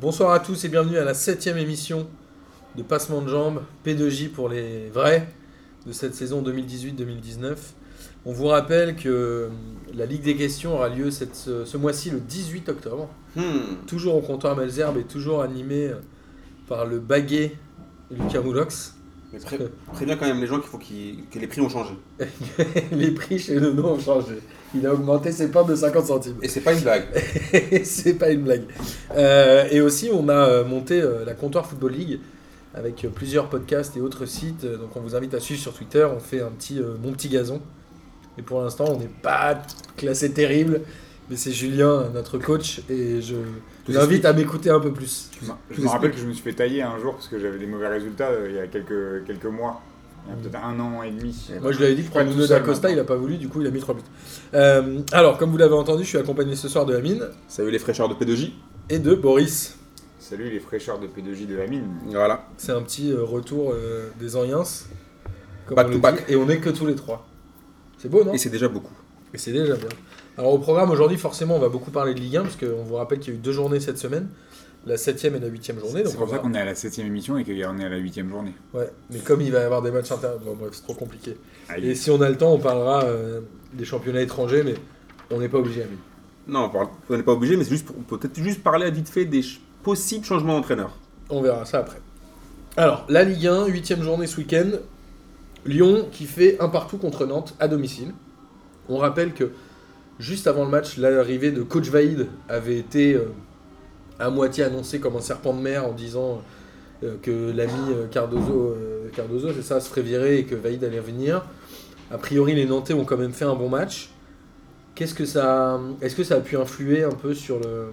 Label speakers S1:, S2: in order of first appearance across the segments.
S1: Bonsoir à tous et bienvenue à la septième émission de Passement de Jambes, P2J pour les vrais, de cette saison 2018-2019. On vous rappelle que la Ligue des questions aura lieu cette- ce, ce mois-ci le 18 octobre,
S2: Hmm.
S1: toujours au comptoir Malzerbe et toujours animé par le baguet Lucas Moulox.
S2: Mais pré- préviens quand même les gens qu'il faut qu'ils- que les prix ont changé.
S1: les prix chez Nono ont changé. Il a augmenté ses pommes de 50 centimes.
S2: Et c'est pas une blague.
S1: c'est pas une blague. Euh, et aussi, on a euh, monté euh, la Comptoir Football League avec euh, plusieurs podcasts et autres sites. Euh, Donc, on vous invite à suivre sur Twitter. On fait un petit euh, mon petit gazon. Et pour l'instant, on n'est pas classé terrible. Mais c'est Julien, notre coach, et je
S2: Tout
S1: l'invite à m'écouter un peu plus.
S3: Je me rappelle que je me suis fait tailler un jour parce que j'avais des mauvais résultats euh, il y a quelques, quelques mois, il y a
S1: Mm.
S3: peut-être un an et demi.
S1: Moi, je lui avais dit de prendre
S3: Pas tout
S1: Nuno
S3: seul,
S1: d'Acosta, il
S3: maintenant.
S1: n'a pas voulu, du coup, il a mis 3 buts. Euh, alors, comme vous l'avez entendu, je suis accompagné ce soir de Amine
S2: Salut les fraîcheurs de P2J.
S1: et de Boris.
S3: Salut les fraîcheurs de P2J de la mine.
S2: Voilà.
S1: C'est un petit euh, retour euh, des Anciens. comme
S2: Back
S1: on
S2: to
S1: le
S2: back.
S1: dit, Et on est que tous les trois. C'est beau, non
S2: Et c'est déjà beaucoup.
S1: Et c'est déjà bien. Alors au programme aujourd'hui, forcément, on va beaucoup parler de Ligue 1, parce qu'on vous rappelle qu'il y a eu deux journées cette semaine, la 7 et la 8 journée. donc
S3: C'est
S1: on
S3: pour ça
S1: va-
S3: qu'on est à la 7ème émission et qu'on est à la 8ème journée.
S1: Ouais, mais comme il va y avoir des matchs internes, bon, bref, c'est trop compliqué.
S3: Aïe.
S1: Et si on a le temps, on parlera euh, des championnats étrangers, mais on n'est pas obligé, Amine.
S2: Non, on parle- on n'est pas obligé, mais c'est juste pour- on peut peut-être juste parler à vite fait des ch- possibles changements d'entraîneur.
S1: On verra ça après. Alors, la Ligue 1, 8 journée ce week-end. Lyon qui fait un partout contre Nantes à domicile. On rappelle que juste avant le match, l'arrivée de Coach Vaïd avait été euh, à moitié annoncée comme un serpent de mer en disant euh, que l'ami euh, Cardozo, euh, Cardozo c'est ça, se ferait virer et que Vaïd allait revenir. A priori, les Nantais ont quand même fait un bon match. Qu'est-ce que ça, est-ce que ça a pu influer un peu sur le,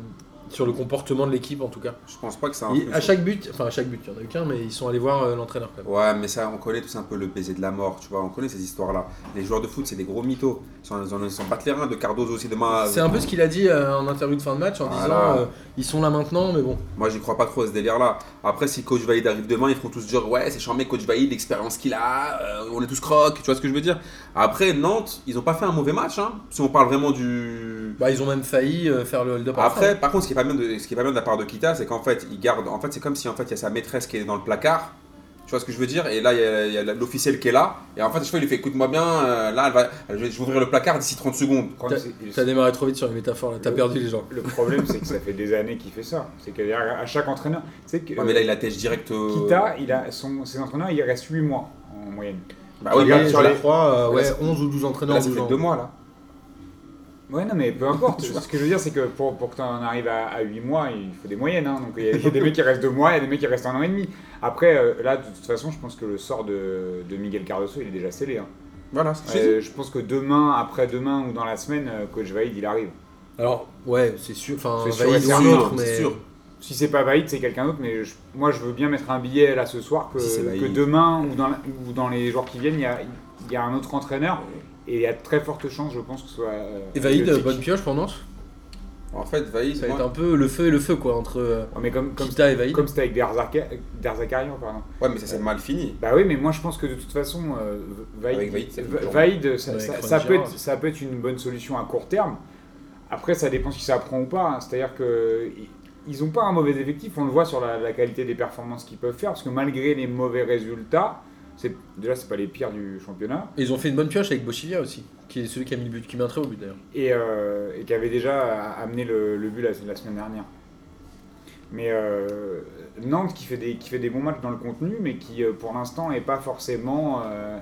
S1: sur le comportement de l'équipe en tout cas
S2: Je pense pas que Ah, ça.
S1: et
S2: influe
S1: à
S2: sur-
S1: chaque but, enfin à chaque but, il y en a eu qu'un, mais ils sont allés voir euh, l'entraîneur quand même.
S2: Ouais, mais ça, on connaît tous un peu le baiser de la mort, tu vois, on connaît ces histoires-là. Les joueurs de foot, c'est des gros mythos. Ils s'en- Ils s'en- ils s'en battent les reins de Cardozo aussi demain.
S1: C'est un peu ce qu'il a dit euh, en interview de fin de match en
S2: Ah, Voilà.
S1: disant euh, ils sont là maintenant, mais bon.
S2: Moi, j'y crois pas trop à ce délire-là. Après, si Coach Vaïd arrive demain, ils feront tous dire Ouais, c'est charmé, Coach Vaïd, l'expérience qu'il a, euh, on est tous crocs, tu vois ce que je veux dire. Après, Nantes, ils ont pas fait un mauvais match, hein, si on parle vraiment du.
S1: Bah, ils ont même failli euh, faire le hold-up à la fin.
S2: Après, par contre, ce qui est Bah, pas bien de, ce qui est pas bien de la part de Kita, c'est qu'en fait, il garde. En fait, c'est comme si en fait, il y a sa maîtresse qui est dans le placard. Tu vois ce que je veux dire Et là, il y a- il y a, l'officiel qui est là. Et en fait, à chaque fois, il lui fait écoute-moi bien. euh, là, elle va, je vais je vais ouvrir le placard d'ici 30 secondes.
S3: Quand c'est-
S1: T'as démarré trop vite sur les métaphores
S2: Euh,
S1: là, t'as perdu les gens.
S3: Le problème, c'est que ça fait des années qu'il fait ça. C'est qu'à à chaque entraîneur, tu sais que
S2: Ouais, mais là, il attèche direct.
S3: euh,
S2: au-
S3: Kita, il a son, ses entraîneurs, il reste 8 mois en moyenne.
S2: Bah oui,
S3: Il
S2: regarde
S3: est-
S2: sur
S1: je
S2: les.
S1: crois, euh,
S2: Là,
S1: ouais,
S2: ça
S1: 11 ou 12 entraîneurs.
S2: Là, ça
S1: 12
S2: fait
S1: ans.
S2: deux mois, là.
S3: Ouais, non, mais peu importe. ce que je veux dire, c'est que pour, pour que tu en arrives à, 8 mois, il faut des moyennes. hein. Donc il y, a- il y a des mecs qui restent 2 mois, il y a des mecs qui restent un an et demi. Après, euh, là, de toute façon, je pense que le sort de, de Miguel Cardoso, il est déjà scellé. hein.
S2: Voilà, c'est ce que je dis.
S3: Euh, je pense que demain, après-demain ou dans la semaine, euh, Coach Vaïd, il arrive.
S1: Alors, ouais, c'est sûr. Enfin,
S3: C'est sûr,
S1: Vaïd
S3: c'est
S1: ou un
S3: sûr,
S1: autre,
S2: c'est
S1: mais.
S2: sûr.
S3: Si c'est pas Vaïd, c'est quelqu'un d'autre, mais je- moi, je veux bien mettre un billet là ce soir que,
S2: Si c'est Vaïd.
S3: que demain ou dans, la- ou dans les jours qui viennent, il y a, il y a un autre entraîneur. Et il y a de très forte chance, je pense, que ce soit. euh,
S1: Et Vaïd,
S3: Jokic.
S1: bonne pioche pour Nantes.
S2: En fait, Vaïd,
S1: Ça va
S2: moi-
S1: être un peu le feu et le feu quoi entre euh,
S3: Ouais, mais comme, comme,
S1: Kita et Vaïd.
S3: comme c'était avec Derzaka- Derzakarian, pardon.
S2: Ouais, mais ça s'est mal fini.
S3: Bah oui, mais moi je pense que de toute façon, euh,
S2: Avec
S3: Vaïd,
S2: Vaïd, ça fait
S3: Va-
S2: toujours
S3: Vaïd, ça,
S1: Ouais,
S3: ça-
S1: avec
S3: ça peut
S1: Gérard.
S3: être, ça peut être une bonne solution à court terme. Après, ça dépend si ça prend ou pas. hein. C'est-à-dire que i- ils n'ont pas un mauvais effectif. On le voit sur la, la qualité des performances qu'ils peuvent faire, parce que malgré les mauvais résultats, c'est déjà c'est pas les pires du championnat
S1: Ils ont fait une bonne pioche avec Bochivia aussi, qui est celui qui a mis le but, qui met un très beau but d'ailleurs.
S3: et, euh, et qui avait déjà amené le, le but la, la semaine dernière. Mais euh, Nantes qui fait, des, qui fait des bons matchs dans le contenu, mais qui euh, pour l'instant n'est pas forcément euh,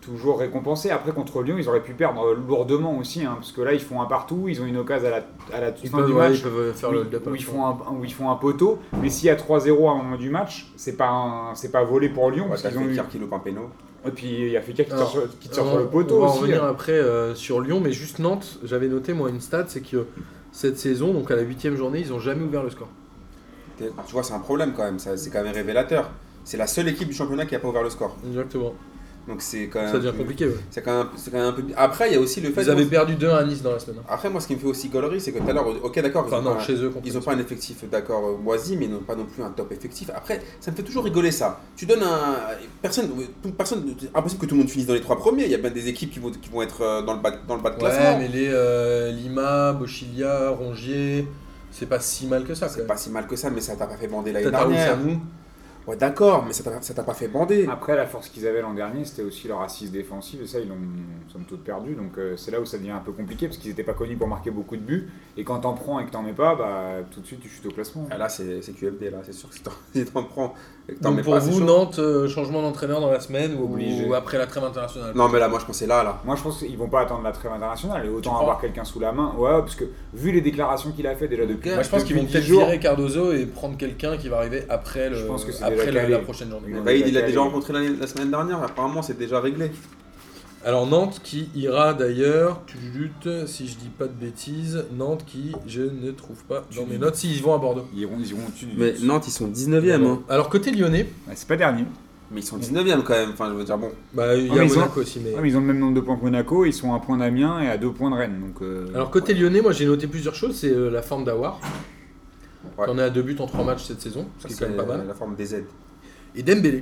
S3: toujours récompensé. Après, contre Lyon, ils auraient pu perdre lourdement aussi, hein, parce que là, ils font un partout, ils ont une occasion à la, à la toute
S1: Ils
S3: fin
S1: peuvent,
S3: du
S1: ouais,
S3: match
S1: ils peuvent faire
S3: où,
S1: le
S3: ils-
S1: hold-up. à
S3: où
S1: la
S3: ils
S1: fin.
S3: font un, où ils font un poteau. Mais s'il y a 3-0 à un moment du match, c'est pas, un- c'est pas volé pour Lyon,
S2: Ouais,
S3: parce
S2: t'as
S3: qu'ils ont
S2: fait
S3: eu-
S2: Kirkil au Pampeno.
S3: Et puis, il y a Fekir qui tire
S1: Alors,
S3: sur, qui tire
S1: on-
S3: sur le poteau
S1: On va en
S3: aussi. hein.
S1: revenir après euh, sur Lyon, mais juste Nantes, j'avais noté moi une stat, c'est que euh, cette saison, donc à la huitième journée, ils ont jamais ouvert le score.
S2: T'es- Tu vois, c'est un problème quand même, ça- c'est quand même révélateur. C'est la seule équipe du championnat qui a pas ouvert le score.
S1: Exactement.
S2: Donc c'est quand même.
S1: Ça devient compliqué. ouais.
S2: C'est quand, même- c'est quand même un peu. Après, il y a aussi le fait.
S1: Ils avaient perdu 2 à Nice dans la semaine. hein.
S2: Après, moi, ce qui me fait aussi gaulerie, c'est que tout à l'heure, ok, d'accord, ils
S1: Enfin
S2: ont
S1: non,
S2: pas-
S1: chez eux.
S2: ils ont pas un effectif d'accord euh, moisi, mais ils n'ont pas non plus un top effectif. Après, ça me fait toujours rigoler ça. Tu donnes un. Personne. tout- personne impossible que tout le monde finisse dans les trois premiers. Il y a bien des équipes qui vont, qui vont être euh, dans le bas, dans le bas de
S1: Ouais,
S2: classement.
S1: mais les euh, Lima, Bochilia, Rongier, C'est pas si mal que ça. quand
S2: C'est
S1: même.
S2: pas si mal que ça, mais ça t'a pas fait bander l'année
S1: T'as Tarou
S2: dernière.
S1: Samou.
S2: Ouais, d'accord, mais ça t'a- ça t'a pas fait bander.
S1: Ah.
S3: Après, la force qu'ils avaient l'an dernier, c'était aussi leur assise défensive, et ça, ils l'ont somme toute perdu. Donc, euh, c'est là où ça devient un peu compliqué, parce qu'ils n'étaient pas connus pour marquer beaucoup de buts. Et quand t'en prends et que t'en mets pas, bah, tout de suite, tu chutes au classement.
S2: Ah, Là, c'est c'est QFD, là, c'est sûr que si t'en- si t'en prends et que t'en
S1: Donc
S2: mets
S1: pour
S2: pas, c'est
S1: vous,
S2: chaud.
S1: Nantes, euh, changement d'entraîneur dans la semaine ou,
S3: Obligé.
S1: ou après la trêve internationale
S2: Non, mais là, moi, je pensais là, là.
S3: Moi, je pense qu'ils vont pas attendre la trêve internationale, et autant
S1: crois
S3: avoir quelqu'un sous la main. Ouais, parce que vu les déclarations qu'il a fait déjà depuis.
S1: Moi, je pense qu'ils
S3: depuis
S1: vont
S3: 10
S1: peut-être
S3: jours,
S1: virer Cardozo et prendre quelqu'un qui va arriver après, le,
S3: Je pense que c'est
S1: après
S3: déjà
S1: la,
S3: calé.
S1: la prochaine journée.
S3: Ouais.
S2: Vaïd, Bah, il a
S3: Bakary.
S2: déjà rencontré l'année- la semaine dernière, apparemment, c'est déjà réglé.
S1: Alors Nantes qui ira d'ailleurs, tu luttes, si je dis pas de bêtises, Nantes qui, je ne trouve pas dans mes notes, si ils vont à Bordeaux.
S3: Ils iront, ils iront au-dessus du.
S2: Nantes, ils sont 19e.
S1: Alors côté lyonnais,
S3: Ouais, c'est pas dernier.
S2: Mais ils sont 19e quand même, enfin, je veux dire, bon.
S1: bah, il y a
S3: Ouais, Ah, mais ils
S1: Monaco aussi, mais...
S3: Ouais, mais ils ont le même nombre de points que Monaco, ils sont à un point d'Amiens et à deux points de Rennes. Donc, euh,
S1: Alors côté lyonnais, moi j'ai noté plusieurs choses, c'est euh, la forme d'Awar.
S2: Ouais.
S1: On est à deux buts en trois matchs cette saison, ce
S2: Ça, euh,
S1: qui est quand même pas mal.
S2: La forme des aides.
S1: Et Dembélé.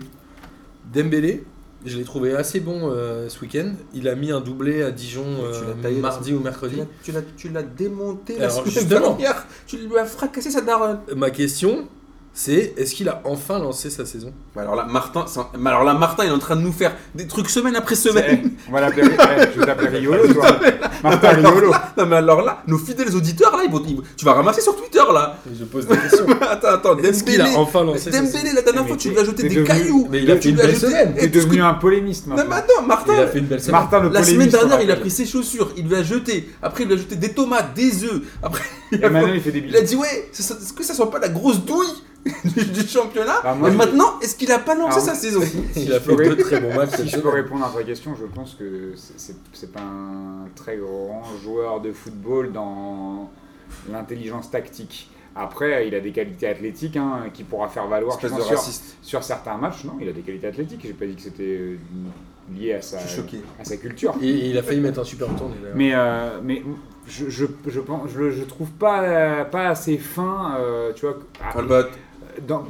S1: Dembélé, je l'ai trouvé assez bon euh, ce week-end. Il a mis un doublé à Dijon
S2: Tu l'as
S1: euh,
S2: taillé la
S1: mardi ou mercredi.
S2: Tu l'as- tu l'as démonté la
S1: Alors,
S2: semaine
S1: justement.
S2: dernière. Tu lui as fracassé sa daronne.
S1: Ma question, c'est est-ce qu'il a enfin lancé sa saison
S2: Bah Alors là, Martin, c'est un- mais alors là, Martin, il est en train de nous faire des trucs semaine après
S3: c'est-
S2: semaine.
S3: on va l'appeler. ouais, je vais t'appeler Riolo, toi. Martin Riolo.
S2: Non mais alors là, nos fidèles auditeurs là, ils vont- ils- tu vas ramasser sur Twitter là.
S1: Je pose des questions.
S2: Attends, attends,
S1: est-ce qu'il
S2: Dembélé.
S1: a enfin lancé sa saison
S2: Dembélé, la dernière
S3: Mais
S2: fois, tu
S3: t'es-
S2: lui as jeté
S3: t'es
S2: des
S3: devenu-
S2: caillous.
S1: Mais il a
S2: Tu
S1: fait une
S2: lui as
S1: belle
S2: jeté-
S1: semaine.
S2: Eh,
S3: T'es
S2: tu-
S3: devenu un polémiste
S2: Non mais
S3: maintenant.
S2: attends,
S1: Il a
S2: Martin.
S1: fait une belle saison.
S3: Martin le
S2: La semaine
S3: polémiste, on
S2: dernière, il a
S3: l'appelle.
S2: pris ses chaussures, il lui a jeté. Après, il lui a jeté des tomates, des œufs. Après, il
S3: Et
S2: a,
S3: maintenant, il fait des
S2: il a
S3: billes.
S2: dit ouais, c'est ça- est-ce que ça soit pas la grosse douille du, du championnat
S3: Bah, moi,
S2: Et
S3: je- Ah,
S2: maintenant, est-ce qu'il a pas lancé
S3: Alors,
S2: sa saison
S1: Il a fait
S3: Floré-
S1: deux très bons matchs
S3: Si
S1: cette
S3: je peux
S1: saison.
S3: répondre à ta question, je pense que c'est- c'est c'est pas un très grand joueur de football dans l'intelligence tactique. Après, il a des qualités athlétiques hein, qui pourra faire valoir je
S2: Espèce de
S3: pense, sur,
S2: raciste.
S3: sur certains matchs. Non, il a des qualités athlétiques. J'ai pas dit que c'était euh, lié à sa,
S2: Je suis choqué.
S3: à sa culture.
S1: Et il a failli mettre un super tourné d'ailleurs.
S3: Mais, euh, mais je, je, je, pense, je, le- je trouve pas, euh, pas assez fin, euh, tu vois. à-
S2: Colbot.
S3: dans-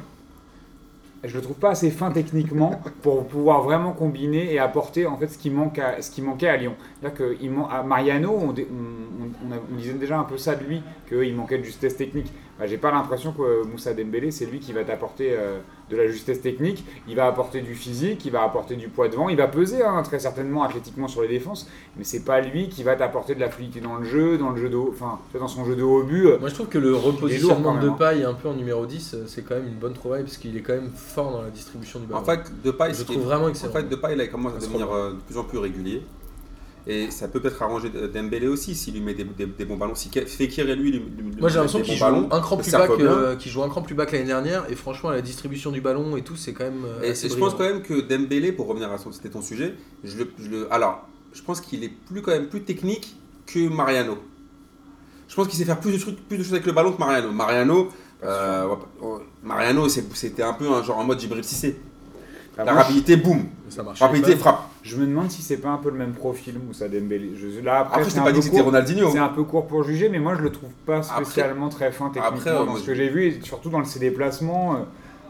S3: Je le trouve pas assez fin techniquement pour pouvoir vraiment combiner et apporter en fait ce qui manque à ce qui manquait à Lyon. C'est-à-dire que il man- à Mariano, on, dé- on- on- on a- on disait déjà un peu ça de lui qu'il manquait de justesse technique. Bah, J'ai pas l'impression que euh, Moussa Dembélé c'est lui qui va t'apporter euh, de la justesse technique. Il va apporter du physique, il va apporter du poids devant, il va peser hein, très certainement athlétiquement sur les défenses, mais c'est pas lui qui va t'apporter de la fluidité dans le jeu, dans le jeu de, haut- enfin tu vois, dans son jeu de haut but. euh,
S1: Moi je trouve que le
S3: quand
S1: repositionnement
S3: même,
S1: de
S3: hein.
S1: paille un peu en numéro 10, euh, c'est quand même une bonne trouvaille parce qu'il est quand même fort dans la distribution du ballon.
S2: En fait, Depay,
S1: je
S2: ce qui
S1: trouve
S2: est-
S1: vraiment
S2: en
S1: excellent.
S2: fait, Depay, là, il commence à
S1: Ça se
S2: devenir euh, de plus en plus régulier. Et ça peut peut-être arranger euh, Dembélé aussi s'il lui met des, des- des bons ballons. Si Ke- Fekir et lui, lui, lui- lui
S1: Moi j'ai
S2: mettent
S1: l'impression
S2: des
S1: qu'il
S2: bons
S1: joue,
S2: ballons,
S1: un cran
S2: ça
S1: plus
S2: sert
S1: bas
S2: pas
S1: que- euh,
S2: bien.
S1: qu'il joue un cran plus bas que l'année dernière et franchement la distribution du ballon et tout c'est quand même. euh,
S2: Et
S1: assez
S2: je pense
S1: brillant.
S2: quand même que Dembélé, pour revenir à son, c'était ton sujet, je le, je le- alors, je pense qu'il est plus quand même plus technique que Mariano. Je pense qu'il sait faire plus de trucs, plus de choses avec le ballon que Mariano. Mariano, euh, ouais, on- Mariano, c'est- c'était un peu un genre en mode Djibril Cissé.
S3: enfin,
S2: La
S3: moi, je-
S2: rapidité, boum.
S1: Ça marche.
S2: Rapidité, frappe.
S3: Je me demande si c'est pas un peu le même profil Moussa Dembélé. Je, là après,
S2: Après, je
S3: c'est
S2: t'ai
S3: un
S2: pas dit
S3: peu
S2: que c'était
S3: court.
S2: Ronaldinho. hein.
S3: C'est un peu court pour juger, mais moi je le trouve pas
S2: Après-
S3: spécialement très fin techniquement
S2: Après, euh,
S3: dans
S2: moi,
S3: ce que j'ai vu, et surtout dans le- ses déplacements. euh,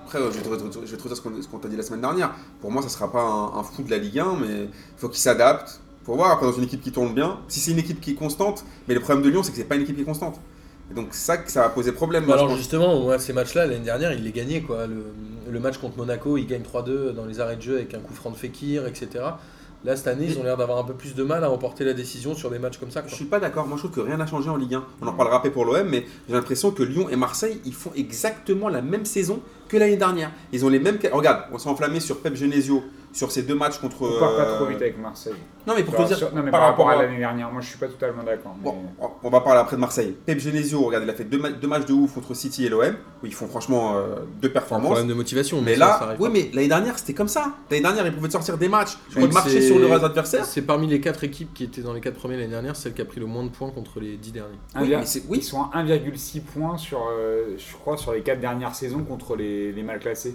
S2: Après, euh, je vais te, re- je vais te redire ce qu'on ce qu'on t'a dit la semaine dernière. Pour moi, ça sera pas un, un fou de la Ligue 1, mais il faut qu'il s'adapte. Pour voir, après, dans une équipe qui tourne bien, si c'est une équipe qui est constante, mais le problème de Lyon, c'est que c'est pas une équipe qui est constante. Et donc, ça, que ça va poser problème.
S1: Bah
S2: moi, je
S1: alors
S2: pense.
S1: justement, moi, ces matchs-là, l'année dernière, il les gagnait. Quoi. Le, le match contre Monaco, il gagne 3-2 dans les arrêts de jeu avec un coup franc de Fekir, etc. Là, cette année, ils ont l'air d'avoir un peu plus de mal à remporter la décision sur des matchs comme ça.
S2: Je
S1: quoi.
S2: suis pas d'accord. Moi, je trouve que rien n'a changé en Ligue 1. On en parlera après pour l'OM, mais j'ai l'impression que Lyon et Marseille, ils font exactement la même saison que l'année dernière. Ils ont les mêmes. Regarde, on s'est enflammé sur Pep Genesio, sur ces deux matchs contre.
S3: on part pas
S2: euh,
S3: trop vite avec Marseille.
S2: Non, mais pour
S3: Enfin,
S2: te dire,
S3: sur- non, mais
S2: par, rapport à.
S3: l'année dernière, moi je suis pas totalement d'accord. mais-
S2: Bon, on va parler après de Marseille. Pep Genesio, regarde, il a fait deux, ma- deux matchs de ouf contre City et l'OM, où ils font franchement euh,
S1: C'est
S2: deux
S1: un
S2: performances.
S1: problème de motivation.
S2: Mais
S1: ça,
S2: là,
S1: ça arrive
S2: oui,
S1: pas.
S2: mais l'année dernière, c'était comme ça. L'année dernière, ils pouvaient te sortir des matchs.
S1: Je crois
S2: Ils
S1: que
S2: marchaient
S1: c'est-
S2: sur leurs adversaires.
S1: C'est parmi les quatre équipes qui étaient dans les quatre premiers l'année dernière, celle qui a pris le moins de points contre les 10 derniers.
S3: Un
S2: Oui,
S3: vir-
S2: mais c'est-
S3: Ils
S2: oui,
S3: sont à 1,6 points sur, euh, je crois, sur les 4 dernières saisons contre les, les mal classés.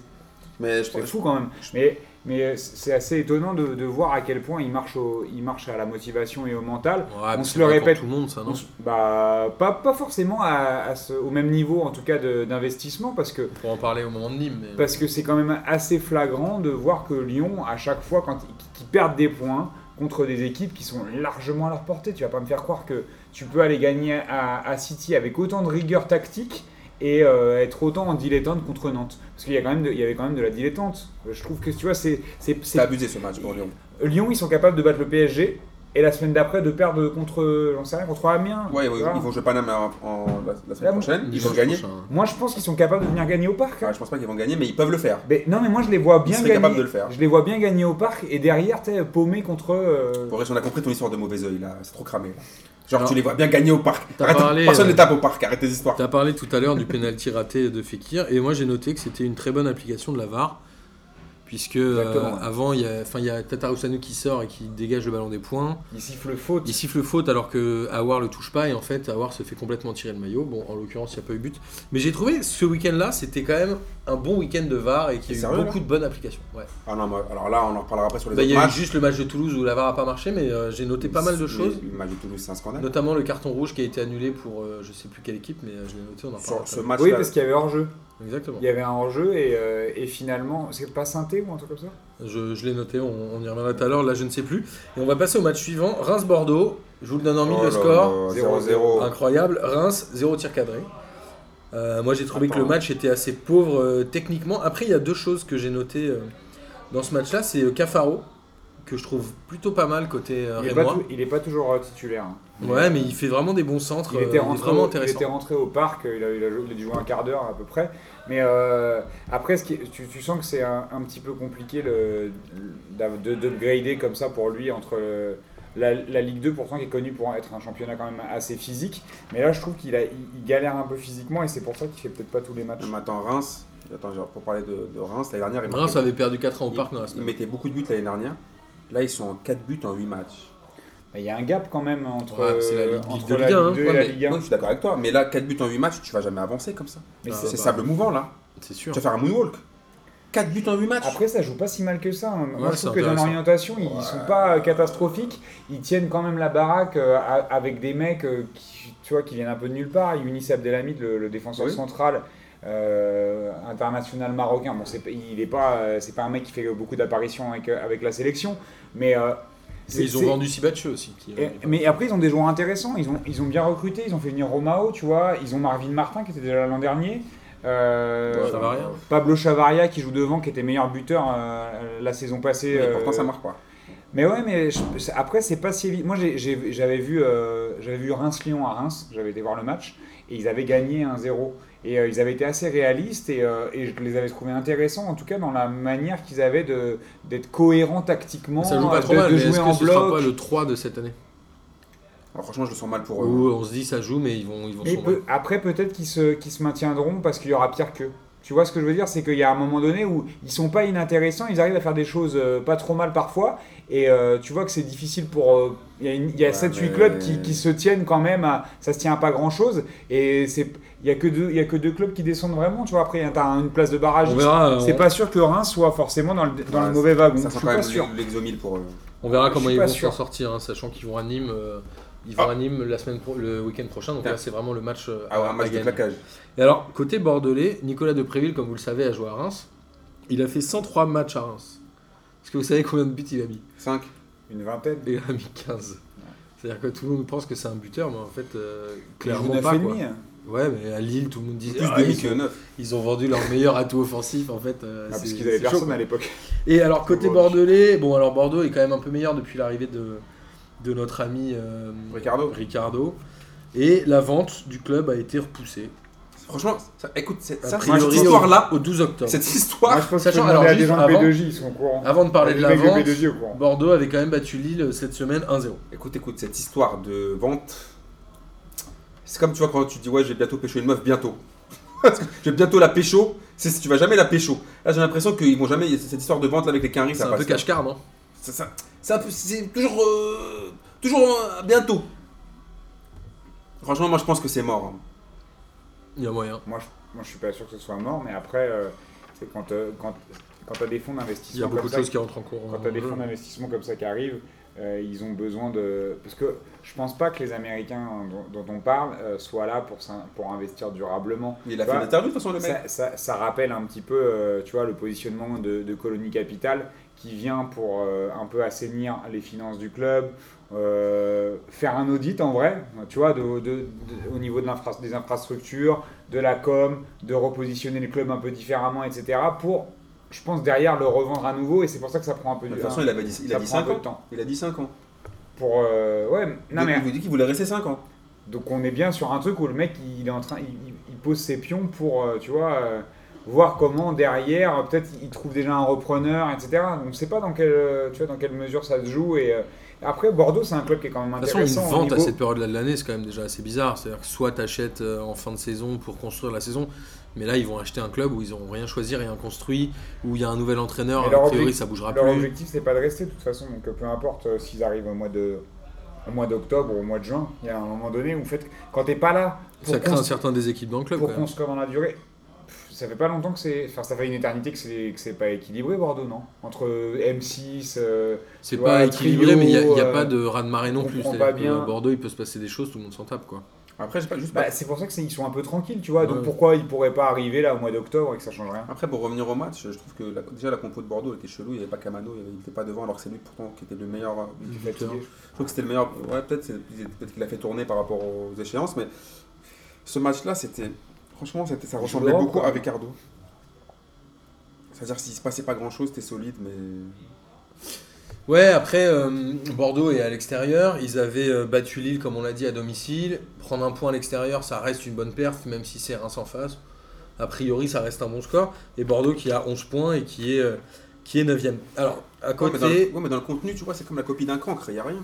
S2: mais je
S3: C'est
S2: pense.
S3: fou quand même. Mais, mais euh, c'est assez étonnant de, de voir à quel point ils marchent, au- ils marchent à la motivation et au mental.
S1: Ouais, mais
S3: on
S1: c'est
S3: se le
S1: vrai pour
S3: répète
S1: tout le monde, ça,
S2: Ah
S1: non
S3: On s- Bah, pas, pas forcément à, à ce- au même niveau, en tout cas, de- d'investissement, parce que
S1: Pour en parler au moment de Nîmes. mais-
S3: parce que c'est quand même assez flagrant de voir que Lyon, à chaque fois, quand qui, qui perdent des points contre des équipes qui sont largement à leur portée, tu vas pas me faire croire que tu peux aller gagner à, à City avec autant de rigueur tactique et euh, être autant en dilettante contre Nantes. Parce qu'il y, a quand même de- il y avait quand même de la dilettante. Je trouve que tu vois, c'est. c'est- c'est-
S2: C'est abusé ce match pour Lyon.
S3: Lyon, ils sont capables de battre le PSG et la semaine d'après de perdre contre, j'en sais rien, contre Amiens.
S2: Ouais, ouais,
S3: tu vois.
S2: ils vont jouer Paname en, en- la, la semaine
S3: Là,
S2: prochaine. Ils vont
S1: Dimanche
S2: gagner.
S1: prochain, hein.
S3: Moi, je pense qu'ils sont capables de venir gagner au parc. hein.
S2: Enfin, je pense pas qu'ils vont gagner, mais ils peuvent le faire.
S3: Mais non, mais moi, je les vois bien
S2: seraient
S3: gagner.
S2: capables de le faire.
S3: Je les vois bien gagner au parc et derrière, t'es paumé contre. euh,
S2: Boris, on a compris ton histoire de mauvais oeil là, c'est trop cramé. là. Genre,
S1: Alors,
S2: tu les vois bien gagner au parc.
S1: t'as
S2: Arrête-
S1: parlé,
S2: personne
S1: euh,
S2: ne tape au parc, arrête tes histoires.
S1: T'as parlé tout à l'heure du penalty raté de Fekir, et moi j'ai noté que c'était une très bonne application de la VAR, puisque euh,
S3: Exactement, ouais.
S1: avant il y a, enfin, il y a Tatarusanu qui sort et qui dégage le ballon des points.
S3: Ils sifflent faute.
S1: Il siffle faute alors que Awar le touche pas, et en fait Awar se fait complètement tirer le maillot. Bon, en l'occurrence il n'y a pas eu but. Mais j'ai trouvé ce week-end-là, c'était quand même un bon week-end de VAR et qu'il y a eu
S2: Sérieux, là
S1: beaucoup de bonnes applications. Ouais.
S2: Ah non, moi, alors là, on en reparlera après sur les
S1: Bah, il
S2: autres
S1: y a eu
S2: matchs.
S1: juste le match de Toulouse où la VAR a pas marché, mais euh, j'ai noté pas mal de
S2: Mais
S1: choses.
S2: Le match de Toulouse, c'est un scandale.
S1: Notamment le carton rouge qui a été annulé pour euh, je sais plus quelle équipe, mais euh, je l'ai noté, on en parlera.
S2: Sur ce
S1: après.
S2: match
S3: Oui, parce qu'il y avait hors-jeu.
S1: Exactement.
S3: Il y avait un hors-jeu et, euh, et finalement, c'est pas synthé ou un truc comme ça
S1: Je, je l'ai noté, on, on y reviendra tout à l'heure, là je ne sais plus. Et on va passer au match suivant, Reims-Bordeaux. Je vous le donne en mille le score.
S2: 0-0.
S1: Incroyable, Reims, 0 tir cadré. Euh, moi j'ai trouvé que le
S2: Attends.
S1: match était assez pauvre euh, techniquement. Après il y a deux choses que j'ai notées euh, dans ce match-là, c'est euh, Cafaro, que je trouve plutôt pas mal côté euh,
S3: il est, pas
S1: Rémois.
S3: tou- il est pas toujours euh, titulaire. hein.
S1: Ouais mais il fait vraiment des bons centres,
S3: Il
S1: euh,
S3: était,
S1: est
S3: rentré
S1: vraiment
S3: au, il
S1: intéressant.
S3: était rentré au parc, euh, il a, il a- il a dû jouer un quart d'heure à peu près. Mais euh, après, ce qui est- tu, tu sens que c'est un, un petit peu compliqué le, le- de, de grader comme ça pour lui entre euh, la, la Ligue 2, pourtant qui est connue pour être un championnat quand même assez physique. Mais là, je trouve qu'il a, il, il galère un peu physiquement et c'est pour ça qu'il fait peut-être pas tous les matchs.
S1: Ah,
S2: Non, mais attends, Reims. Attends, genre, pour parler de, de Reims, l'année dernière, ils
S1: Reims
S2: marquaient-
S1: avait perdu 4 ans au
S2: ils-
S1: parc dans la
S2: ils
S1: semaine.
S2: mettaient beaucoup de buts l'année dernière. Là, ils sont en 4 buts en 8 matchs.
S3: Mais Il y a un gap quand même entre,
S1: Ouais, c'est la
S3: euh,
S1: Ligue- Ligue
S3: entre
S1: de
S3: la
S1: Ligue un,
S3: Ligue 2 et
S1: hein.
S3: la
S1: Ouais,
S3: Ligue 1.
S2: Non, je suis d'accord avec toi, mais là, 4 buts en 8 matchs, tu vas jamais avancer comme ça.
S3: Mais
S1: Ah,
S3: c'est-
S2: C'est
S1: bah.
S2: sable mouvant là.
S1: C'est
S2: Tu
S1: sûr.
S2: vas faire un moonwalk. 4 buts en 8 matchs.
S3: Après, ça joue pas si mal que ça. hein. Moi,
S1: Ouais,
S3: je trouve
S1: c'est
S3: que dans
S1: intéressant.
S3: l'orientation, ils
S2: Ouais.
S3: sont pas euh, catastrophiques. Ils tiennent quand même la baraque euh, a- avec des mecs euh, qui, tu vois, qui viennent un peu de nulle part. Younis Abdelhamid, le, le défenseur
S2: Oui.
S3: central euh, international marocain. Bon, c'est, pas- il est pas, euh, c'est pas un mec qui fait beaucoup d'apparitions avec, euh, avec la sélection, mais euh, c'est-
S1: Et ils ont
S3: c'est-
S1: vendu Sibatcheux aussi. qui- euh,
S3: et- mais après, ils ont des joueurs intéressants. Ils ont, ils ont bien recruté. Ils ont fait venir Romao, tu vois. Ils ont Marvin Martin qui était déjà là l'an dernier. Euh,
S1: ça va rien.
S3: Pablo Chavaria qui joue devant, qui était meilleur buteur euh, la saison passée.
S2: Et
S3: euh,
S2: pourtant, ça marque pas.
S3: Mais ouais, mais je- c'est- après, c'est pas si évi- Moi, j'ai- j'ai- j'avais vu, euh, j'avais vu Reims-Lyon à Reims, j'avais été voir le match, et ils avaient gagné 1-0. Et euh, ils avaient été assez réalistes, et, euh, et je les avais trouvés intéressants, en tout cas dans la manière qu'ils avaient de- d'être cohérents tactiquement,
S1: Ça joue pas
S3: euh,
S1: trop
S3: de,
S1: mal,
S3: de
S1: mais
S3: jouer
S1: est-ce
S3: en
S1: que ce sera pas
S3: bloc.
S1: le 3 de cette année
S2: Alors, franchement, je le sens mal pour euh, eux.
S1: Où on se dit ça joue, mais ils vont, ils vont
S3: Et
S1: sombrer.
S3: peu- après, peut-être qu'ils se, qu'ils se maintiendront parce qu'il y aura pire qu'eux. Tu vois ce que je veux dire C'est qu'il y a un moment donné où ils sont pas inintéressants, ils arrivent à faire des choses euh, pas trop mal parfois. Et euh, tu vois que c'est difficile pour. euh, Il y a, une- il y a
S2: Ouais,
S3: 7-8
S2: mais-
S3: clubs qui, qui se tiennent quand même, à- ça se tient à pas grand chose. Et c'est- il y a, que deux- il y a que deux clubs qui descendent vraiment. Tu vois, après, tu as une place de barrage.
S1: On verra, euh,
S3: C'est
S1: on-
S3: pas sûr que Reims soit forcément dans le, dans
S2: Ouais,
S3: le mauvais wagon.
S2: Ça sent
S3: je suis
S2: quand
S3: pas
S2: même
S3: sûr.
S2: l'e- l'exomile pour euh, eux.
S1: On verra
S3: Je
S1: comment
S3: suis
S1: ils
S3: pas
S1: vont s'en
S3: sûr.
S1: sortir, hein, sachant qu'ils vont à Nîmes, euh, ils vont
S2: Ah.
S1: à Nîmes la semaine pro- le week-end prochain. Donc
S2: Ah.
S1: là, c'est vraiment le match. euh,
S2: Ah ouais,
S1: à- à
S2: un match de
S1: gagner.
S2: claquage.
S1: Et alors, côté bordelais, Nicolas Depréville, comme vous le savez, a joué à Reims. Il a fait 103 matchs à Reims. Est-ce que vous savez combien de buts il a mis
S2: 5.
S3: Une vingtaine.
S1: Il a mis 15. C'est-à-dire que tout le monde pense que c'est un buteur, mais en fait, euh,
S3: Il
S1: clairement
S3: joue neuf
S1: pas.
S3: et
S1: Quoi.
S3: demi, hein.
S1: Ouais, mais à Lille, tout le monde
S2: Plus
S1: dit Ah,
S2: demi
S1: ils,
S2: que
S1: ont,
S2: 9.
S1: ils ont vendu leur meilleur atout offensif. En fait, euh,
S3: Ah,
S1: c'est-
S3: parce qu'ils avaient
S1: c'est chaud,
S3: personne
S1: quoi.
S3: à l'époque.
S1: Et alors côté
S3: Aujourd'hui.
S1: bordelais, bon alors Bordeaux est quand même un peu meilleur depuis l'arrivée de, de notre ami euh,
S2: Ricardo.
S1: Ricardo. Et la vente du club a été repoussée.
S2: Franchement, ça- écoute, c'est-
S1: A
S2: ça, c'est
S1: priori,
S2: cette
S1: au-
S2: histoire-là.
S1: au 12 octobre.
S2: Cette
S3: Moi,
S2: histoire.
S3: je pense que
S1: Sachant-
S3: demander
S1: alors,
S3: à des
S1: juste
S3: gens de
S1: avant-
S3: B2J, ils sont au courant.
S1: Avant de parler
S3: Les
S1: de la
S3: mecs de
S1: vente,
S3: B2J au courant.
S1: Bordeaux avait quand même battu Lille cette semaine 1-0.
S2: Écoute, écoute, cette histoire de vente. C'est comme tu vois quand tu dis ouais, j'ai bientôt pécho une meuf, bientôt. Parce que je vais bientôt la pécho. C'est si tu vas jamais la pécho. Là, j'ai l'impression qu'ils vont jamais. Cette histoire de vente là, avec les quinries,
S1: C'est
S2: ça
S1: un
S2: passe. hein.
S1: peu hein. cache-car, non
S2: Ça- ça- C'est un peu- c'est toujours. euh, toujours euh, bientôt. Franchement, moi je pense que c'est mort. hein.
S1: Il y a moyen.
S3: Moi je, moi, je suis pas sûr que ce soit mort, mais après, euh, c'est quand, euh, quand, quand tu as des fonds
S1: Il y a
S3: d'investissement
S1: beaucoup
S3: comme
S1: de
S3: ça,
S1: choses qui rentrent en cours. hein.
S3: quand t'as des fonds d'investissement comme ça qui arrivent, Euh, ils ont besoin de. Parce que je pense pas que les Américains dont, dont on parle euh, soient là pour, s'in- pour investir durablement.
S2: Il a
S3: Bah,
S2: fait une interview de toute façon, le mec.
S3: Ça, ça- ça rappelle un petit peu euh, tu vois, le positionnement de, de Colonie Capital qui vient pour euh, un peu assainir les finances du club, euh, faire un audit en vrai, tu vois, de- de- de- au niveau de l'infra- des infrastructures, de la com, de repositionner le club un peu différemment, etc. pour, je pense, derrière le revendre à nouveau et c'est pour ça que ça prend un peu
S2: De
S3: du
S2: toute façon, il avait dit, il
S3: ça
S2: a dit
S3: prend un
S2: 5
S3: peu de
S2: ans.
S3: temps.
S2: Il a dit 5 ans.
S3: Pour, euh, ouais, non,
S2: Il-
S3: mais
S2: Il vous dit qu'il voulait rester 5 ans.
S3: donc on est bien sur un truc où le mec il est en train, il, il- il pose ses pions pour, euh, tu vois, euh, voir comment derrière euh, peut-être il trouve déjà un repreneur, etc. On ne sait pas dans quelle, euh, tu vois, dans quelle mesure ça se joue. Et euh, après Bordeaux c'est un club qui est quand même
S1: De toute façon, une
S3: intéressant. au
S1: vente à
S3: niveau-
S1: cette période-là de l'année, c'est quand même déjà assez bizarre. C'est-à-dire que soit t'achètes euh, en fin de saison pour construire la saison, mais là, ils vont acheter un club où ils n'ont rien choisi, rien construit, où il y a un nouvel entraîneur,
S3: Mais
S1: a
S3: leur
S1: priori,
S3: objectif-
S1: ça bougera
S3: Leur
S1: plus.
S3: objectif c'est pas de rester de toute façon. Donc euh, peu importe euh, s'ils arrivent au mois de au mois d'octobre ou au mois de juin, il y a un moment donné où en fait quand t'es pas là pour
S1: Ça crée un
S3: construire-
S1: certain déséquilibre dans le club.
S3: pour
S1: quand même.
S3: construire dans la durée. pff, Ça fait pas longtemps que c'est. Enfin, ça fait une éternité que c'est que c'est pas équilibré Bordeaux, non Entre M6, euh,
S1: C'est
S3: tu
S1: pas
S3: vois,
S1: équilibré,
S3: trio,
S1: mais il n'y a, il y a
S3: euh,
S1: pas de raz de marée non
S3: on
S1: plus.
S3: comprend
S1: C'est-à-dire
S3: pas
S1: que
S3: bien.
S1: à Bordeaux, il peut se passer des choses, tout le monde s'en tape. Quoi.
S2: Après, j'ai pas, juste
S3: bah,
S2: pas-
S3: c'est pour ça que c'est- ils sont un peu tranquilles, tu vois. Donc
S1: Ouais.
S3: pourquoi ils pourraient pas arriver là au mois d'octobre et que ça change rien
S2: Après, pour revenir au match, je trouve que la- déjà la compo de Bordeaux était chelou. Il n'y avait pas Camano, il n'était pas devant, alors que c'est lui pourtant qui était le meilleur. euh,
S3: Je
S1: Mhm.
S3: suis fatigué.
S2: Je trouve que c'était le meilleur. Ouais, peut-être c'est- peut-être qu'il a fait tourner par rapport aux échéances, mais ce match-là, c'était. Franchement, c'était- ça
S3: Il
S2: ressemblait
S3: joue
S2: beaucoup
S3: Europe,
S2: à
S3: quoi.
S2: Ricardo. C'est-à-dire, s'il se passait pas grand-chose, c'était solide, mais.
S1: Ouais, après, euh, Bordeaux est à l'extérieur. Ils avaient euh, battu Lille, comme on l'a dit, à domicile. Prendre un point à l'extérieur, ça reste une bonne perf, même si c'est Reims en face. A priori, ça reste un bon score. Et Bordeaux qui a 11 points et qui est, euh, qui est 9ème. Alors, à
S2: Ouais, mais dans le-
S1: côté.
S2: ouais, mais dans le contenu, tu vois, c'est comme la copie d'un cancre, il n'y a rien.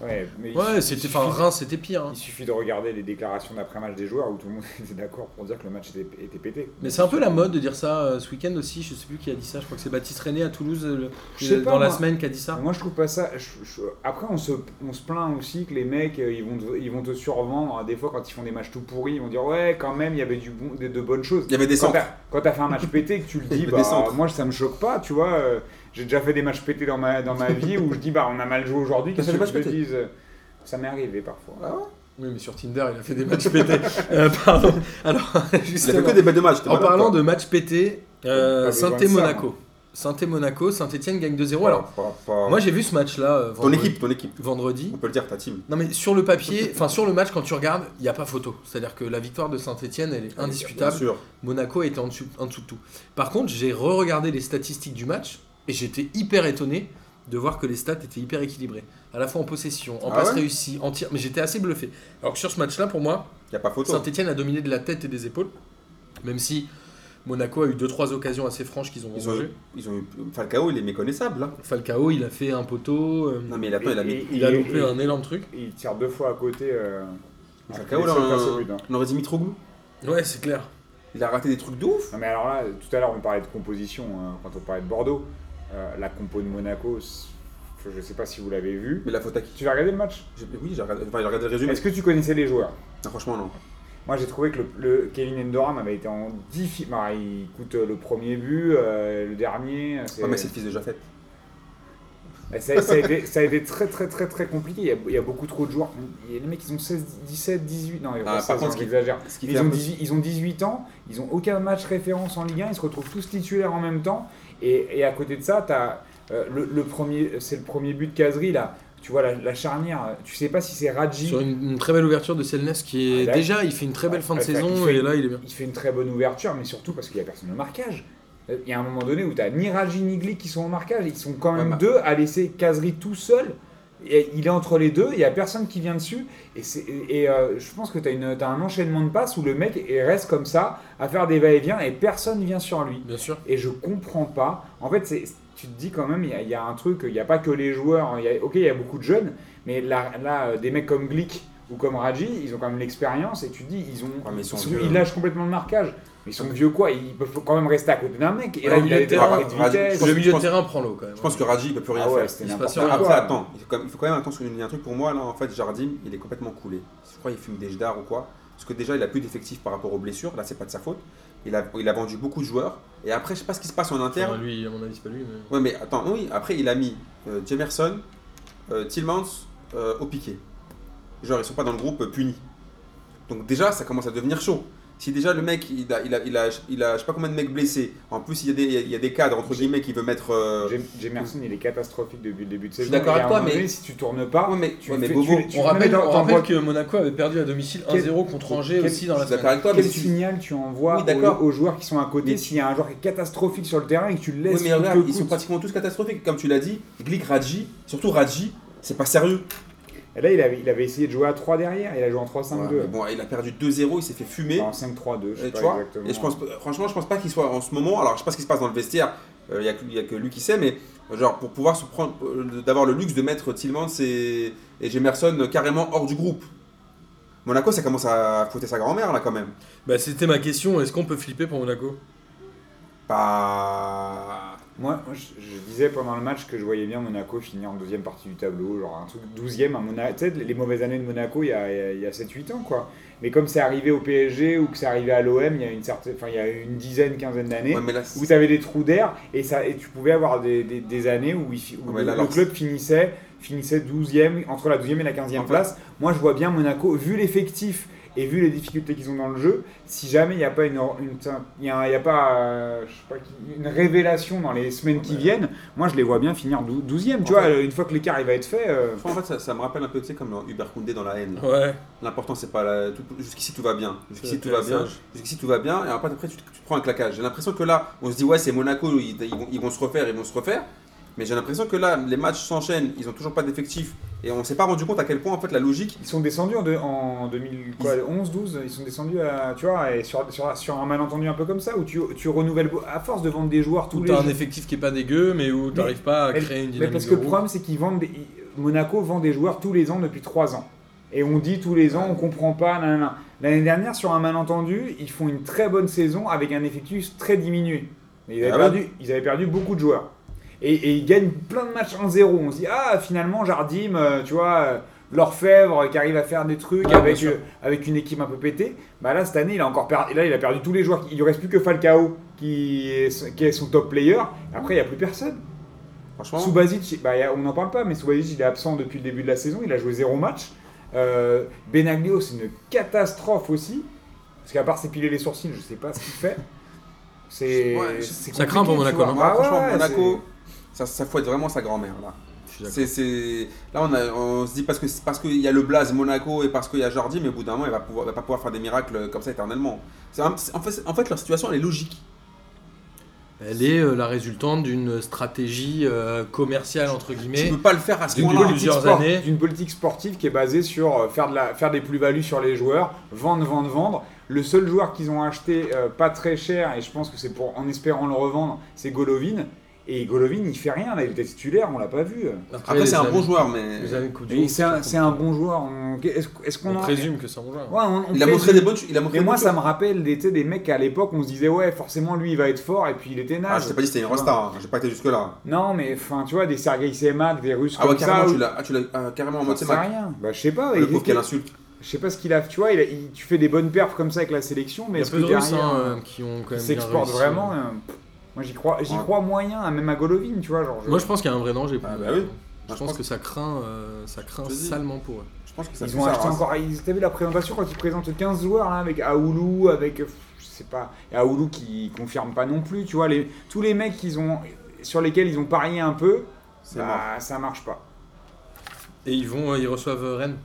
S3: Ouais, mais il
S1: Ouais,
S3: suffit-
S1: c'était.
S3: il
S1: Enfin,
S3: suffit-
S1: Reims, c'était pire. hein.
S3: Il suffit de regarder les déclarations d'après-match des joueurs où tout le monde était d'accord pour dire que le match était, était pété.
S1: Mais c'est un peu la mode de dire ça euh, ce week-end aussi. Je sais plus qui a dit ça. Je crois que c'est Baptiste René à Toulouse euh, le-
S3: Je sais
S1: euh,
S3: pas,
S1: dans la
S3: moi.
S1: semaine qui a dit ça.
S3: Moi, je trouve pas ça. je- je- Après, on se, on se plaint aussi que les mecs, euh, ils vont, te- ils vont te survendre. hein. Des fois, quand ils font des matchs tout pourris, ils vont dire Ouais, quand même, il y avait du bon, de, de bonnes choses.
S2: Il y avait des
S3: Quand
S2: centres.
S3: t'as- Quand t'as fait un match pété, que tu le dis,
S2: Mais
S3: bah,
S2: des centres.
S3: moi, ça me choque pas, tu vois. euh, J'ai déjà fait des matchs pétés dans ma, dans ma vie où je dis Bah, on a mal joué aujourd'hui,
S2: T'as
S3: qu'est-ce
S2: fait
S3: que
S2: des
S3: je
S2: matchs
S3: te dise euh, Ça m'est arrivé parfois.
S2: Ah
S1: Oui, mais sur Tinder, il a fait des matchs pétés. Euh, pardon. Alors,
S2: Il a fait
S1: justement.
S2: que des bêtes de match.
S1: En parlant de match pété,
S2: Ah,
S1: euh,
S3: Pas besoin de ça,
S1: Saint-Étienne-Monaco. Saint-Étienne-Monaco, Saint-Étienne gagne 2-0. Alors, moi j'ai vu ce match-là euh,
S2: Ton
S1: vendredi,
S2: équipe, ton équipe.
S1: vendredi.
S2: On peut le dire, ta team.
S1: Non mais sur le papier, enfin sur le match quand tu regardes, il n'y a pas photo. C'est-à-dire que la victoire de Saint-Étienne, elle est
S2: Ah, Bien
S1: indiscutable.
S2: sûr.
S1: Monaco était en dessous, en dessous de tout. Par contre, j'ai re-regardé les statistiques du match et j'étais hyper étonné de voir que les stats étaient hyper équilibrées. À la fois en possession, en
S2: Ah
S1: passe
S2: ouais
S1: réussie, en tir. Mais j'étais assez bluffé. Alors que sur ce match-là, pour moi,
S2: Il n'y a pas photo.
S1: Saint-Etienne a dominé de la tête et des épaules, même si Monaco a eu 2-3 occasions assez franches qu'ils ont
S2: Ils ont,
S1: mangées.
S2: ils ont eu- Falcao, il est méconnaissable. Là.
S1: Falcao, il a fait un poteau, euh,
S2: Non, mais il a, pas- il a mis.
S1: il a
S3: et-
S1: loupé
S3: et-
S1: un énorme truc.
S3: Il tire deux fois à côté. euh, après
S2: Falcao,
S3: les
S2: là,
S3: seuls
S2: on-
S3: passes au but, hein.
S2: on aurait dit Mitroglou.
S1: Ouais, c'est clair.
S2: Il a raté des trucs de ouf.
S3: Non mais alors là, tout à l'heure on parlait de composition hein, quand on parlait de Bordeaux. Euh, la compo de Monaco, c'est- je sais pas si vous l'avez vu.
S2: Mais la faute à qui
S3: Tu as regardé le match
S2: J'ai- Oui, j'ai regardé, enfin, j'ai regardé le résumé.
S3: Est-ce que tu connaissais les joueurs
S2: Non, franchement, non.
S3: Moi j'ai trouvé que le, le Kevin Endoram avait été en difficulté. il coûte euh, le premier but, euh, le dernier. euh, c'est-
S2: Ouais, mais c'est le fils de Jafet.
S3: Bah, ça, ça a été, ça a été très très très très compliqué. Il y a, il y a beaucoup trop de joueurs. Il y a- Les mecs ils ont 16, 17, 18. Non, ils ont
S2: Ah, par
S3: 16,
S2: contre,
S3: hein,
S2: ce qui-
S3: j'exagère.
S2: Ce qui fait
S3: Ils
S2: un
S3: ont,
S2: peu-
S3: 18, ils ont 18 ans, ils ont aucun match référence en Ligue 1, ils se retrouvent tous titulaires en même temps. Et, et à côté de ça, t'as, euh, le, le premier, c'est le premier but de Kazri là. Tu vois la, la charnière, euh, tu sais pas si c'est Radji.
S1: Sur une, une très belle ouverture de Selnes qui
S3: Ah,
S1: est
S3: là,
S1: déjà, il fait une très belle fin de
S3: Ah, ça,
S1: saison
S3: il fait-
S1: et là il est bien.
S3: Il fait une très bonne ouverture, mais surtout parce qu'il y a personne au marquage. Euh, Il y a un moment donné où t'as ni Radji ni Glick qui sont au marquage, ils sont quand même
S2: Ouais, bah.
S3: deux à laisser Kazri tout seul. Et il est entre les deux, il y a personne qui vient dessus. Et, c'est- et, et, euh, je pense que tu as, un enchaînement de passes où le mec il reste comme ça à faire des va-et-vient et personne vient sur lui.
S1: Bien sûr.
S3: et je comprends pas. En fait, c'est- tu te dis quand même, il y, a- il y a un truc, il n'y a pas que les joueurs. hein. Il y a- ok, il y a beaucoup de jeunes, mais là, là, euh, des mecs comme Glick ou comme Raji, ils ont quand même l'expérience et tu te dis, ils ont,
S2: Ouais, mais ils sont
S3: sont-
S2: vieux,
S3: ils
S2: hein.
S3: lâchent complètement le marquage. Mais ils sont vieux quoi Ils peuvent quand même rester à côté d'un mec. Et
S1: Ouais,
S3: là,
S1: au
S3: il
S1: milieu
S3: a
S1: de
S3: été
S1: terrain,
S3: de
S2: Radji-
S3: vitesse.
S1: Le
S2: Je pense-
S1: milieu
S2: je
S1: de
S2: pense-
S1: terrain prend l'eau quand même.
S2: Je pense que Raji, il peut plus rien
S3: Ah ouais,
S2: faire.
S3: c'était
S1: Il se
S3: n'importe
S1: passe rien.
S3: quoi.
S2: Après, attends, il faut, quand même, il faut quand même attention, il y a un truc pour moi, là, en fait, Jardim, il est complètement coulé. Je crois qu'il fume des jdars ou quoi. Parce que déjà, il a plus d'effectifs par rapport aux blessures, là, c'est pas de sa faute. Il a, il a vendu beaucoup de joueurs. Et après, je sais pas ce qui se passe en
S1: Enfin,
S2: interne.
S1: lui, à mon avis, c'est pas lui. Mais...
S2: Ouais, mais attends, oui, après, il a mis euh, Jemerson, euh, Tillmans euh, au piqué. Genre, ils sont pas dans le groupe euh, puni. Donc, déjà, ça commence à devenir chaud. Si déjà le mec, il a, il a, il a, il a je sais pas combien de mecs blessés, en plus, il y a des, il y a- il y a des cadres, entre guillemets, qui veut mettre. euh,
S3: Jam- Jamerson, il est catastrophique depuis le début de
S2: Je suis
S3: saison.
S2: d'accord
S3: et à
S2: avec toi,
S3: un moment
S2: mais-
S3: donné, si tu tournes pas,
S2: Ah, Ouais, mais,
S3: tu
S2: ouais, mais
S3: fais-
S2: Bobo,
S3: tu- tu-
S1: On rappelle,
S3: non, mais
S1: on
S3: t'en- t'en
S1: rappelle
S3: vois-
S1: que Monaco avait perdu à domicile
S3: Quel-
S1: 1-0 contre Angers
S3: quel-
S1: aussi dans la
S2: je suis d'accord
S1: semaine.
S2: avec toi, mais
S3: Quel
S2: si-
S3: signal tu envoies
S2: Oui, d'accord.
S3: aux, aux joueurs qui sont à côté
S2: Mais-
S3: S'il y a un joueur qui est catastrophique sur le terrain et que tu le
S2: Oui,
S3: laisses,
S2: mais
S3: coûte
S2: regarde,
S3: que
S2: ils sont
S3: coûte.
S2: pratiquement tous catastrophiques. Comme tu l'as dit, Glick, Radji, surtout Radji, c'est pas sérieux.
S3: Et là, il avait, il avait essayé de jouer à 3 derrière, il a joué en 3-5-2.
S2: Ouais, mais bon, il a perdu 2-0, il s'est fait fumer.
S3: Enfin, en 5-3-2, je sais
S2: Et
S3: pas
S2: tu vois,
S3: exactement.
S2: et je pense, franchement, je pense pas qu'il soit en ce moment. Alors, je sais pas ce qui se passe dans le vestiaire. Euh, Il y, a que- y a que lui qui sait, mais euh, genre pour pouvoir se prendre, euh, d'avoir le luxe de mettre Tillmans et, et Jemerson carrément hors du groupe. Monaco, ça commence à fouetter sa grand-mère là quand même.
S1: Bah, c'était ma question, est-ce qu'on peut flipper pour Monaco
S2: Pas.
S3: Moi, moi, je, je disais pendant le match que je voyais bien Monaco finir en deuxième partie du tableau, genre un truc 12ème à Monaco. Tu sais, les mauvaises années de Monaco, il y a, il y a- il y a 7-8 ans, quoi. Mais comme c'est arrivé au PSG ou que c'est arrivé à l'OM, il y a une certaine, enfin, il y a une dizaine, quinzaine d'années,
S2: Ouais, mais là,
S3: où tu avais des trous d'air et, ça- et tu pouvais avoir des, des- des années où, il fi- où
S2: Ouais, mais
S3: le,
S2: là,
S3: le
S2: leur-
S3: club finissait, finissait 12e, entre la 12e et la 15e
S2: En fait-
S3: place. Moi, je vois bien Monaco, vu l'effectif et vu les difficultés qu'ils ont dans le jeu, si jamais il n'y a pas, une, une- il y a, il y a pas, euh, je sais pas qui- une révélation dans les semaines qui
S2: Ouais.
S3: viennent, moi, je les vois bien finir dou- 12e. Tu
S2: En
S3: vois,
S2: fait-
S3: une fois que l'écart il va être fait, euh,
S2: franchement, en fait, ça, ça me rappelle un peu, tu sais, comme dans Hubert Koundé dans la haine. là.
S1: Ouais.
S2: L'important, c'est pas la... tout- jusqu'ici tout va bien. Jusqu'ici
S1: C'est
S2: tout va bien.
S1: sage.
S2: Jusqu'ici tout va bien. Et après, après tu, te- tu te prends un claquage. J'ai l'impression que là, on se dit ouais, c'est Monaco, ils, ils vont, ils vont se refaire, ils vont se refaire. Mais j'ai l'impression que là, les matchs s'enchaînent, ils ont toujours pas d'effectif. Et on s'est pas rendu compte à quel point en fait la logique.
S3: ils sont descendus en, deux- en 2011, 12, ils sont descendus à, tu vois, et sur, sur- sur un malentendu un peu comme ça, où tu, tu renouvelles, beau- à force de vendre des joueurs tous
S1: Où
S3: les
S1: t'as
S3: jours.
S1: un effectif qui est pas dégueu, mais où t'arrives pas à créer une
S3: Mais
S1: dynamique.
S3: parce que
S1: de
S3: le
S1: groupe.
S3: problème, c'est qu'ils vendent. des- ils- Monaco vend des joueurs tous les ans depuis 3 ans. Et on dit tous les ans, on comprend pas. nan, nan, nan. L'année dernière, sur un malentendu, ils font une très bonne saison avec un effectif très diminué. Mais Ils avaient,
S2: Ah ouais.
S3: perdu, ils avaient perdu beaucoup de joueurs. Et, et ils gagnent plein de matchs 1-0. On se dit, ah, finalement, Jardim, euh, tu vois, euh, L'Orfèvre euh, qui arrive à faire des trucs
S1: Ah, bien
S3: avec,
S1: sûr.
S3: euh, avec une équipe un peu pétée. Bah là, cette année, il a encore perdu. Là, il a perdu tous les joueurs. Il ne reste plus que Falcao qui est, qui est son top player. Après, il n'y a plus personne.
S2: Franchement,
S3: Subasic, bah, y a- on n'en parle pas, mais Subasic il est absent depuis le début de la saison, il a joué zéro match. Euh, Benaglio, c'est une catastrophe aussi, parce qu'à part s'épiler les sourcils, je sais pas ce qu'il fait. C'est
S2: Ouais, je-
S3: c'est
S1: ça craint pour
S3: compliqué, tu
S1: Monaco,
S3: vois.
S2: moi,
S3: Ah ouais,
S2: franchement,
S3: ouais,
S2: Monaco, ça, ça fouette vraiment sa grand-mère là.
S1: Je suis d'accord.
S2: C'est, c'est- Là, on, a- on se dit parce que parce qu'il y a le Blaze Monaco et parce qu'il y a Jordi, mais au bout d'un moment, il va pouvoir, va pas pouvoir faire des miracles euh, comme ça éternellement. C'est un- c'est- en, fait, en fait, leur situation, elle est logique.
S1: Elle est euh, la résultante d'une stratégie euh, commerciale, entre
S2: tu
S1: guillemets.
S2: peux pas le faire à ce
S1: d'une
S2: point-là.
S1: politique plusieurs
S3: sport-
S1: années.
S3: D'une politique sportive qui est basée sur euh, faire, de la, faire des plus-values sur les joueurs, vendre, vendre, vendre. Le seul joueur qu'ils ont acheté euh, pas très cher, et je pense que c'est pour en espérant le revendre, c'est Golovin. Et Golovin, il fait rien, là, il était titulaire, on l'a pas vu.
S2: Après, c'est
S1: les
S2: un
S1: amis-
S2: bon joueur, mais.
S1: Les amis coups de
S3: Et
S1: jour,
S3: c'est un, c'est un bon joueur. on- Est-ce est-ce qu'on
S1: On
S3: en-
S1: présume que c'est un bon joueur.
S3: Ouais, on- on
S2: Il a
S3: présume.
S2: montré des bonnes choses. Il a montré
S3: Mais
S2: des
S3: moi,
S2: bonnes
S3: ça me rappelle des, tu sais, des mecs à l'époque, on se disait, ouais, forcément, lui, il va être fort, et puis il était
S2: choses.
S3: naze.
S2: Ah, je t'ai pas dit que c'était une resta, j'ai pas été jusque-là.
S3: Non, mais enfin, tu vois, des Sergei Semak, des Russes
S2: Ah ouais,
S3: comme ça.
S2: carrément,
S3: où-
S2: tu l'as ah, tu l'as, ah, carrément en
S3: J'en
S2: mode
S3: sais
S2: c'est
S3: rien. Bah, je sais pas.
S2: Le
S3: il
S2: pauvre,
S3: était-
S2: quelle insulte.
S3: Je sais pas ce qu'il a. Tu vois, il a- il- tu fais des bonnes perfs comme ça avec la sélection,
S1: Il
S3: mais
S1: y a
S3: est-ce que
S1: peu de Russes
S3: derrière,
S1: hein, euh, qui ont quand
S3: il
S1: même. bien
S3: s'exporte
S1: réussi.
S3: vraiment euh, pff, Moi, j'y crois, j'y
S2: Ouais.
S3: crois moyen, hein, même à Golovin, tu vois. Genre,
S1: Moi, je pense qu'il y a un vrai danger. pour
S2: Ah
S1: eux.
S2: bah oui.
S1: Je pense que ça craint, euh, ça craint
S2: Je te dis.
S1: salement pour eux.
S2: Je pense que ça
S3: Ils
S2: fait
S3: ont
S2: ça,
S3: acheté
S2: hein.
S3: encore. Ils t'as vu la présentation quand ils présentent 15 joueurs là, avec Aoulou, avec. euh, Je sais pas. et Aoulou qui confirme pas non plus, tu vois. Les, tous les mecs qu'ils ont, sur lesquels ils ont parié un peu,
S2: C'est mort.
S3: bah, ça marche pas.
S1: Et ils vont, euh, ils reçoivent euh, Rennes.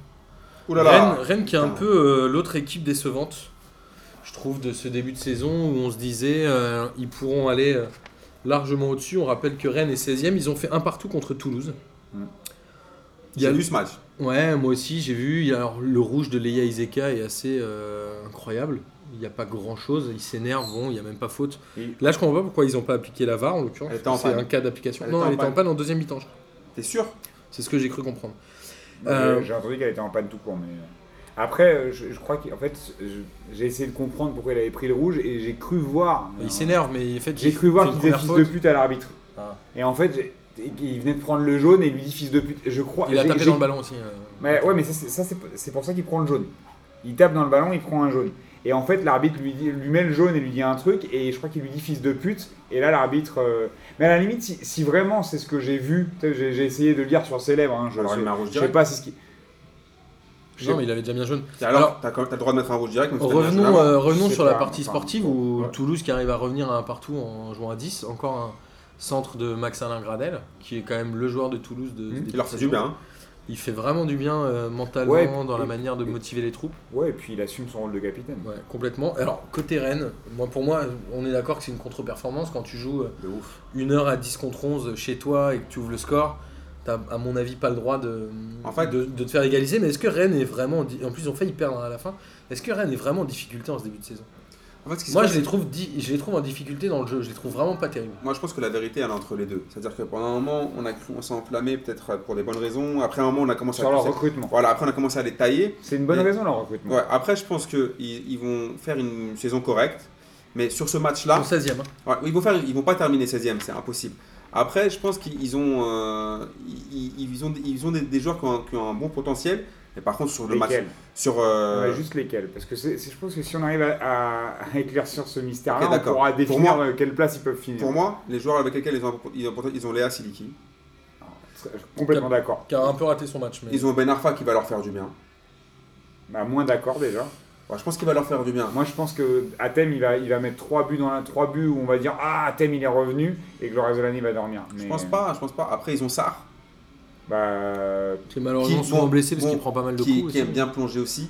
S2: Ouh là là.
S1: Rennes, Rennes qui est un
S2: Putain.
S1: peu euh, l'autre équipe décevante, je trouve, de ce début de saison où on se disait euh, ils pourront aller euh, largement au-dessus. On rappelle que Rennes est 16e, ils ont fait un partout contre Toulouse.
S3: Mm.
S1: Il y a
S2: J'ai vu ce match.
S1: Ouais, moi aussi j'ai vu. Il y a- alors, le rouge de Leia Iseka est assez euh, incroyable. Il n'y a pas grand chose, il s'énerve, bon, il n'y a même pas faute.
S3: Oui.
S1: Là, je comprends pas pourquoi ils n'ont pas appliqué la VAR en l'occurrence.
S2: Elle était en
S1: C'est
S2: panne.
S1: un cas d'application.
S2: Elle
S1: Non,
S2: était en
S1: elle était en
S2: panne.
S1: panne en deuxième mi-temps, je crois.
S2: T'es sûr
S1: c'est ce que j'ai cru comprendre.
S3: Mais
S1: Euh,
S3: J'ai entendu qu'elle était en panne tout court, mais. Après, euh, je, je crois qu'en fait, je- j'ai essayé de comprendre pourquoi il avait pris le rouge et j'ai cru voir.
S1: Il s'énerve, mais en fait,
S3: J'ai
S1: il
S3: cru voir
S1: fait une
S3: qu'il disait
S1: première
S3: fils
S1: faute.
S3: de pute à l'arbitre.
S1: Ah.
S3: Et en fait, j'ai- il venait de prendre le jaune et il lui dit fils de pute. Je crois.
S1: Il a
S3: j'ai-
S1: tapé
S3: j'ai-
S1: dans le ballon aussi. euh.
S3: Mais ouais, mais ça, c'est- ça c'est c'est pour ça qu'il prend le jaune. Il tape dans le ballon, il prend un jaune. Et en fait, l'arbitre lui, dit- lui met le jaune et lui dit un truc, et je crois qu'il lui dit fils de pute. Et là, l'arbitre. euh, Mais à la limite, si, si vraiment c'est ce que j'ai vu, tu sais, j'ai j'ai essayé de le lire sur ses lèvres, hein, je,
S2: Alors, il
S3: sais-
S2: met un rouge
S3: je sais
S2: direct.
S3: pas si ce qui. je sais
S1: Non, mais il avait déjà bien jaune.
S2: Alors,
S1: Alors-
S2: t'as, quand- t'as le droit de mettre un rouge direct. mais c'est un jaune
S1: Revenons,
S2: avant.
S1: euh, revenons
S3: C'est
S1: sur la
S3: pas-
S1: partie
S3: enfin,
S1: sportive où
S3: ouais.
S1: Toulouse qui arrive à revenir à un partout en jouant à 10. Encore un centre de Max Alain Gradel, qui est quand même le joueur de Toulouse de.
S3: Mhm.
S1: ce début
S2: Il leur
S1: de
S2: fait du
S1: saison.
S2: bien. hein.
S1: Il fait vraiment du bien euh, mentalement
S3: Ouais,
S1: dans
S3: et-
S1: la manière de
S3: et-
S1: motiver les troupes.
S3: Ouais, et puis il assume son rôle de capitaine.
S1: Ouais, complètement. Alors, côté Rennes, moi, pour moi, on est d'accord que c'est une contre-performance quand tu joues euh,
S2: De ouf.
S1: une heure à 10 contre 11 chez toi et que tu ouvres le score. T'as, à mon avis, pas le droit de,
S2: En fait-
S1: de, de te faire égaliser. Mais est-ce que Rennes est vraiment. en di- En plus, ils ont failli perdre à la fin. Est-ce que Rennes est vraiment en difficulté en ce début de saison
S2: En fait, ce qui se
S1: Moi,
S2: passe,
S1: je les, trouve di- je les trouve en difficulté dans le jeu. Je les trouve vraiment pas terribles.
S2: Moi, je pense que la vérité, elle est entre les deux. C'est-à-dire que pendant un moment, on, a cru- on s'est enflammé, peut-être euh, pour des bonnes raisons. Après un moment, on a commencé
S3: Sur
S2: à.
S3: leur recrutement.
S2: Voilà, après, on a commencé à les tailler.
S3: C'est une bonne
S2: Et-
S3: raison, leur recrutement.
S2: Ouais, après, je pense qu'ils ils vont faire une saison correcte. Mais sur ce match-là.
S1: Au 16 e
S2: Ouais, ils vont faire, ils vont pas terminer 16e, c'est impossible. Après, je pense qu'ils ont, euh, ils, ils- ils ont, ils ont des, des joueurs qui ont, un- qui ont un bon potentiel. Mais par contre, sur le match,
S3: Lesquels
S2: sur, euh,
S3: Ouais, Juste lesquels Parce que c'est- c'est- je pense que si on arrive à, à- à éclaircir ce mystère-là,
S2: Ok,
S3: on
S2: d'accord.
S3: pourra
S2: Pour
S3: définir
S2: moi-
S3: euh, quelle place ils peuvent finir.
S2: pour moi, les joueurs avec lesquels ils ont, un bon- ils ont, un potentiel, ils ont Léa Siliki,
S3: Je suis complètement d'accord.
S1: Qui a un peu raté son match. Mais...
S2: ils ont Ben Arfa qui va leur faire du bien.
S3: Bah, moins d'accord déjà.
S2: Ouais, je pense qu'il va leur faire du bien.
S3: Moi, je pense que Athème, il va, il va mettre trois buts dans la trois buts où on va dire ah Athème, il est revenu et que le reste de l'année va dormir.
S2: Je
S3: Mais,
S2: pense pas, je pense pas. Après, ils ont Sar
S3: Bah,
S1: Qui est malheureusement
S2: qui-
S1: souvent
S2: bon,
S1: blessé parce
S2: bon,
S1: qu'il prend pas mal de
S2: qui,
S1: coups.
S2: qui
S1: aussi.
S2: aime bien plonger aussi.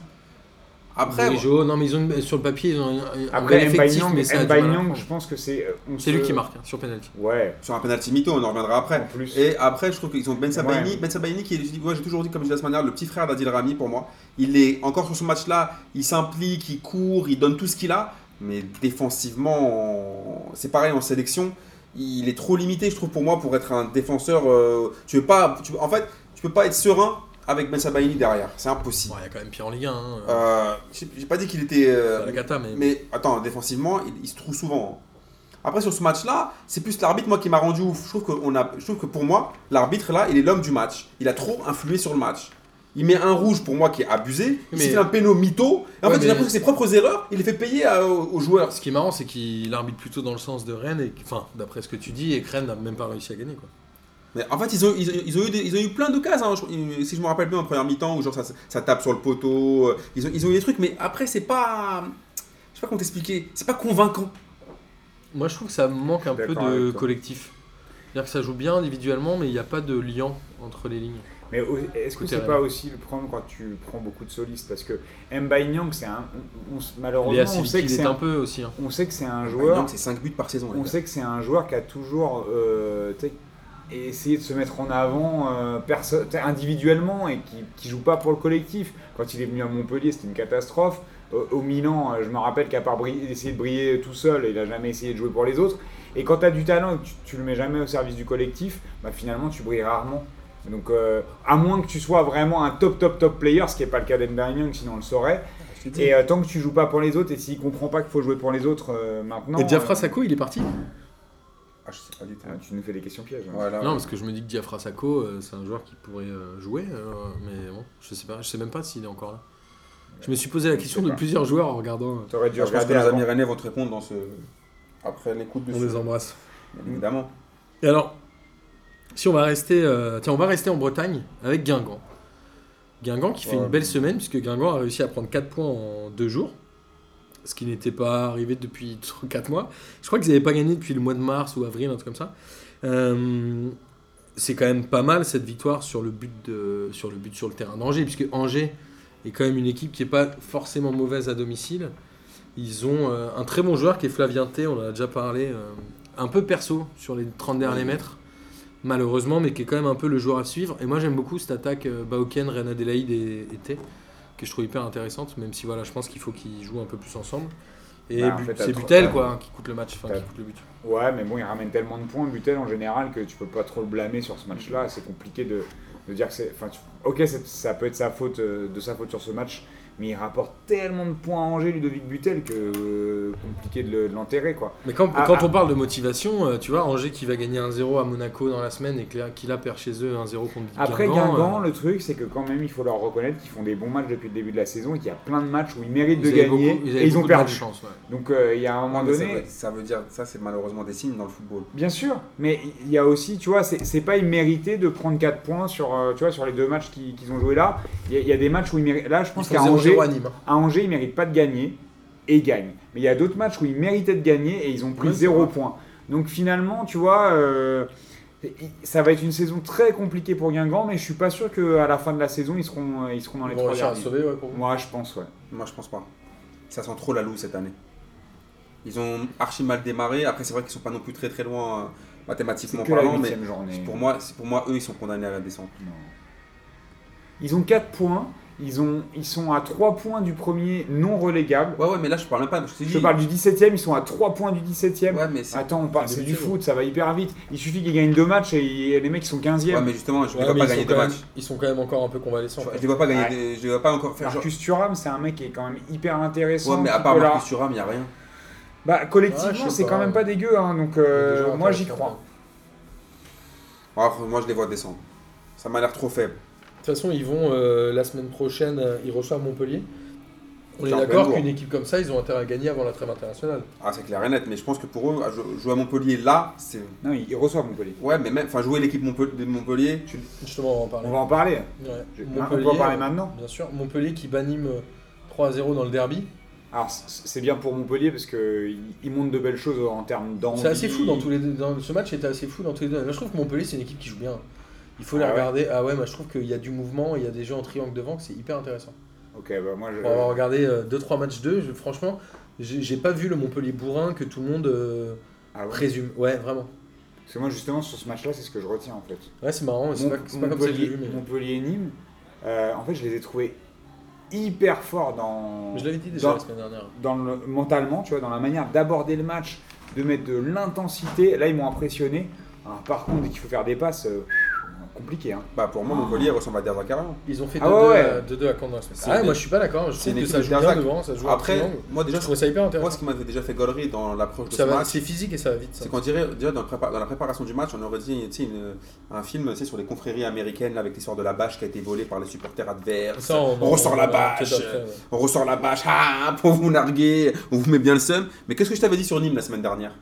S2: Après,
S1: Oui,
S2: moi-
S1: Jo, non, mais ils ont une- sur le papier, ils ont un, un
S3: après
S1: bel effectif,
S3: Mbaye
S1: mais ça a du mal à prendre.
S3: je pense que c'est euh, on
S1: C'est
S3: se-
S1: lui qui marque hein, sur penalty.
S3: Ouais.
S2: sur un penalty mytho, on en reviendra après.
S3: En plus.
S2: Et après, je trouve qu'ils ont Ben Sabahini.
S3: Ouais.
S2: Ben Sabahini, qui est, moi j'ai toujours dit, comme je disais la semaine dernière, le petit frère d'Adil Rami pour moi. Il est encore sur ce match-là, il s'implique, il court, il donne tout ce qu'il a. Mais défensivement, en- c'est pareil en sélection. Il est trop limité, je trouve, pour moi, pour être un défenseur. euh, tu veux pas, tu- en fait, tu peux pas être serein avec Ben Sabahini derrière. C'est impossible.
S1: Bon, il y a quand même pire en Ligue 1. hein, euh,
S2: Euh, j'ai j'ai pas dit qu'il était. euh,
S1: à la cata, mais,
S2: mais attends, défensivement, il, il se trouve souvent. hein. Après, sur ce match-là, c'est plus l'arbitre moi qui m'a rendu ouf. Je trouve, que on a, je trouve que pour moi, l'arbitre là, il est l'homme du match. Il a trop influé sur le match. Il met un rouge pour moi qui est abusé. Il
S1: Mais-
S2: s'est fait un péno mytho. Et en
S1: Ouais,
S2: fait, j'ai
S1: mais-
S2: l'impression que ses propres erreurs, il les fait payer à- aux, aux joueurs.
S1: ce qui est marrant, c'est qu'il arbitre plutôt dans le sens de Rennes, et, que- enfin, d'après ce que tu dis, et que Rennes n'a même pas réussi à gagner. Quoi.
S2: Mais en fait, ils ont, ils ont- ils ont eu, des- ils ont eu plein de cases. hein. Je- si je me rappelle bien, en première mi-temps, où genre ça, ça tape sur le poteau. euh, Ils ont, ils ont eu des trucs, mais après, c'est pas. Je sais pas comment t'expliquer. C'est pas convaincant.
S1: Moi, je trouve que ça manque un
S3: Je suis
S1: peu
S3: d'accord
S1: de
S3: avec toi.
S1: collectif. C'est-à-dire que ça joue bien individuellement, mais il n'y a pas de lien entre les lignes.
S3: Mais au- est-ce que
S1: Écoutez,
S3: c'est
S1: Rennes.
S3: pas aussi le problème quand tu prends beaucoup de solistes parce que Mbaye c'est un on- on s- malheureusement
S1: Léa
S3: on sait
S1: Sivik,
S3: que
S1: il
S3: c'est
S1: est un
S3: un,
S1: peu aussi. hein.
S3: on sait que c'est un joueur
S2: Non, C'est 5 buts par saison. les
S3: On
S2: gars.
S3: sait que c'est un joueur qui a toujours euh, tu sais, essayé de se mettre en avant euh, perso- tu sais, individuellement et qui, qui joue pas pour le collectif. Quand il est venu à Montpellier, c'était une catastrophe. Au- au Milan, euh, je me rappelle qu'à part briller- essayer de briller tout seul, il a jamais essayé de jouer pour les autres. Et quand tu as du talent et que tu, tu le mets jamais au service du collectif, bah, finalement tu brilles rarement. Donc, euh, à moins que tu sois vraiment un top, top, top player, ce qui n'est pas le cas d'Ember Young, sinon on le saurait.
S2: Je te dis.
S3: Et euh, tant que tu joues pas pour les autres, et s'il comprend pas qu'il faut jouer pour les autres euh, maintenant.
S1: et Diafra
S3: euh,
S1: Sacco, il est parti
S2: Ah, je sais pas du tout.
S3: ah, tu nous fais des questions pièges. hein.
S2: Voilà.
S1: Non, parce que je me dis que Diafra Sacco, euh, c'est un joueur qui pourrait euh, jouer, euh, mais bon, je sais pas, je sais même pas s'il est encore là. Je me suis posé la
S3: Je
S1: question
S3: sais
S1: de
S3: pas.
S1: plusieurs joueurs en regardant. euh,
S3: T'aurais dû
S2: Ah, je pense que
S3: regarder
S2: nos
S3: avant.
S2: amis rennais vont te répondre dans ce... après l'écoute de
S1: on
S2: ce...
S1: les embrasse.
S2: Bien Évidemment.
S1: Et alors, si on va rester, euh, tiens, on va rester en Bretagne avec Guingamp. Guingamp qui fait
S2: Ouais.
S1: une belle semaine puisque Guingamp a réussi à prendre 4 points en 2 jours, ce qui n'était pas arrivé depuis 4 mois. Je crois qu'ils n'avaient pas gagné depuis le mois de mars ou avril, un truc comme ça. Euh, c'est quand même pas mal cette victoire sur le but de, sur le but sur le terrain d'Angers puisque Angers est quand même une équipe qui n'est pas forcément mauvaise à domicile. Ils ont euh, un très bon joueur qui est Flavien T, on en a déjà parlé, euh, un peu perso sur les 30 derniers
S2: Oui.
S1: mètres, malheureusement, mais qui est quand même un peu le joueur à suivre. Et moi j'aime beaucoup cette attaque euh, Bauken, Reina Adelaide et, et T, que je trouve hyper intéressante, même si voilà, je pense qu'il faut qu'ils jouent un peu plus ensemble. Et
S3: Bah, en
S1: Bu-
S3: fait, t'as
S1: c'est
S3: trop-
S1: Butel
S3: t'as-
S1: quoi, hein, qui coûte le match, enfin
S3: t'as-
S1: qui coûte le but.
S3: Ouais, mais bon, il ramène tellement de points, Butel, en général, que tu peux pas trop le blâmer sur ce match-là. C'est compliqué de, de dire que c'est. Enfin, tu- ok, c'est- ça peut être sa faute, euh, de sa faute sur ce match, mais il rapporte tellement de points à Angers, Ludovic Butel, que euh, compliqué de le- de l'enterrer, quoi.
S1: Mais quand,
S3: Ah,
S1: quand
S3: ah.
S1: on parle de motivation, euh, tu vois, Angers qui va gagner 1-0 à Monaco dans la semaine et que là- qui là perd chez eux 1-0 contre
S3: Après
S1: Guingamp,
S3: Guingamp,
S1: euh,
S3: le truc, c'est que quand même, il faut leur reconnaître qu'ils font des bons matchs depuis le début de la saison et qu'il y a plein de matchs où ils méritent de
S1: ils avaient
S3: gagner
S1: beaucoup- avaient
S3: et ils ont
S1: beaucoup de hein.
S3: perdu.
S1: malchance, ouais.
S3: Donc euh, il y a un moment
S2: mais ça
S3: donné,
S2: veut- ça veut dire, ça c'est malheureusement des signes dans le football.
S3: Bien sûr, mais il y a aussi, tu vois, c'est c'est pas immérité de prendre 4 points sur, euh, tu vois, sur les deux matchs qui- qu'ils ont joué là. Il y, a- il y a des matchs où ils méritent. Là, je pense
S1: Ils font
S3: qu'à Angers,
S1: 0-0 à Nîmes.
S3: à Angers, ils méritent pas de gagner et ils gagnent. Mais il y a d'autres matchs où ils méritaient de gagner et ils ont pris
S1: Oui, c'est
S3: 0
S1: vrai.
S3: point. Donc finalement, tu vois, euh, ça va être une saison très compliquée pour Guingamp, mais je suis pas sûr qu'à la fin de la saison, ils seront, euh, ils seront dans les
S1: Ils vont
S3: trois
S1: réussir à
S3: derniers.
S1: se sauver, ouais, pour vous.
S3: Moi, je pense, ouais.
S2: Moi, je pense pas. Ça sent trop la loue cette année. Ils ont archi mal démarré. Après, c'est vrai qu'ils sont pas non plus très très loin euh,
S3: C'est
S2: mathématiquement
S3: que la
S2: parlant, mais
S3: huitième journée.
S2: pour moi, c'est- pour moi, eux, ils sont condamnés à la descente.
S3: Non. Ils ont 4 points. Ils, ont, ils sont à 3 points du premier non relégable.
S2: Ouais, ouais, mais là, je parle même pas. Je, te
S3: Je
S2: dis-
S3: te parle du 17ème, ils sont à 3 points du 17ème.
S2: Ouais, mais c'est-
S3: Attends, on parle, c'est du
S1: 17e.
S3: foot, ça va hyper vite. Il suffit qu'ils gagnent deux matchs et les mecs ils sont 15ème.
S2: Ouais, mais justement, je ne
S1: Ouais,
S2: vois
S1: mais
S2: pas
S1: ils sont
S2: gagner deux
S1: quand même-
S2: matchs.
S1: Ils sont quand même encore un peu convalescents.
S2: Je
S1: quoi.
S2: ne les vois pas gagner.
S3: Ouais.
S2: des- Je les vois pas encore faire. genre-
S3: Marcus Thuram, c'est un mec qui est quand même hyper intéressant.
S2: Ouais, mais à part
S3: Nicolas.
S2: Marcus Thuram, il n'y a rien.
S3: Bah,
S1: Ouais, je
S3: collectivement,
S1: sais
S3: c'est
S1: pas.
S3: quand même pas dégueu, hein, donc euh,
S1: Déjà,
S3: moi j'y
S1: intéressant.
S3: crois.
S2: Alors, moi, je les vois descendre. Ça m'a l'air trop faible.
S1: De toute façon, ils vont euh, la semaine prochaine, euh, ils reçoivent Montpellier. On est
S2: C'est un
S1: d'accord
S2: peu lourd.
S1: qu'une équipe comme ça, ils ont intérêt à gagner avant la trêve internationale.
S2: Ah, c'est clair et net, mais je pense que pour eux, jou- jouer à Montpellier là, c'est.
S3: Non, ils ils reçoivent Montpellier.
S2: Ouais, mais même. Enfin, jouer l'équipe Montpel- de Montpellier, tu-
S1: Justement, on va en parler.
S3: On va en parler.
S1: Ouais.
S3: Je-
S1: Montpellier,
S3: on peut en parler
S1: euh,
S3: maintenant.
S1: Bien sûr, Montpellier qui bat Nîmes euh, 3-0 dans le derby.
S3: Alors, c'est c'est bien pour Montpellier parce qu'ils montrent de belles choses en termes d'envie.
S1: C'est assez fou dans tous les deux. dans- ce match était assez fou dans tous les deux. Là, je trouve que Montpellier, c'est une équipe qui joue bien. Il faut les
S3: Ah ouais.
S1: regarder. Ah ouais, moi je trouve qu'il y a du mouvement, il y a des jeux en triangle devant, que c'est hyper intéressant.
S3: Ok, bah moi je.
S1: Pour avoir regardé 2-3 matchs d'eux, je- franchement, j'ai j'ai pas vu le Montpellier bourrin que tout le monde euh,
S3: Ah ouais.
S1: présume. Ouais, vraiment.
S3: Parce que moi justement sur ce match-là, c'est ce que je retiens en fait.
S1: Ouais, c'est marrant, mais c'est pas, c'est pas comme ça que j'ai vu. Mais...
S3: Montpellier-Nîmes, euh, en fait, je les ai trouvés hyper forts dans,
S1: Mais Je l'avais dit déjà
S3: dans-
S1: la semaine dernière.
S3: dans le, mentalement, tu vois, dans la manière d'aborder le match, de mettre de l'intensité. Là, ils m'ont impressionné. Alors, par contre, dès qu'il faut faire des passes, euh, compliqué. Hein.
S2: bah, pour moi, Montpellier
S1: Ah.
S2: ressemble à Derzac avant.
S1: Ils ont fait 2-2
S3: Ah ouais,
S1: à-
S3: ouais.
S1: 2-2 à Caen dans la semaine.
S2: C'est
S1: Ah ouais,
S2: une-
S1: moi je suis pas d'accord, je
S2: c'est
S1: trouve
S2: une
S1: que ça
S2: équipe
S1: joue bien
S2: d'Arzac.
S1: devant, ça joue
S2: Après,
S1: en triangle. Déjà,
S2: moi, déjà,
S1: je trouvais ça hyper
S2: Moi,
S1: intéressant.
S2: ce qui m'avait déjà fait galerie dans l'approche de
S1: Ça
S2: ce
S1: va-
S2: match,
S1: C'est physique et ça va vite. ça.
S2: c'est qu'on dirait, déjà, dans, le prépa- dans la préparation du match, on aurait dit tu sais, une- un film tu sais, sur les confréries américaines là, avec l'histoire de la bâche qui a été volée par les supporters adverses.
S1: Ça,
S2: on ressort la
S1: en parlera
S2: bâche.
S1: peut-être après, ouais.
S2: On ressort la bâche ah, pour vous narguer, on vous met bien le seum. Mais qu'est-ce que je t'avais dit sur Nîmes la semaine dernière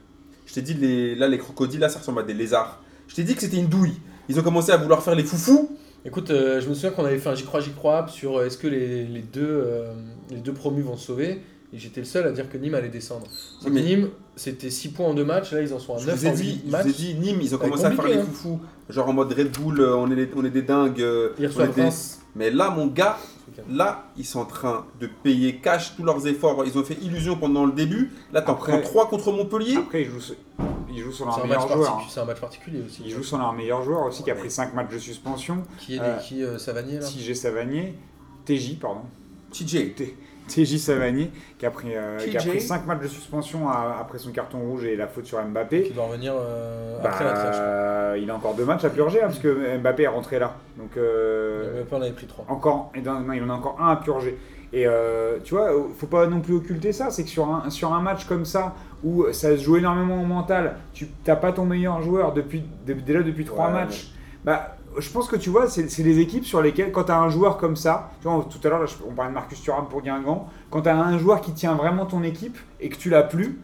S2: Je t'ai dit, les, là, les crocodiles, là, ça ressemble à des lézards. Je t'ai dit que c'était une douille. Ils ont commencé à vouloir faire les foufous.
S1: Écoute, euh, je me souviens qu'on avait fait un J'y crois, J'y crois app sur euh, est-ce que les, les deux, euh, les deux promus vont se sauver. Et j'étais le seul à dire que Nîmes allait descendre. C'est que
S2: Mais-
S1: Nîmes, c'était 6 points en 2 matchs, là ils en sont à
S2: Je
S1: 9
S2: vous ai
S1: en
S2: dit,
S1: 8
S2: je vous ai
S1: matchs.
S2: dit, Nîmes, ils
S1: Ça
S2: ont
S1: va être
S2: commencé à faire
S1: compliqué,
S2: les
S1: hein.
S2: foufous. Genre en mode Red Bull, euh, on est, les- on est des dingues. euh,
S1: Ils
S2: on est
S1: reçoivent
S2: des-
S1: Reims.
S2: Mais là, mon gars, Là, ils sont en train de payer cash tous leurs efforts. Ils ont fait illusion pendant le début. Là, t'en
S3: Après-
S2: prends 3 contre Montpellier.
S3: Après, ils jouent, ce- ils jouent sur
S1: C'est un,
S3: leur
S1: match
S3: meilleur
S1: particu-
S3: joueur. hein.
S1: c'est un match particulier aussi.
S3: Ils jouent sur leur meilleur joueur aussi, qui a
S2: Ouais.
S3: pris 5 matchs de suspension.
S1: Qui est
S3: Euh,
S1: des- qui euh, Savanier là
S3: TJ Savanier. TJ, pardon.
S2: TJ,
S3: TJ Savanier, qui a pris, euh, qui a
S2: TJ.
S3: pris 5 matchs de suspension à- après son carton rouge et la faute sur Mbappé.
S1: Qui doit revenir euh,
S3: Bah,
S1: après la trêve.
S3: il a encore deux matchs à purger hein, parce que Mbappé est rentré là. Donc euh,
S1: Mbappé en avait pris 3.
S3: encore, et non, non, il en a encore un à purger. Et euh, tu vois, faut pas non plus occulter ça, c'est que sur un, sur un match comme ça où ça se joue énormément au mental, tu t'as pas ton meilleur joueur depuis de- déjà depuis trois
S2: Ouais,
S3: matchs. Bah, je pense que tu vois, c'est c'est les équipes sur lesquelles quand t'as un joueur comme ça, tu vois, tout à l'heure là, je- on parlait de Marcus Thuram pour Guingamp, quand t'as un joueur qui tient vraiment ton équipe et que tu l'as plus,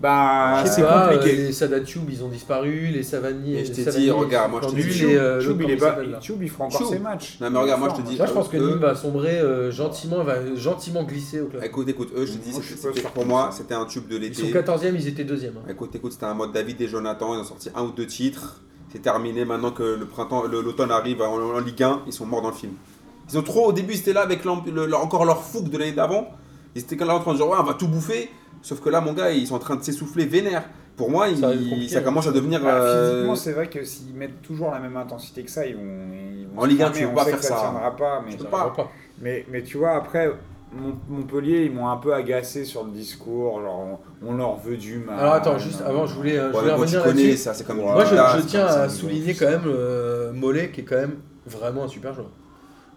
S3: bah
S1: Je sais
S3: c'est
S1: pas,
S3: compliqué.
S1: euh, les Sadatube, ils ont disparu, les Savanier.
S2: Et
S1: les
S2: je t'ai dit,
S1: Savanier,
S2: regarde, moi, je t'ai
S1: ils sont tendus,
S2: dit,
S3: Choub,
S1: les, euh, l'autre,
S3: Choub, il
S1: comment
S3: est
S1: il
S3: pas-
S1: s'appelle, là
S3: Choub, il fera encore
S2: Choub.
S3: ses matchs.
S2: Non, mais regarde, moi, je te
S3: Fort,
S2: dis-
S1: Moi, je pense que
S2: Euh,
S1: Nîmes va sombrer euh, gentiment, elle va gentiment glisser au club.
S2: écoute, écoute, eux, je te dis,
S3: Moi, je suis pas
S2: c'était-
S3: sûr
S2: pour
S3: que
S2: moi,
S3: ça.
S2: c'était un tube de
S1: Ils sont
S2: l'été.
S1: 14e, ils étaient 2e. hein.
S2: Écoute, écoute, c'était un mode David et Jonathan. Ils ont sorti un ou deux titres. C'est terminé. Maintenant que le printemps, le- l'automne arrive en, en Ligue 1, ils sont morts dans le film. Ils ont trop, au début, ils étaient là avec l'amp- le- leur- encore leur fougue de l'année d'avant. Ils étaient quand là en train de dire, ouais, on va tout bouffer. Sauf que là, mon gars, ils sont en train de s'essouffler vénère. Pour moi, ils-
S1: Ça va
S2: ça,
S1: être compliqué, hein.
S2: commence à devenir.
S3: Bah,
S2: euh,
S3: Physiquement, c'est vrai que s'ils mettent toujours la même intensité que ça, ils vont. ils vont
S2: En Ligue un,
S3: se
S2: tu
S3: cramer.
S2: peux
S3: On
S2: pas
S3: sait
S2: faire
S3: que ça.
S2: ça. hein.
S3: tiendra pas, mais,
S1: Ça
S2: pas.
S1: arrivera pas.
S3: mais, mais tu vois, après, Mon- Montpellier, ils m'ont un peu agacé sur le discours. Genre, on, on leur veut du mal.
S1: Ah, Alors attends, juste avant, je voulais, euh, je
S2: Ouais,
S1: voulais
S2: mais bon, tu
S1: revenir
S2: connais
S1: là-dessus.
S2: ça, c'est comme
S3: Moi,
S1: Moi, je,
S2: Voilà,
S1: je
S2: c'est
S1: tiens
S2: comme ça,
S1: à
S2: ils ont
S1: souligner
S2: tout
S1: quand
S2: ça.
S1: même euh, Mollet, qui est quand même vraiment un super joueur.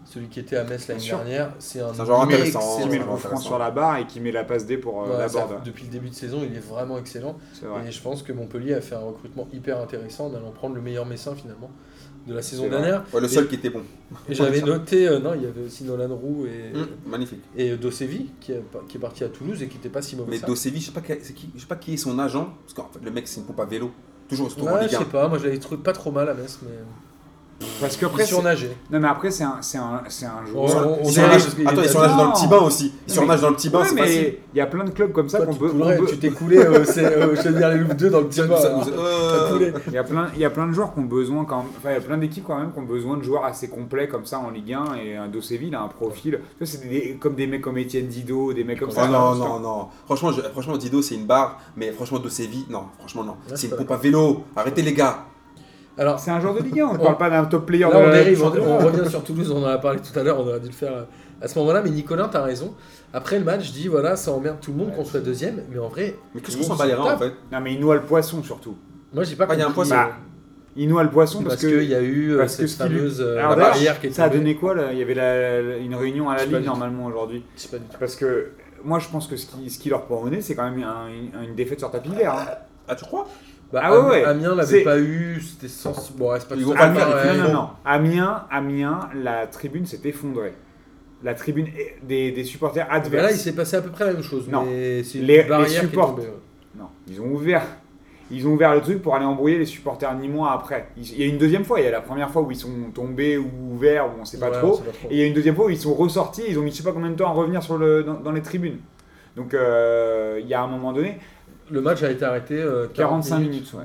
S1: Celui qui était à Metz l'année
S3: Bien sûr.
S1: dernière, c'est un,
S2: C'est un joueur euh, intéressant,
S1: excellent
S3: Qui met le coup
S1: joueur.
S3: franc sur la barre et qui met la passe D pour euh,
S1: Ouais,
S3: la
S1: ça,
S3: board.
S1: depuis le début de saison, il est vraiment excellent.
S3: C'est vrai.
S1: Et je pense que Montpellier a fait un recrutement hyper intéressant en allant prendre le meilleur Messin finalement de la saison
S3: C'est vrai.
S1: dernière.
S2: Ouais, le seul qui était bon.
S1: Et j'avais noté, euh, non, il y avait aussi Nolan Roux et,
S2: Hum, magnifique.
S1: et Dosevi qui, est pa- qui est parti à Toulouse et qui n'était pas si mauvais.
S2: Mais
S1: ça.
S2: Dosevi, je sais pas quel- c'est qui, je sais pas qui est son agent, parce qu'en fait le mec c'est une pompe à vélo. Toujours il se trouve en
S1: Ouais,
S2: Ligue
S1: je
S2: 1.
S1: sais pas, moi je l'avais trouvé pas trop mal à Metz, mais
S3: Parce qu'après,
S1: il
S3: c'est-
S1: surnageait.
S3: non, mais après, c'est un, c'est un, c'est un joueur.
S1: Ouais,
S2: Sur-
S1: on- on
S2: il
S1: surnage-
S2: surnage-
S1: il
S2: Attends,
S1: est-
S2: il surnage dans le petit bain aussi. Il
S3: Mais-
S2: surnage dans le petit bain,
S3: Ouais,
S2: c'est facile.
S3: mais il y a plein de clubs comme ça
S1: Toi,
S3: qu'on
S1: tu
S3: peut.
S1: coulerais,
S3: on peut-
S1: tu t'es coulé, euh, c'est, euh, je te dire, les Louvres 2 dans le petit
S2: Ça-
S1: bain.
S2: ça-
S1: hein. T'as
S2: Bah, euh,
S1: coulé.
S3: Il y, a plein, il y a plein de joueurs qui ont besoin quand même, enfin, il y a plein d'équipes quand même qui ont besoin de joueurs assez complets comme ça en Ligue 1 et un Doséville a un profil. Tu vois, c'est des- comme des mecs comme Étienne Didot, des mecs comme
S2: Oh
S3: ça.
S2: non, non, non. Franchement, je- franchement Dido, c'est une barre, mais franchement, Dosevi, non, franchement, non.
S1: Ouais,
S2: c'est une
S1: c'est
S2: pompe à vélo. Arrêtez, les gars.
S1: Alors,
S3: C'est un joueur de Ligue 1, on ne
S1: On-
S3: parle pas d'un top player
S1: Là,
S3: de
S1: on dérive, on,
S3: de-
S1: on revient sur Toulouse, on en a parlé tout à l'heure, on aurait dû le faire euh, à ce moment-là. Mais Nicolas, t'as raison. Après le match, je dis voilà, ça emmerde tout le monde qu'on soit deuxième, mais en vrai,
S2: Mais qu'est-ce
S1: tout
S2: qu'on
S1: le
S2: s'en
S1: monde
S2: bat les
S1: se
S2: reins, en
S1: tape.
S2: fait
S3: Non, mais il noie le poisson surtout.
S1: Moi, j'ai pas
S2: Ah, il
S1: compris.
S2: y a un poisson.
S1: euh,
S3: Bah, il noie le poisson
S1: parce
S3: parce,
S1: qu'il y a eu euh,
S3: parce que
S1: cette
S3: ce qu'il-
S1: fameuse euh,
S3: Alors, d'ailleurs,
S1: barrière qui est
S3: ça a
S1: tombée.
S3: donné quoi là Il y avait la- la- une réunion à
S1: Je sais
S3: la
S1: pas
S3: Ligue
S1: du tout.
S3: normalement aujourd'hui.
S1: Je sais pas du tout.
S3: Parce que moi je pense que ce qui, ce qui leur prend au nez, c'est quand même un- une, une défaite sur tapis vert. hein.
S2: Ah, tu crois
S1: Bah,
S3: Ah ouais,
S1: Am-
S3: ouais.
S1: Amiens l'avait
S3: C'est-
S1: pas eu, c'était sans. Bon, ouais, c'est pas
S2: Ils
S1: tout
S2: vont
S1: à
S2: pas le
S1: fait
S2: faire,
S1: pareil.
S2: les filles,
S3: Ah, Non, non, non. Amiens, Amiens, la tribune s'est effondrée. La tribune est- des, des supporters
S1: Bah, là, il
S3: adverses.
S1: s'est passé à peu près la même chose.
S3: Non.
S1: Mais c'est une
S3: Les-
S1: barrière
S3: les
S1: qui est
S3: supports.
S1: tombée, ouais.
S3: non, ils ont ouvert. Ils ont ouvert le truc pour aller embrouiller les supporters nîmois après. Il il y a une deuxième fois, il y a la première fois où ils sont tombés ou ouverts, ou on sait pas
S1: Ouais, on
S3: trop.
S1: sait pas trop.
S3: Et il y a une deuxième fois où ils sont ressortis, ils ont mis je sais pas combien de temps à revenir sur le, dans, dans les tribunes. Donc euh, il y a un moment donné,
S1: Le match a été arrêté euh, 40
S3: 45 minutes, ouais.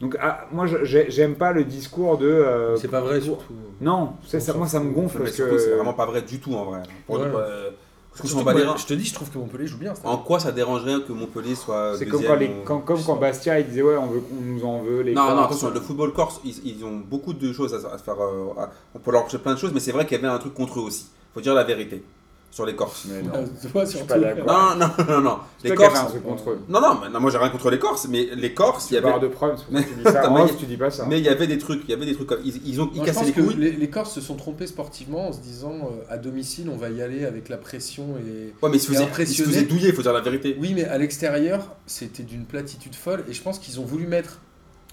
S3: Donc ah, moi je- j'ai- j'aime pas le discours de... euh,
S1: C'est pas vrai, surtout.
S3: Non, c'est- ça, moi ça me gonfle
S2: Mais
S3: parce
S2: surtout, C'est
S3: que...
S2: vraiment pas vrai du tout, en vrai. Pour
S1: Ouais.
S2: dire, euh, Qu'est-ce qu'on
S1: Surtout
S2: s'en
S1: que
S2: bat les
S1: moi,
S2: reins
S1: Je te dis, je trouve que Montpellier joue bien. cette
S2: En quoi ça dérangerait que Montpellier soit.
S3: C'est comme
S2: Euh, deuxième
S3: quand, les,
S2: ou-
S3: quand, comme quand Bastia il disait ouais on veut qu'on nous en veut les
S2: Non, non,
S3: gars, tout ça.
S2: attention, le football corse, ils, ils ont beaucoup de choses à, à se faire. euh, à- on peut leur reprocher plein de choses, mais c'est vrai qu'il y avait un truc contre eux aussi. Faut dire la vérité sur les Corses.
S3: Mais
S1: année.
S3: non.
S1: Tu vois,
S3: suis
S1: Ah, surtout.
S3: pas d'accord.
S2: Non, non, non, non.
S3: C'est
S2: Euh, Les
S3: toi qui avais un
S2: Corses.
S3: truc contre eux.
S2: Non, non, mais- non, moi j'ai rien contre les Corses, mais les Corses, il y
S3: C'est barre
S2: avait.
S3: de preuve, c'est pour ça
S2: Mais-
S3: que tu dis ça.
S2: T'as
S3: En
S2: pas-
S3: off, tu dis pas ça.
S2: Mais il y avait des trucs, il y avait des trucs comme. Ils, ils ont ils
S1: Moi, je
S2: cassaient
S1: pense
S2: les
S1: que
S2: couilles.
S1: les, les Corses se sont trompés sportivement en se disant euh, à domicile on va y aller avec la pression et.
S2: Ouais, mais ils se
S1: et
S2: faisaient, ils se
S1: impressionnés.
S2: faisaient douiller, faut dire la vérité.
S1: Oui, mais à l'extérieur c'était d'une platitude folle et je pense qu'ils ont voulu mettre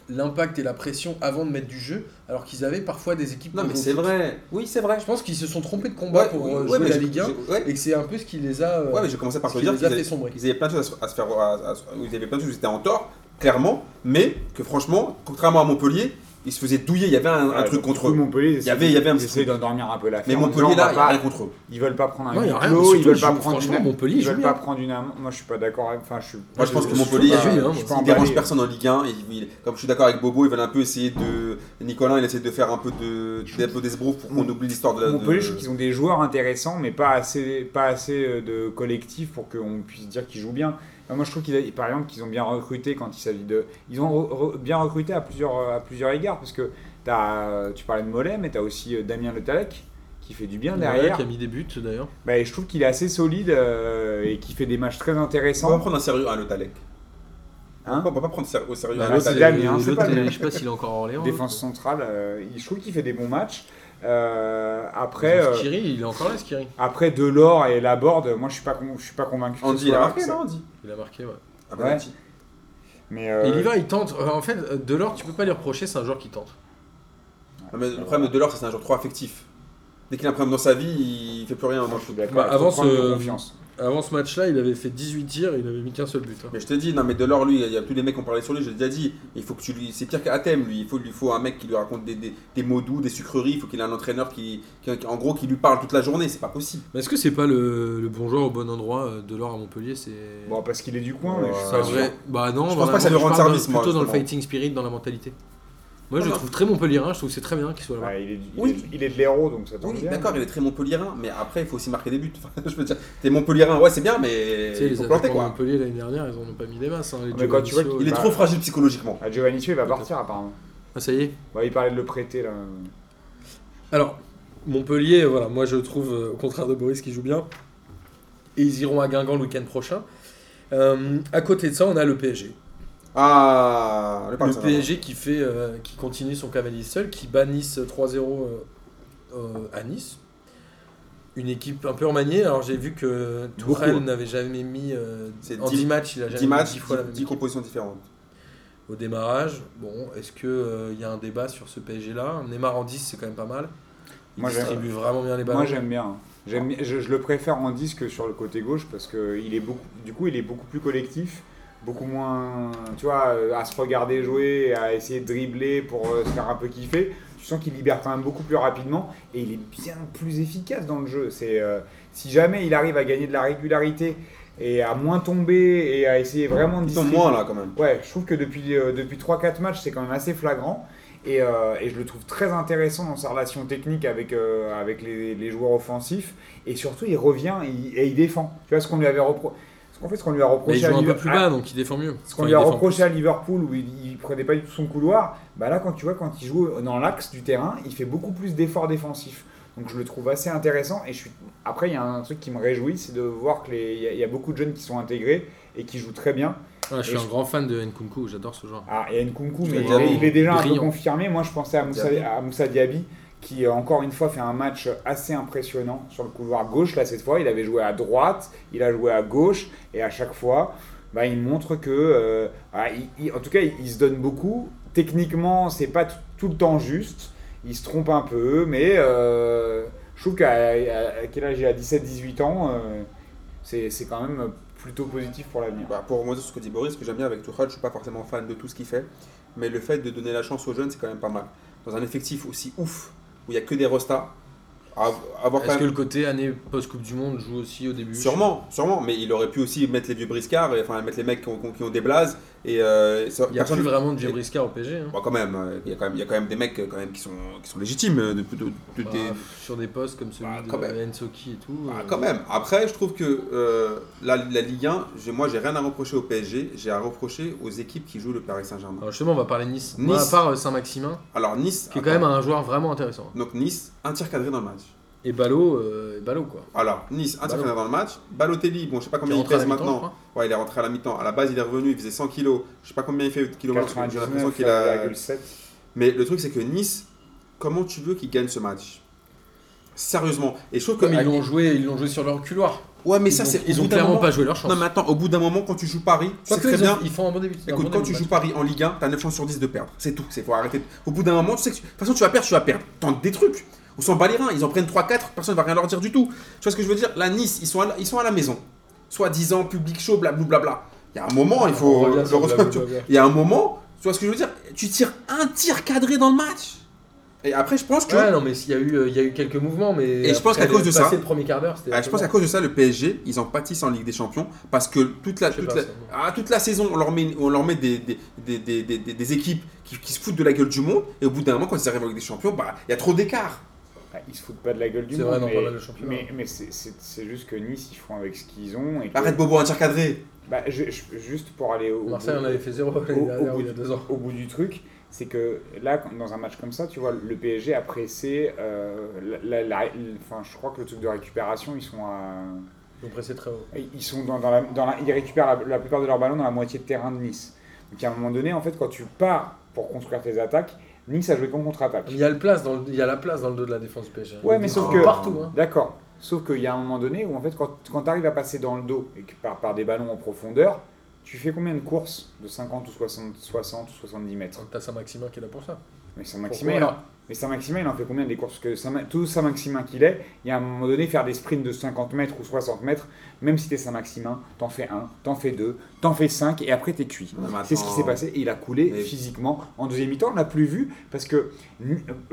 S1: l'impact et la pression avant de mettre du jeu alors qu'ils avaient parfois des équipes.
S2: Non,
S1: qui
S2: mais
S1: jouent au
S2: c'est
S1: foot.
S2: vrai. Oui, c'est vrai.
S1: Je pense qu'ils se sont trompés de combat pour euh, jouer
S2: mais
S1: la
S2: j'ai-
S1: Ligue 1
S2: j'ai- Ouais,
S1: et que c'est un peu ce qui les a. euh,
S2: ouais, mais j'ai commencé par
S1: ce
S2: te
S1: qui
S2: dire
S1: les
S2: qu'ils
S1: a fait
S2: avaient,
S1: sombrer.
S2: ils avaient plein de choses à se, à se faire. à- à- ils avaient plein de choses, ils étaient en tort, clairement, mais que franchement, contrairement à Montpellier, ils se faisaient douiller, il y avait un, un
S3: hein. Ouais,
S2: truc
S3: donc,
S2: contre
S3: du coup,
S2: eux.
S3: Montpellier, ils
S2: Il y avait- il y avait un petit
S3: essayaient
S2: truc.
S3: d'endormir un peu l'affaire.
S2: Mais
S3: en disant,
S2: Montpellier,
S3: on va
S2: là, il n'y a
S3: pas-
S2: rien contre eux.
S3: ils veulent pas prendre un
S1: Non, il y a rien,
S3: huis
S1: mais
S3: clos, ils
S1: surtout,
S3: veulent
S1: ils
S3: pas
S1: jouent-
S3: prendre une
S1: franchement, Montpellier,
S3: ils
S1: ils
S3: veulent
S1: jouent
S3: pas
S1: bien.
S3: prendre une amende. Moi je suis pas d'accord avec enfin je suis
S2: Moi, je pense que
S1: Je- je-
S2: Montpellier,
S1: je- je-
S2: euh,
S1: je-
S2: ils
S1: je-
S3: emballé.
S2: dérangent personne en Ligue 1. Ils- ils- comme je suis d'accord avec Bobo, ils veulent un peu essayer de. Nicolas, il essaie de faire un peu de. des- un peu d'esbrouf pour qu'on oublie l'histoire de la. de-
S3: Montpellier, je trouve qu'ils ont des joueurs intéressants, mais pas assez, pas assez euh, de collectif pour qu'on puisse dire qu'ils jouent bien. Enfin, moi, je trouve qu'ils, a- par exemple, qu'ils ont bien recruté quand il s'agit de. Ils ont re- re- bien recruté à plusieurs, euh, à plusieurs égards, parce que t'as, euh, tu parlais de Mollet, mais tu as aussi euh, Damien Le Talec qui fait du bien derrière.
S1: Qui a mis des buts d'ailleurs.
S3: Bah, et je trouve qu'il est assez solide euh, et qui fait des matchs très
S2: On va
S3: intéressants.
S2: pas prendre un sérieux hein, le Talek.
S3: Hein
S2: on va pas prendre ser- au sérieux
S3: Bah,
S2: un
S3: là,
S2: Talek.
S3: c'est Damien, c'est pas le même.
S1: je sais pas s'il est encore en Orléans. hein.
S3: Défense centrale, euh, il- je trouve qu'il fait des bons matchs. Euh, après, euh,
S1: Après. Skiri, il est encore là, Skiri.
S3: après Delors et Laborde, moi je suis pas, con- je suis pas convaincu. que ce
S2: Andy, il a
S3: soit-
S2: marqué, non, Andy
S1: Il a marqué, ouais.
S2: Ah bah,
S3: Ouais.
S2: Andy.
S3: Mais euh,
S1: Et il y va, il tente. Euh, En fait, euh, Delors, tu peux pas lui reprocher, c'est un joueur qui tente.
S2: Non, Ah, mais le problème de Delors, c'est que c'est un joueur trop affectif. Dès qu'il a un problème dans sa vie, il fait plus rien.
S3: Moi,
S2: donc-
S3: je suis d'accord.
S1: Bah,
S3: il faut
S1: avant
S3: prendre
S1: ce-
S3: de confiance.
S1: Avant ce match-là, il avait fait 18 tirs et il avait mis qu'un seul but. hein.
S2: Mais je te dis, non, mais Delors, lui, il y a tous les mecs qui ont parlé sur lui, je l'ai déjà dit. Il faut que tu lui. C'est pire qu'Athème, lui. Il faut, lui faut un mec qui lui raconte des, des, des mots doux, des sucreries. Il faut qu'il ait un entraîneur qui, qui- qui- en gros, qui lui parle toute la journée. C'est pas possible.
S1: Mais est-ce que c'est pas le, le bon joueur au bon endroit euh, Delors à Montpellier C'est.
S3: Bon, parce qu'il est du coin,
S2: Ouais,
S3: mais je suis pas
S1: Enfin,
S2: c'est
S3: sûr.
S1: vrai- Bah non,
S2: Je
S1: dans
S2: pense
S1: la-
S2: pas que ça lui
S1: je
S2: rende
S1: parle
S2: service,
S1: dans-
S2: moi,
S1: Plutôt dans le
S2: justement.
S1: fighting spirit, dans la mentalité. Moi,
S2: Non,
S1: je le
S2: non.
S1: trouve très Montpellierin, je trouve que c'est très bien qu'il soit là-bas.
S3: Bah, il, est, il,
S2: Oui.
S3: est, il est de l'héros, donc ça tombe
S2: Oui,
S3: bien.
S2: d'accord, il est très Montpellierin, mais après, il faut aussi marquer des buts. Enfin, je veux dire, t'es Montpellierin, ouais, c'est bien, mais
S1: Tu sais,
S2: il
S1: les
S2: faut
S1: attaquants
S2: planter,
S1: de
S2: quoi.
S1: Montpellier l'année dernière, ils en ont pas mis des masses. hein, les
S3: Ah, mais quand
S1: Giovanni
S3: tu vois
S1: Sio,
S3: qu'il
S2: Il est
S1: bah-
S2: trop fragile psychologiquement.
S3: Ah, Giovanni Tio, il va partir apparemment.
S1: Ah, ça y est.
S3: Bah, il parlait de le prêter là.
S1: Alors, Montpellier, voilà, moi je trouve, euh, au contraire de Boris, qui joue bien. Et ils iront à Guingamp le week-end prochain. Euh, à côté de ça, on a le PSG.
S2: Ah, le Paris
S1: Le
S2: Saint-Germain.
S1: PSG qui, fait, euh, qui continue son cavalier seul, qui bat Nice 3-0 euh, euh, à Nice. une équipe un peu remaniée. Alors j'ai vu que Tourelle
S2: Beaucoup, hein.
S1: n'avait jamais mis euh,
S2: C'est
S1: en
S2: 10
S1: 10 matchs, il a jamais
S2: 10
S1: mis
S2: matchs,
S1: 10 fois la
S2: 10,
S1: même
S2: 10
S1: équipe.
S2: compositions différentes.
S1: au démarrage. Bon, est-ce que euh, il y a un débat sur ce PSG là Neymar en 10, c'est quand même pas mal. Il
S3: Moi, j'aime-
S1: distribue vraiment bien les ballons.
S3: Moi j'aime bien. hein. J'aime, bien- je, je le préfère en disque sur le côté gauche parce que il est beaucoup, du coup il est beaucoup plus collectif, beaucoup moins, tu vois, euh, à se regarder jouer, à essayer de dribbler pour euh, se faire un peu kiffer. Tu sens qu'il libère quand même beaucoup plus rapidement et il est bien plus efficace dans le jeu. C'est euh, si jamais il arrive à gagner de la régularité et à moins tomber et à essayer vraiment de
S2: Ils sont
S3: distribuer-
S2: moins là quand même.
S3: Ouais, je trouve que depuis, euh, depuis 3-4 matchs, c'est quand même assez flagrant. Et, euh, et je le trouve très intéressant dans sa relation technique avec, euh, avec les, les joueurs offensifs. Et surtout, il revient il- et il défend. Tu vois ce qu'on lui avait repro- ce qu'en fait, ce qu'on lui a
S1: Mais
S3: reproché
S1: il joue
S3: à
S1: un peu
S3: Liver-
S1: plus
S3: à-
S1: bas, donc il défend mieux.
S3: ce qu'on
S1: Enfin,
S3: lui a
S1: il défend
S3: reproché à Liverpool où il, il prenait pas du tout son couloir, bah là quand tu vois quand il joue dans l'axe du terrain, il fait beaucoup plus d'efforts défensifs. Donc je le trouve assez intéressant et je suis après il y a un truc qui me réjouit, c'est de voir que les- il y, a- il y a beaucoup de jeunes qui sont intégrés et qui jouent très bien.
S1: plus. Ouais, je suis
S3: Et
S1: un
S3: je-
S1: grand fan de Nkunku, j'adore ce joueur.
S3: Ah, et Nkunku,
S2: Je l'ai
S3: mais il,
S2: déjà
S3: est-
S2: vu.
S3: il est déjà un peu
S1: Brillant.
S3: confirmé. Moi, je pensais à Moussa,
S2: Diaby.
S3: à Moussa Diaby, qui euh, encore une fois fait un match assez impressionnant sur le couloir gauche. Là, cette fois, il avait joué à droite, il a joué à gauche, et à chaque fois, bah, il montre que, euh, ah, il- il- en tout cas, il, il se donne beaucoup. Techniquement, c'est pas tout- tout le temps juste. Il se trompe un peu, mais euh, je trouve qu'à à- à quel âge il a 17-18 ans, euh, c'est c'est quand même plutôt positif pour l'avenir.
S2: Bah, pour remonter sur ce que dit Boris, ce que j'aime bien avec Tuchel, je suis pas forcément fan de tout ce qu'il fait, mais le fait de donner la chance aux jeunes, c'est quand même pas mal. Dans un effectif aussi ouf, où il y a que des restas, av- avoir
S1: Est-ce
S2: quand
S1: que
S2: même...
S1: le côté année post-Coupe du Monde joue aussi au début
S2: Sûrement, sûrement, mais il aurait pu aussi mettre les vieux briscards, et, enfin mettre les mecs qui ont, qui ont- qui ont des blazes, et euh, ça-
S1: Il n'y a
S2: personne-
S1: plus vraiment de Jabrisca au PSG. hein.
S2: Bon, quand même, euh, il y a quand même, il y a quand même des mecs euh, quand même qui sont, qui sont légitimes euh, de, de- de-
S1: Bah,
S2: des-
S1: sur des postes comme celui
S2: Bah,
S1: de
S2: quand même.
S1: Ensoki et tout.
S2: Ah,
S1: euh,
S2: quand même. Après, je trouve que euh, la, la Ligue 1, j'ai- moi, j'ai rien à reprocher au PSG, j'ai à reprocher aux équipes qui jouent le Paris Saint-Germain.
S1: Alors justement, on va parler de Nice. Moi,
S2: Nice. Ah,
S1: à part euh, Saint-Maximin,
S2: Alors Nice,
S1: qui est
S2: attends.
S1: quand même un joueur vraiment intéressant.
S2: donc Nice, un tir cadré dans le match.
S1: Et Ballot, euh, et Ballot quoi.
S2: Alors Nice, un tir
S1: Ballot.
S2: cadré dans le match. Balotelli, bon, je sais pas
S1: Qui
S2: combien il
S1: rentre à la
S2: pèse
S1: mi-temps, je
S2: maintenant.
S1: crois.
S2: Ouais, il est rentré à la mi-temps. À la base, il est revenu, il faisait 100 kilos. Je sais pas combien il fait de kilos. parce que J'ai l'impression qu'il a.
S3: 99,7.
S2: Mais le truc, c'est que Nice, comment tu veux qu'il gagne ce match Sérieusement. Et je trouve que
S1: Comme Ah, ils l'ont joué, ils l'ont joué sur leur couloir.
S2: Ouais, mais
S1: Ils
S2: ça,
S1: ont-
S2: c'est. au
S1: ils
S2: bout
S1: ont
S2: d'un
S1: clairement
S2: moment-
S1: pas joué leur chance.
S2: Non, mais attends, au bout d'un moment, quand tu joues Paris, tu sais
S1: Quoique,
S2: très
S1: ils, ont-
S2: bien.
S1: ils font un bon début. un
S2: Écoute,
S1: bon
S2: quand
S1: début
S2: tu
S1: de
S2: joues
S1: match.
S2: Paris en Ligue 1, t'as 9 chances sur 10 de perdre. C'est tout, c'est faut arrêter. Au bout d'un moment, tu sais que. tu- De toute façon, tu vas perdre, tu vas perdre. Tente des trucs. On s'en bat les reins, ils en prennent 3-4, personne ne va rien leur dire du tout. Tu vois ce que je veux dire Là, Nice, ils sont à la, ils sont à la maison. Soit 10 ans, public chaud, blablabla. Il y a un moment, il
S1: On
S2: faut.
S1: revient
S2: le
S1: sur
S2: respect,
S1: Blablabla.
S2: tu vois. Il y a un moment, tu vois ce que je veux dire Tu tires un tir cadré dans le match. Et après, je pense que.
S1: Ouais, non, mais il y, a eu, euh, il y a eu quelques mouvements, mais.
S2: Et je pense
S1: après,
S2: qu'à cause de
S1: passer
S2: ça-
S1: le premier quart d'heure, c'était.
S2: Ah, je pense qu'à cause de ça, le PSG, ils en pâtissent en Ligue des Champions parce que toute la,
S1: Je sais
S2: toute
S1: pas,
S2: la,
S1: ça, moi.
S2: ah, toute la saison, on leur met, on leur met des, des, des, des, des- des- des équipes qui, qui se foutent de la gueule du monde et au bout d'un moment, quand ils arrivent en Ligue des Champions, bah, il y a trop d'écart.
S3: Bah, ils se foutent pas de la gueule du
S1: C'est
S3: monde.
S1: vrai, dans
S3: mais,
S1: pas mal de championnats. hein.
S3: mais- mais c'est- c'est c'est juste que Nice, ils font avec ce qu'ils ont. Et que-
S2: Arrête Bobo, un tir cadré.
S3: Bah, je- je- juste pour aller au, au
S1: Marseille, on
S3: bout,
S1: avait fait 0 l'année
S3: au-
S1: dernière
S3: au
S1: ou
S3: bout
S1: il y a
S3: du-
S1: deux ans.
S3: au bout du truc, c'est que là, quand- dans un match comme ça, tu vois, le PSG a pressé. euh, la- la- la- enfin, je crois que le truc de récupération, ils sont à.
S1: Donc, après, c'est très haut.
S3: Ils sont dans, dans la, dans la- ils récupèrent la, la plupart de leurs ballons dans la moitié de terrain de Nice. Donc à un moment donné, en fait, quand tu pars pour construire tes attaques, Nice a joué comme contre-attaque.
S1: Il y, a le place dans le- il y a la place dans le dos de la défense du PSG. hein.
S3: Ouais, mais
S1: Ils
S3: sauf
S1: sont
S3: que-
S1: Partout, hein.
S3: D'accord. Sauf qu'il y a un moment donné où, en fait, quand, quand tu arrives à passer dans le dos et que par, par des ballons en profondeur, tu fais combien de courses de 50 ou 60, 60 ou 70 mètres
S1: Donc, T'as Saint-Maximin qui est là pour ça.
S3: Mais
S1: Pourquoi
S3: Saint-Maximin, il en- mais Saint-Maximin, il en fait combien des courses que Saint- Tout Saint-Maximin qu'il est, il y a un moment donné, faire des sprints de 50 mètres ou 60 mètres, même si t'es Saint-Maximin, t'en fais un, t'en fais deux, t'en fais cinq, et après t'es cuit.
S2: Non, mais
S3: C'est ce qui
S2: attends.
S3: s'est passé, et il a coulé
S2: Mais-
S3: physiquement. En deuxième mi-temps, on l'a plus vu, parce que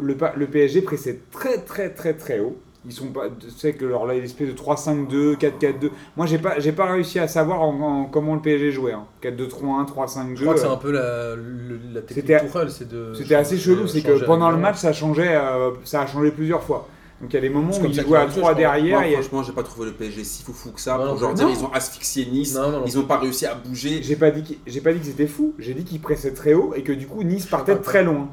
S3: le, pa- le PSG pressait très très très très haut. Ils sont pas, tu sais que leur là, l'espèce de 3-5-2, 4-4-2. Moi, j'ai pas, j'ai pas réussi à savoir en- en- comment le PSG jouait. hein. 4-2-3-1, 3-5-2.
S1: Je crois que c'est un peu la, le- la technique
S3: euh, C'était-
S1: Tourelle, c'est de.
S3: C'était assez
S1: changer-
S3: chelou, c'est que
S1: changer
S3: pendant le
S1: régulièrement.
S3: match, ça changeait, euh, ça a changé plusieurs fois. Donc il y a des moments
S2: C'est
S3: où
S2: comme
S3: ils
S2: ça
S3: jouaient à
S2: qu'il a tué,
S3: 3
S2: je crois.
S3: derrière.
S2: Moi,
S3: et-
S2: franchement, j'ai pas trouvé le PSG si foufou que ça
S1: Non,
S2: pour
S1: non,
S2: genre
S1: non.
S2: dire ils ont asphyxié Nice,
S1: Non, non, non.
S2: ils ont pas réussi à bouger.
S3: J'ai pas dit que, j'ai pas dit que c'était fou. J'ai dit qu'ils pressaient très haut et que du coup Nice partait
S1: pas.
S3: très loin.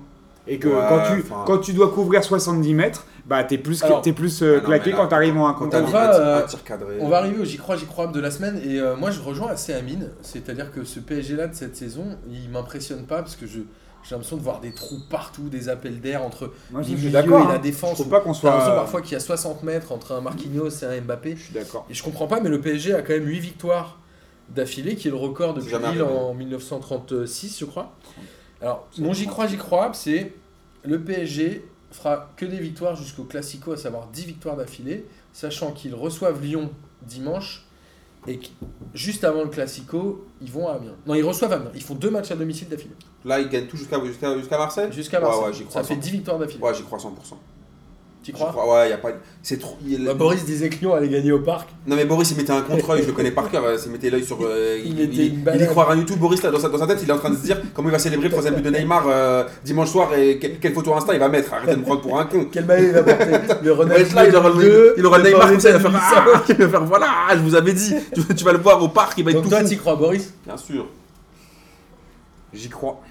S3: Et que
S2: Ouais,
S3: quand tu
S2: enfin.
S3: quand tu dois couvrir 70 mètres, bah t'es plus
S1: Alors-
S3: t'es plus euh,
S2: Ah non, mais
S3: claqué
S2: là,
S3: quand t'arrives en un
S2: Quand
S3: contre
S2: t'as
S1: on
S2: dit
S3: un.
S1: va,
S2: un tir-
S1: euh,
S2: un tir cadré.
S1: On va arriver au J'y crois, J'y crois de la semaine. Et euh, moi, je rejoins assez Amine. C'est-à-dire que ce PSG-là de cette saison, il m'impressionne pas parce que je J'ai l'impression de voir des trous partout, des appels d'air entre
S3: Moi, je
S1: les
S3: suis
S1: milieux
S3: d'accord.
S1: et la
S3: hein. Je
S1: défense.
S3: trouve pas qu'on
S1: J'ai
S3: soit.
S1: l'impression Ah, parfois qu'il y a 60 mètres entre un Marquinhos et un Mbappé.
S3: Je suis d'accord.
S1: Et je comprends pas, mais le PSG a quand même 8 victoires d'affilée, qui est le record depuis
S2: jamais
S1: Lille
S2: arrivé.
S1: en 1936, je crois. Alors,
S2: C'est
S1: mon j'y
S2: trente.
S1: crois, j'y crois, c'est le PSG fera que des victoires jusqu'au Classico, à savoir 10 victoires d'affilée, sachant qu'ils reçoivent Lyon dimanche et qu- juste avant le Classico, ils vont à Amiens. Non, ils reçoivent Amiens, ils font deux matchs à domicile d'affilée,
S2: Là, ils gagnent tout jusqu'à jusqu'à jusqu'à Marseille
S1: jusqu'à
S2: Ouais,
S1: Marseille.
S2: ouais, j'y crois
S1: Ça fait
S2: 100%.
S1: 10 victoires d'affilée.
S2: Ouais, j'y crois 100%.
S1: tu
S2: J'y
S1: crois,
S2: crois, ouais, y a pas. C'est trop. il-
S1: Bah, Boris disait que Lyon allait gagner au parc.
S2: Non, mais Boris, il mettait un contre-œil, je le connais par cœur. euh, Il mettait l'œil sur. euh,
S1: Il
S2: il,
S1: mettait
S2: il-
S1: une balade.
S2: il y croit rien du tout, Boris, là, dans sa, dans sa tête, il est en train de se dire comment il va célébrer le troisième but de Neymar euh, dimanche soir et que- quelle photo Insta il va mettre. Arrêtez de me prendre pour un con.
S1: Quel maillot il va porter Le
S2: Il va être là, il aura,
S1: deux,
S2: il aura
S1: le
S2: Neymar comme ça, il va
S1: Borussia
S2: faire.
S1: Dortmund.
S2: Ah, il va faire voilà, je vous avais dit, tu, tu vas le voir au parc, il va être
S1: Donc
S2: tout
S1: toi,
S2: fou.
S1: t'y crois, Boris
S2: Bien sûr.
S3: J'y crois.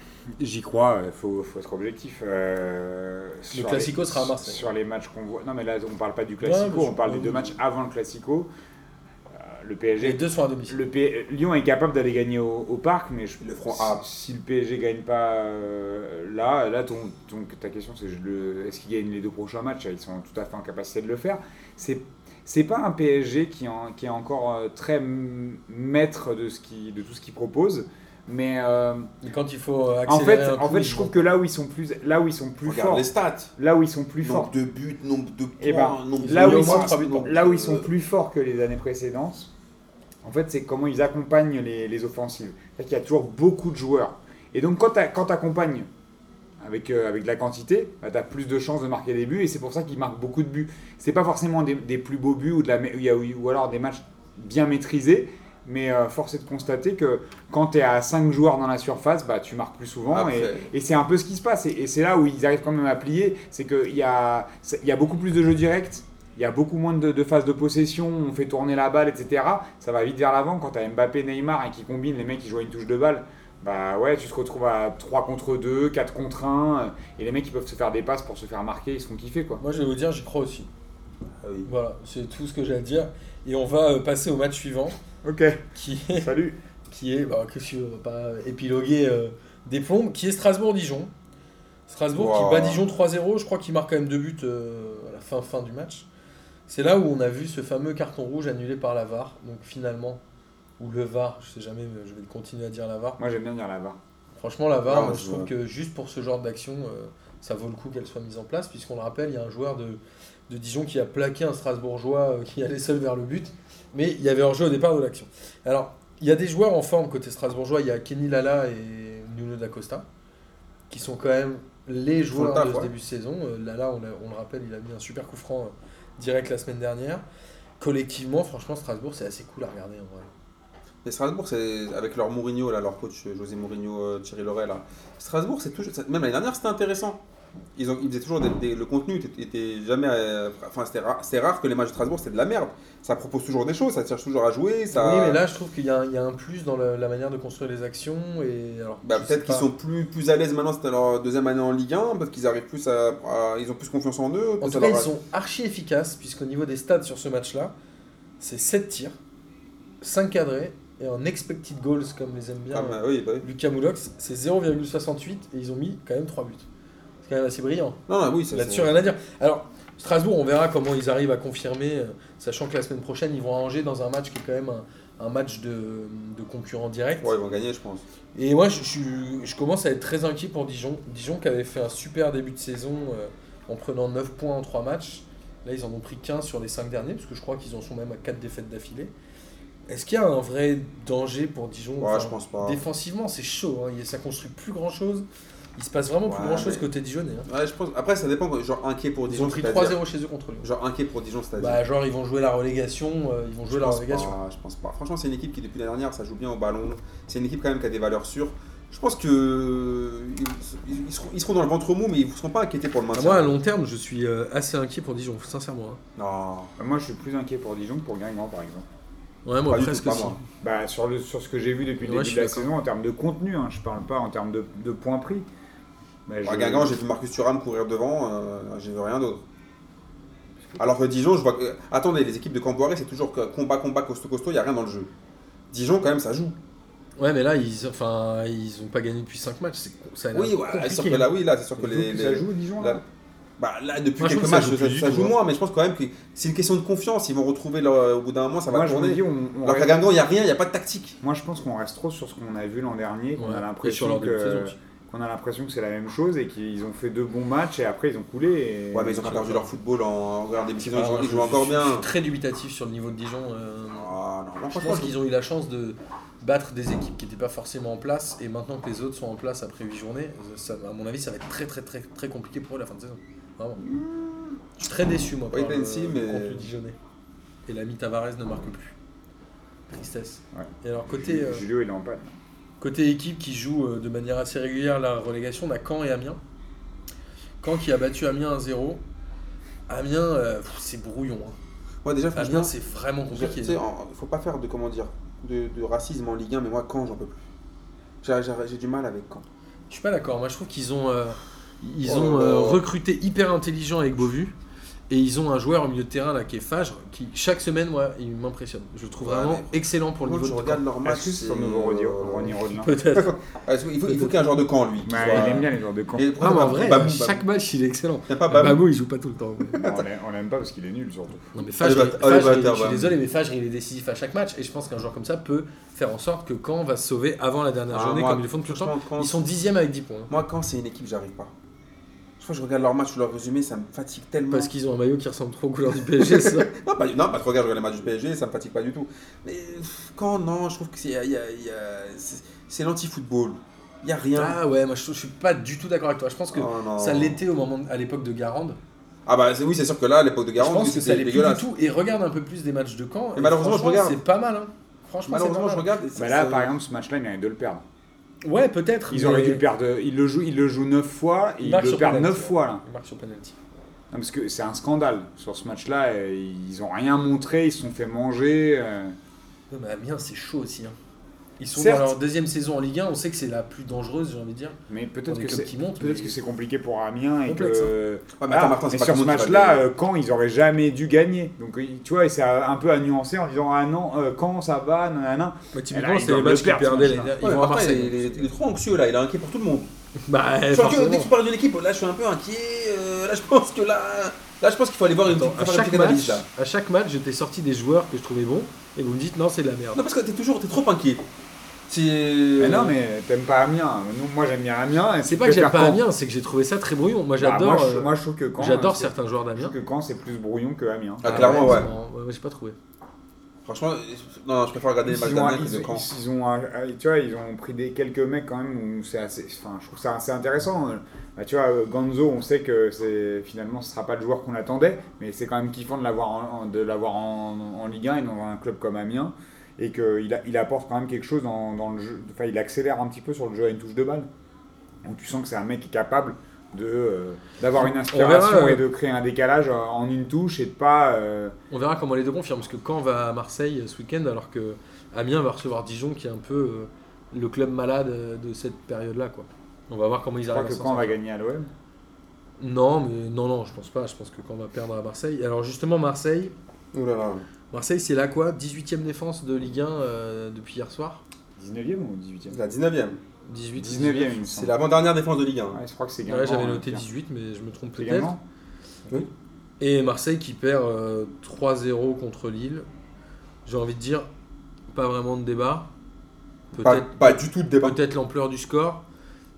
S3: J'y crois, il faut, faut être objectif. euh, sur les-
S1: Classico sera à Marseille.
S3: Sur les matchs qu'on voit. Non, mais là, on parle pas du Classico,
S1: mais je-
S3: on parle des deux matchs avant le Classico. Euh, le PSG.
S1: Les deux sont à domicile.
S3: Le P- Lyon est capable d'aller gagner au, au parc, mais je, ah,
S2: Ils le feront à-
S3: si, si le PSG gagne pas euh, là, là ton, ton- ta question c'est je le- est-ce qu'ils gagnent les deux prochains matchs Ils sont tout à fait en capacité de le faire. C'est c'est pas un PSG qui, en- qui est encore euh, très m- maître de, ce qui, de tout ce qu'il propose, mais euh,
S1: Et quand il faut euh,
S3: en
S1: accélérer
S3: fait,
S1: un
S3: en
S1: coup,
S3: fait
S1: ils vont-
S3: je trouve que là où ils sont plus, là où ils sont plus
S2: Regarde
S3: forts,
S2: les stats.
S3: là où ils sont plus forts,
S2: Nombre de buts, nombre de points,
S3: Eh ben,
S2: nombre
S3: là
S2: de
S3: où ils
S2: passes,
S1: sont-
S2: nombre
S3: là où ils
S2: de- euh,
S3: sont plus forts que les années précédentes, en fait, c'est comment ils accompagnent les, les offensives. cest qu'il y a toujours beaucoup de joueurs. Et donc, quand tu accompagnes avec, euh, avec de la quantité, tu as plus de chances de marquer des buts et c'est pour ça qu'ils marquent beaucoup de buts. C'est pas forcément des, des plus beaux buts ou, de la, mé- ou il y a- ou alors des matchs bien maîtrisés, mais euh, force est de constater que quand tu es à 5 joueurs dans la surface, bah, tu marques plus souvent.
S2: Après.
S3: et- et c'est un peu ce qui se passe. Et, et c'est là où ils arrivent quand même à plier. C'est qu'il y a, c'est- il y a beaucoup plus de jeux directs. Il y a beaucoup moins de, de phases de possession. On fait tourner la balle, etc. Ça va vite vers l'avant. Quand t'as Mbappé, Neymar et qui combinent, les mecs qui jouent à une touche de balle. Bah ouais, tu te retrouves à 3 contre 2, 4 contre 1. Et les mecs, ils peuvent se faire des passes pour se faire marquer. Ils se font kiffer, quoi.
S1: Moi, je vais vous dire, j'y crois aussi.
S2: Ah oui.
S1: Voilà, c'est tout ce que j'ai à dire. Et on va euh, passer au match suivant,
S3: Ok,
S1: qui est,
S3: salut.
S1: qui est bah, que si on va pas épiloguer euh, des plombes, qui est Strasbourg-Dijon. Strasbourg
S2: Wow.
S1: qui bat Dijon 3-0, je crois qu'il marque quand même deux buts euh, à la fin, fin du match. C'est là où on a vu ce fameux carton rouge annulé par la VAR, donc finalement, ou le VAR, je sais jamais, mais je vais continuer à dire la VAR.
S3: Moi, j'aime bien dire là-bas.
S1: Franchement, la VAR,
S2: Ah,
S1: moi,
S2: je
S1: je trouve
S2: vois.
S1: que juste pour ce genre d'action, euh, ça vaut le coup qu'elle soit mise en place, puisqu'on le rappelle, il y a un joueur de, de Dijon qui a plaqué un Strasbourgeois euh, qui allait seul vers le but, mais il y avait hors-jeu au départ de l'action. Alors, il y a des joueurs en forme côté Strasbourgeois, il y a Kenny Lala et Nuno Da Costa, qui sont quand même les
S2: font le
S1: joueurs
S2: taf,
S1: de ce
S2: ouais.
S1: début de saison. Euh, Lala, on, l'a- on le rappelle, il a mis un super coup franc euh, direct la semaine dernière. Collectivement, franchement, Strasbourg, c'est assez cool à regarder en vrai.
S2: Mais Strasbourg, c'est avec leur Mourinho, là, leur coach euh, José Mourinho, euh, Thierry Loret, là. Strasbourg, c'est toujours. c'est- Même l'année dernière, c'était intéressant. Ils, ont, ils faisaient toujours des, des- le contenu était, était jamais. euh, Enfin, c'était rare, c'est rare que les matchs de Strasbourg, c'était de la merde. Ça propose toujours des choses, ça cherche toujours à jouer. Ça...
S1: Oui, mais là, je trouve qu'il y, a un- il y a un plus dans la, la manière de construire les actions. Et alors,
S2: Bah,
S1: je sais
S2: peut-être qu'ils
S1: pas.
S2: sont plus, plus à l'aise maintenant, c'était leur deuxième année en Ligue 1, peut-être qu'ils arrivent plus à, à- Ils ont plus confiance en eux.
S1: En
S2: peut-être
S1: tout
S2: ça
S1: cas, ils
S2: leur a-
S1: sont archi efficaces, puisqu'au niveau des stats sur ce match-là, c'est 7 tirs, 5 cadrés, et en expected goals, comme les aime bien euh,
S2: Ah, bah, oui, bah oui.
S1: Lucas Moulox, c'est 0,68, et ils ont mis quand même 3 buts. C'est quand même assez brillant.
S2: Non, non, oui, ça,
S1: Là-dessus,
S2: c'est-
S1: rien à dire. Alors, Strasbourg, on verra comment ils arrivent à confirmer, euh, sachant que la semaine prochaine, ils vont à Angers dans un match qui est quand même un, un match de, de concurrent direct.
S2: Ouais, ils vont gagner, je pense.
S1: Et moi, je, je- je commence à être très inquiet pour Dijon. Dijon qui avait fait un super début de saison euh, en prenant 9 points en 3 matchs. Là, ils en ont pris 15 sur les 5 derniers, parce que je crois qu'ils en sont même à 4 défaites d'affilée. Est-ce qu'il y a un vrai danger pour Dijon
S2: Ouais,
S1: Enfin,
S2: je pense pas.
S1: Défensivement, c'est chaud. Hein. Il- Ça construit plus grand-chose. Il se passe vraiment plus
S2: Ouais,
S1: grand-chose
S2: mais-
S1: côté Dijonais. hein.
S2: Ouais, je pense. Après, ça dépend, genre inquiet pour
S1: Ils
S2: Dijon.
S1: ont pris
S2: c'est-à-dire-
S1: 3-0 chez eux contre Lyon.
S2: Genre inquiet pour Dijon, c'est-à-dire.
S1: Bah, genre, ils vont jouer la relégation. euh, ils vont jouer
S2: Je
S1: la
S2: pense,
S1: relégation.
S2: pas, je pense pas. Franchement, c'est une équipe qui, depuis la dernière, ça joue bien au ballon. C'est une équipe quand même qui a des valeurs sûres. Je pense que euh, ils, ils seront, ils seront dans le ventre mou, mais ils ne seront pas inquiétés pour le maintien.
S1: Ah, Moi, à long terme, je suis euh, assez inquiet pour Dijon, sincèrement. hein.
S2: Non.
S3: Moi, je suis plus inquiet pour Dijon que pour Guingamp, par exemple.
S1: Ouais, moi,
S2: Pas du
S1: presque
S2: tout, pas
S1: si.
S2: moi.
S3: Bah, sur, le, sur ce que j'ai vu depuis le
S1: Ouais, je suis
S3: début de la
S1: d'accord.
S3: saison, en termes de contenu, hein, je parle pas en termes de, de points pris. Bah,
S2: Bah,
S3: je-
S2: Guingamp, j'ai vu Marcus Thuram courir devant, euh, j'ai vu rien d'autre. Alors que Dijon, je vois que. Attendez, les équipes de Camboiré, c'est toujours que combat, combat, costaud, costaud, il n'y a rien dans le jeu. Dijon, quand même, ça joue.
S1: Ouais, mais là, ils, enfin, ils ont pas gagné depuis 5 matchs. C'est, ça a l'air
S2: Oui, ouais, c'est sûr
S1: compliqué.
S2: que là, oui, là, c'est sûr que
S3: Ils
S2: les.
S3: jouent plus,
S2: les-
S3: Ça joue, Dijon, là
S2: là, bah, là, depuis
S1: Moi, je
S2: quelques
S1: trouve que ça
S2: matchs,
S1: joue
S2: ça,
S1: plus du
S2: ça
S1: tout,
S2: joue
S1: hein.
S2: moins, mais je pense quand même que c'est une question de confiance. Ils vont retrouver leur- au bout d'un moment, ça va
S3: Moi, je me
S2: tourner.
S3: dis, on- on
S2: Alors qu'à
S3: reste-
S2: Guingamp, il n'y a rien, il n'y a pas de tactique.
S3: moi, je pense qu'on reste trop sur ce qu'on a vu l'an dernier, qu'on
S1: Ouais,
S3: a
S1: et sur
S3: l'impression
S1: leur début de
S3: que
S1: saison.
S3: qu'on a l'impression que c'est la même chose et qu'ils ont fait deux bons matchs et après ils ont coulé. Et...
S2: Ouais, mais ils ont pas perdu leur football en regard des saison, ils
S1: Alors,
S2: jouent- ils
S1: Ah, je-
S2: jouent encore
S1: je- Je
S2: bien.
S1: suis très dubitatif sur le niveau de Dijon. euh,
S2: Ah non, non,
S1: je
S2: franchement,
S1: pense qu'ils ont eu la chance de battre des équipes qui n'étaient pas forcément en place et maintenant que les autres sont en place après 8 journées, euh, ça, à mon avis, ça va être très très très très compliqué pour eux la fin de saison. Vraiment. Je suis très déçu moi
S2: Oui,
S1: par le,
S2: Nancy, mais-
S1: le contenu dijonnais. Et l'ami Tavares ne marque plus. Tristesse.
S3: Ouais.
S1: Et alors côté euh,
S3: Julio, il est en panne.
S1: Côté équipe qui joue euh, de manière assez régulière la relégation, on a Caen et Amiens. Caen qui a battu Amiens 1-0. Amiens, euh, pff, c'est brouillon. hein.
S2: Ouais, déjà, franchement,
S1: Amiens, c'est vraiment compliqué.
S2: Tu sais, en- faut pas faire de comment dire de, de racisme en Ligue 1, mais moi quand j'en peux plus. J'ai- J'ai j'ai du mal avec quand.
S1: Je suis pas d'accord. Moi, je trouve qu'ils ont, euh, ils
S2: Oh là
S1: ont
S2: là.
S1: euh, recruté hyper intelligent avec Beauvu. Et ils ont un joueur au milieu de terrain là qui est Fage, qui chaque semaine, moi, il m'impressionne. Je le trouve
S2: Ouais,
S1: vraiment
S2: mais-
S1: excellent pour le
S2: Moi,
S1: niveau
S2: je
S1: de
S2: regarde leur match.
S3: Est-ce que c'est
S2: c'est-
S3: son
S1: euh,
S3: nouveau Rodi- Ronny Rodelin
S1: Peut-être.
S2: Ah, Est-ce qu'il faut, il faut qu'il y ait un joueur de camp lui. qui
S3: Bah,
S2: soit-
S3: Il aime bien Ah, bah, les joueurs de camp.
S2: Et
S1: Non,
S2: pourquoi
S1: Ah, mais
S2: pas
S1: en vrai,
S2: bah, Babou
S1: chaque match, il est excellent.
S2: Il n'y a pas Babou.
S1: Babou, il joue pas tout le temps. mais-
S3: On l'aime- on l'aime pas parce qu'il est nul surtout.
S1: Non mais Fajr,
S2: Allez,
S1: il-
S2: bat-
S1: Fajr,
S2: allez,
S1: il-
S2: bâtard,
S1: je suis
S2: va.
S1: désolé, mais Fajr, il est décisif à chaque match. Et je pense qu'un joueur comme ça peut faire en sorte que Caen va se sauver avant la dernière
S2: Ah,
S1: journée,
S2: moi,
S1: comme ils le font tout le temps.
S2: franchement, Caen-
S1: Ils sont dixièmes avec 10 points. hein,
S2: Moi quand c'est une équipe, j'arrive pas. Je crois que je regarde leur match ou leur résumé, ça me fatigue tellement.
S1: hein, Parce qu'ils ont un maillot qui ressemble trop aux couleurs du PSG, ça.
S2: Non, pas, non, parce que regarde, je regarde les matchs du PSG, ça me fatigue pas du tout. Mais pff, quand non, je trouve que c'est il y a- il y a- c'est- c'est l'anti-football. Il y a rien.
S1: Ah ouais, moi je, je suis pas du tout d'accord avec toi. Je pense que
S2: Oh, non.
S1: ça l'était au moment, de- à l'époque de Garande.
S2: Ah bah c'est- oui, c'est sûr que là, à l'époque de
S1: Je
S2: Garand,
S1: pense que ça
S2: c'était
S1: l'est plus du
S2: dégueulasse.
S1: tout. Et regarde un peu plus des matchs de Caen.
S2: Et malheureusement, je
S1: franchement,
S2: regarde.
S1: C'est pas mal, hein. Franchement, c'est pas
S2: Malheureusement, Ah je
S1: mal.
S2: regarde. et
S3: Bah
S2: ça-
S3: là,
S2: ça-
S3: par exemple, ce match-là, il mérite de le perdre.
S1: Ouais, peut-être.
S3: Ils auraient
S1: mais-
S3: dû le perdre. Ils le jouent, ils le jouent 9 fois et
S1: Il
S3: ils
S1: marque
S3: le
S1: sur
S3: perdent
S1: penalty,
S3: 9
S1: ouais.
S3: fois. Là.
S1: Il marque sur penalty.
S3: Non, parce que c'est un scandale sur ce match-là. euh, Ils ont rien montré, ils se sont fait manger. euh.
S1: Non, mais Amiens, c'est chaud aussi. hein. Ils sont
S3: Certes.
S1: dans leur deuxième saison en Ligue 1. On sait que c'est la plus dangereuse, j'ai envie de dire.
S3: Mais peut-être
S1: Pour
S3: que
S1: des clubs
S3: c'est
S1: qui montent,
S3: peut-être
S1: mais-
S3: que c'est compliqué pour Amiens et
S1: Complexe,
S3: que.
S2: Ouais, mais attends,
S3: Ah,
S2: Martin,
S3: mais
S2: c'est pas
S3: sur
S2: tout
S3: ce
S2: le monde qui va
S3: match-là,
S2: gagner.
S3: euh, Caen, ils auraient jamais dû gagner. Donc, euh, tu vois, et c'est un peu à nuancer en disant Ah non, euh, Caen, ça va, nanana.
S1: Bah,
S3: Et là,
S1: typiquement,
S3: ils
S1: c'était
S3: doivent
S1: les
S3: le
S1: matchs qu'ils
S3: perdre, ce
S1: perdaient.
S3: match-là.
S1: les- Ils
S2: Ouais,
S1: vont à
S2: Martin,
S1: Marseille.
S2: il, est, il est trop anxieux là, il est inquiet pour tout le monde.
S1: Bah,
S2: Je crois que dès
S1: forcément.
S2: qu'il faut parler d'une équipe, là je suis un peu inquiet. euh, là je pense que là, là je pense qu'il faut aller voir une
S1: Attends,
S2: petite,
S1: à,
S2: faire une
S1: chaque
S2: petite analyse
S1: match,
S2: là.
S1: à chaque match, j'étais sorti des joueurs que je trouvais bons et vous me dites non, c'est de la merde.
S2: Non parce que t'es toujours, t'es trop inquiet. C'est.
S3: Mais non, mais t'aimes pas Amiens. Nous, moi, j'aime bien Amiens. et
S1: C'est
S3: tu
S1: pas que j'aime
S3: préfères
S1: pas
S3: Caen.
S1: Amiens, c'est que j'ai trouvé ça très brouillon. Moi,
S3: Bah,
S1: j'adore
S3: moi, je-
S1: euh,
S3: moi, je trouve que Caen. euh,
S1: j'adore
S3: c'est-
S1: certains joueurs
S3: Je
S1: d'Amiens.
S3: trouve que Caen, c'est plus brouillon que Amiens.
S2: Ah, clairement, ouais.
S1: c'est marrant. ouais. ouais, J'ai pas trouvé.
S2: Franchement, non, je préfère regarder les matchs
S3: Ils ont,
S2: d'Amiens que de
S3: ils-
S2: Caen.
S3: ils- ils ont, euh, tu vois, ils ont pris des, quelques mecs quand même où c'est assez. Enfin, je trouve ça assez intéressant. Bah, tu vois, euh, Ganzo, on sait que c'est finalement ce sera pas le joueur qu'on attendait, mais c'est quand même kiffant de l'avoir en, en- de l'avoir en, en Ligue 1 et dans un club comme Amiens et qu'il il apporte quand même quelque chose dans, dans le jeu. Enfin, il accélère un petit peu sur le jeu à une touche de balle. Donc tu sens que c'est un mec qui est capable de euh, d'avoir une inspiration
S1: verra, euh,
S3: et de créer un décalage euh, en une touche et de pas. euh,
S1: On verra comment les deux confirment parce que Caen va à Marseille euh, ce week-end alors que Amiens va recevoir Dijon qui est un peu euh, le club malade euh, de cette période-là quoi. On va voir comment ils
S3: je crois
S1: arrivent.
S3: que
S1: à s'en
S3: quand on va
S1: sortir.
S3: gagner à l'OM.
S1: Non, mais non, non, je pense pas. Je pense que Caen va perdre à Marseille. Alors justement, Marseille,
S2: Ouh là là.
S1: Marseille, c'est la quoi 18ème défense de Ligue 1 euh, depuis hier soir
S3: 19e ou 18e
S2: C'est la 19ème.
S1: 18
S3: 19e, il me
S2: C'est
S3: semble.
S2: l'avant-dernière défense de Ligue 1.
S3: Ouais, je crois que c'est
S1: Ouais,
S3: Guingamp.
S1: j'avais
S3: hein,
S1: noté
S3: Pierre.
S1: 18, mais je me trompe
S3: C'est
S1: peut-être.
S3: Guingamp
S1: Et Marseille qui perd euh, 3-0 contre Lille. J'ai envie de dire, pas vraiment de débat.
S2: Pas,
S1: Peut-être
S2: pas du tout de débat.
S1: peut-être l'ampleur du score.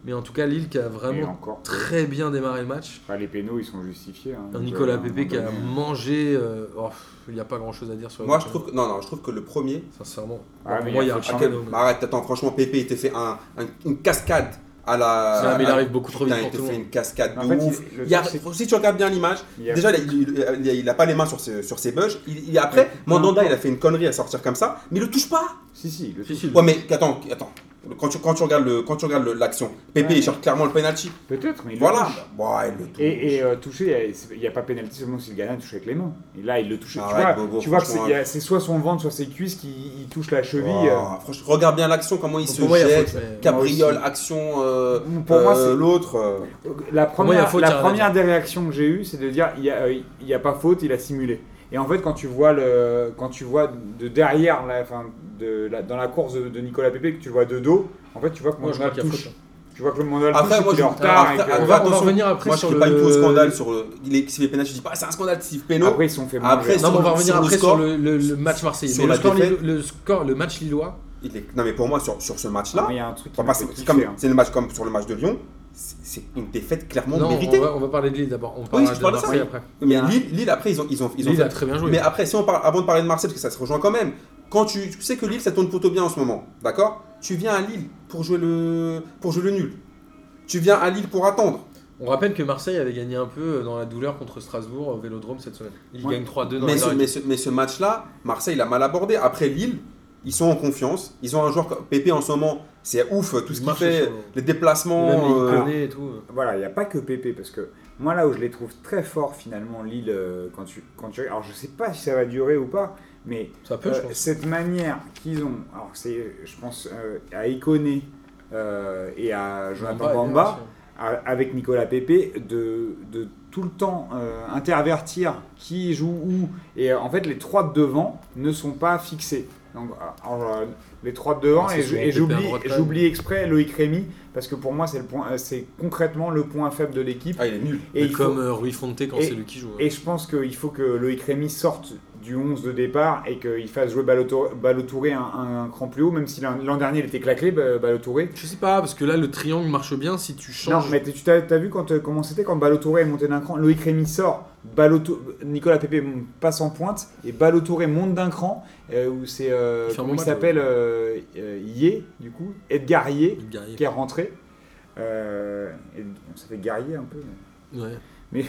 S1: Mais en tout cas, Lille qui a
S3: Et
S1: vraiment
S3: encore.
S1: très bien démarré le match.
S3: Enfin, les pénaux, ils sont justifiés. hein.
S1: Un
S3: Donc,
S1: Nicolas
S3: euh, à un
S1: Pépé qui a
S3: moment donné,
S1: mangé. euh, oh, il n'y a pas grand chose à dire sur le
S2: Moi
S1: match,
S2: je trouve que, non, non, je trouve que le premier.
S1: hein. Sincèrement.
S3: Ah,
S1: pour
S3: mais
S1: moi,
S3: il
S1: il
S3: y
S1: y
S3: a
S1: a
S3: faute
S1: un
S2: Quel-
S1: phénomène.
S2: Arrête, attends, franchement, Pépé, il t'a fait un, un- une cascade à la.
S1: Ah, mais il
S2: à-
S1: arrive beaucoup trop vite
S2: Putain,
S1: pour
S2: il
S1: tout
S2: te
S1: le
S2: fait
S1: monde.
S2: une cascade de
S3: En fait, il-
S2: ouf.
S3: le
S2: Il y a-
S3: truc,
S2: si tu regardes bien l'image,
S3: Il y a-
S2: déjà, il, a- il- il a pas les mains sur ses, sur ses bugs. Il, il- après, Mandanda, il a fait une connerie à sortir comme ça, mais il le touche pas.
S3: Si, si, le
S1: Si, si,
S2: Ouais, mais attends, attends. Quand tu, quand tu regardes le- quand tu regardes le- l'action, Pépé,
S3: Ouais.
S2: il cherche clairement le penalty.
S3: Peut-être, mais il le
S2: Voilà.
S3: touche.
S2: Bah, il le touche.
S3: Et, et, euh, toucher, il n'y a, pas pénalité seulement si le gardien touche avec les mains. Et là, il le touche. tu
S2: Arrête,
S3: vois,
S2: Bobo,
S3: tu vois que c'est
S2: franchement,
S3: il y a- c'est soit son ventre, soit ses cuisses qui il touche la cheville. euh,
S2: Ouah, franchement, regarde bien l'action, comment il
S1: Donc,
S2: se
S1: pour moi, il y a
S2: jette.
S1: faute, mais-
S2: Cabriole,
S3: Moi
S2: action. euh,
S3: Pour moi,
S2: euh,
S3: c'est-
S2: l'autre. euh,
S3: Euh,
S1: moi, il
S3: La
S1: y a
S3: première,
S1: faute, il y
S3: la
S1: a rien à
S3: première des réactions que j'ai eues, c'est de dire il n'y a, euh, il y a pas faute, il a simulé. Et en fait, quand tu vois, le, quand tu vois de derrière, la, enfin, de, la- dans la course de, de Nicolas Pepe, que tu le vois de dos, en fait, tu vois que
S1: Moi, je
S3: Mandanda
S1: crois qu'il y a
S3: touche.
S1: faute. hein.
S3: Tu vois que le Mandanda
S2: Après,
S3: touche et
S2: moi,
S3: qu'il est
S2: je-
S3: en retard.
S2: après,
S3: et que-
S1: On
S2: après,
S1: va, on va
S2: attention,
S1: revenir après
S2: Moi, je
S1: sur
S2: ne
S1: le.
S2: pas du tout au scandale sur le. Il est, s'il est pénal, je dis pas, ah, c'est un scandale s'il péno.
S3: Après, ils se sont fait
S2: Après,
S3: manger.
S2: sur
S1: Non, mais on va
S2: le-
S1: revenir
S2: sur le
S1: après sur
S2: score,
S1: le, le- le match marseillais.
S2: sur
S1: Mais le,
S2: la
S1: score,
S2: défaite.
S1: lillo- le score, le match lillois,
S2: Il est- Non, mais pour moi, sur, sur ce match-là,
S3: Il y a un truc qui
S2: enfin,
S3: m'a
S2: pas-
S3: fait
S2: c'est
S3: kiffer,
S2: comme-
S3: hein.
S2: c'est le match comme sur le match de Lyon, c'est c'est une défaite clairement
S1: non,
S2: méritée.
S1: on va, on va parler de Lille d'abord. On
S2: Oui,
S1: parlera
S2: je
S1: de
S2: parle de ça,
S1: Marseille
S2: oui.
S1: après.
S3: Il y
S2: Mais
S3: a un-
S2: Lille, Lille, après, ils ont, ils ont, ils ont
S1: Lille
S2: fait
S1: a très bien joué.
S2: Mais après, si on parle, avant de parler de Marseille, parce que ça se rejoint quand même, quand tu, tu sais que Lille, ça tourne plutôt bien en ce moment, d'accord Tu viens à Lille pour jouer, le, pour jouer le nul. Tu viens à Lille pour attendre.
S1: On rappelle que Marseille avait gagné un peu dans la douleur contre Strasbourg au Vélodrome cette semaine. Ils
S3: Ouais.
S1: gagnent 3-2 dans
S2: Mais
S1: les
S2: ce,
S1: arrêts.
S2: mais ce- mais ce match-là, Marseille l'a mal abordé. Après Lille, ils sont en confiance. Ils ont un joueur, comme- Pépé en ce moment, c'est ouf, euh, tout
S1: Il
S2: ce qu'il
S1: marche
S2: fait,
S1: sur le-
S2: les
S1: Même
S2: déplacements.
S1: il
S2: euh,
S1: connaît et tout.
S3: Voilà, il n'y a pas que Pépé, parce que moi là où je les trouve très forts finalement, Lille, euh, quand tu, quand tu... Alors je sais pas si ça va durer ou pas, mais
S1: Ça peut,
S3: euh,
S1: je pense.
S3: cette manière qu'ils ont, alors c'est, je pense, euh, à Iconé euh, et à Jonathan Bamba, à- avec Nicolas Pépé, de, de tout le temps euh, intervertir qui joue où, et euh, en fait les trois de devant ne sont pas fixés. Donc, alors, euh, les trois de devant,
S1: Ah, c'est souvent Pépé à
S3: et je- et j'oublie
S1: droite, quand même.
S3: j'oublie exprès Loïc Rémy, parce que pour moi c'est le point- euh, c'est concrètement le point faible de l'équipe.
S2: Ah, il est nul.
S3: Et,
S1: Et
S3: il
S1: comme
S3: faut-
S1: euh, Rui Fonte quand
S3: et-
S1: c'est lui qui joue. hein.
S3: et je pense qu'il faut que Loïc Rémy sorte du 11 de départ et qu'il fasse jouer Balotouré, Balotouré un, un- un cran plus haut, même si l'an l'an dernier il était claclé, Ba- Balotouré.
S1: Je sais pas, parce que là, le triangle marche bien si tu
S3: Non,
S1: changes.
S3: mais t'es- tu t'as t'as vu quand, euh, comment c'était quand Balotouré est monté d'un cran Loïc Rémy sort, Baloto- Nicolas Pépé passe en pointe et Balotouré monte d'un cran euh, où c'est. euh,
S1: Il fait un
S3: comment
S1: bon
S3: il
S1: match,
S3: s'appelle euh, euh, Yé, du coup Edgar Yé,
S1: Le guerrier.
S3: qui est rentré. Euh, et, on s'appelait Guerrier un peu. mais-
S1: Ouais.
S3: Mais-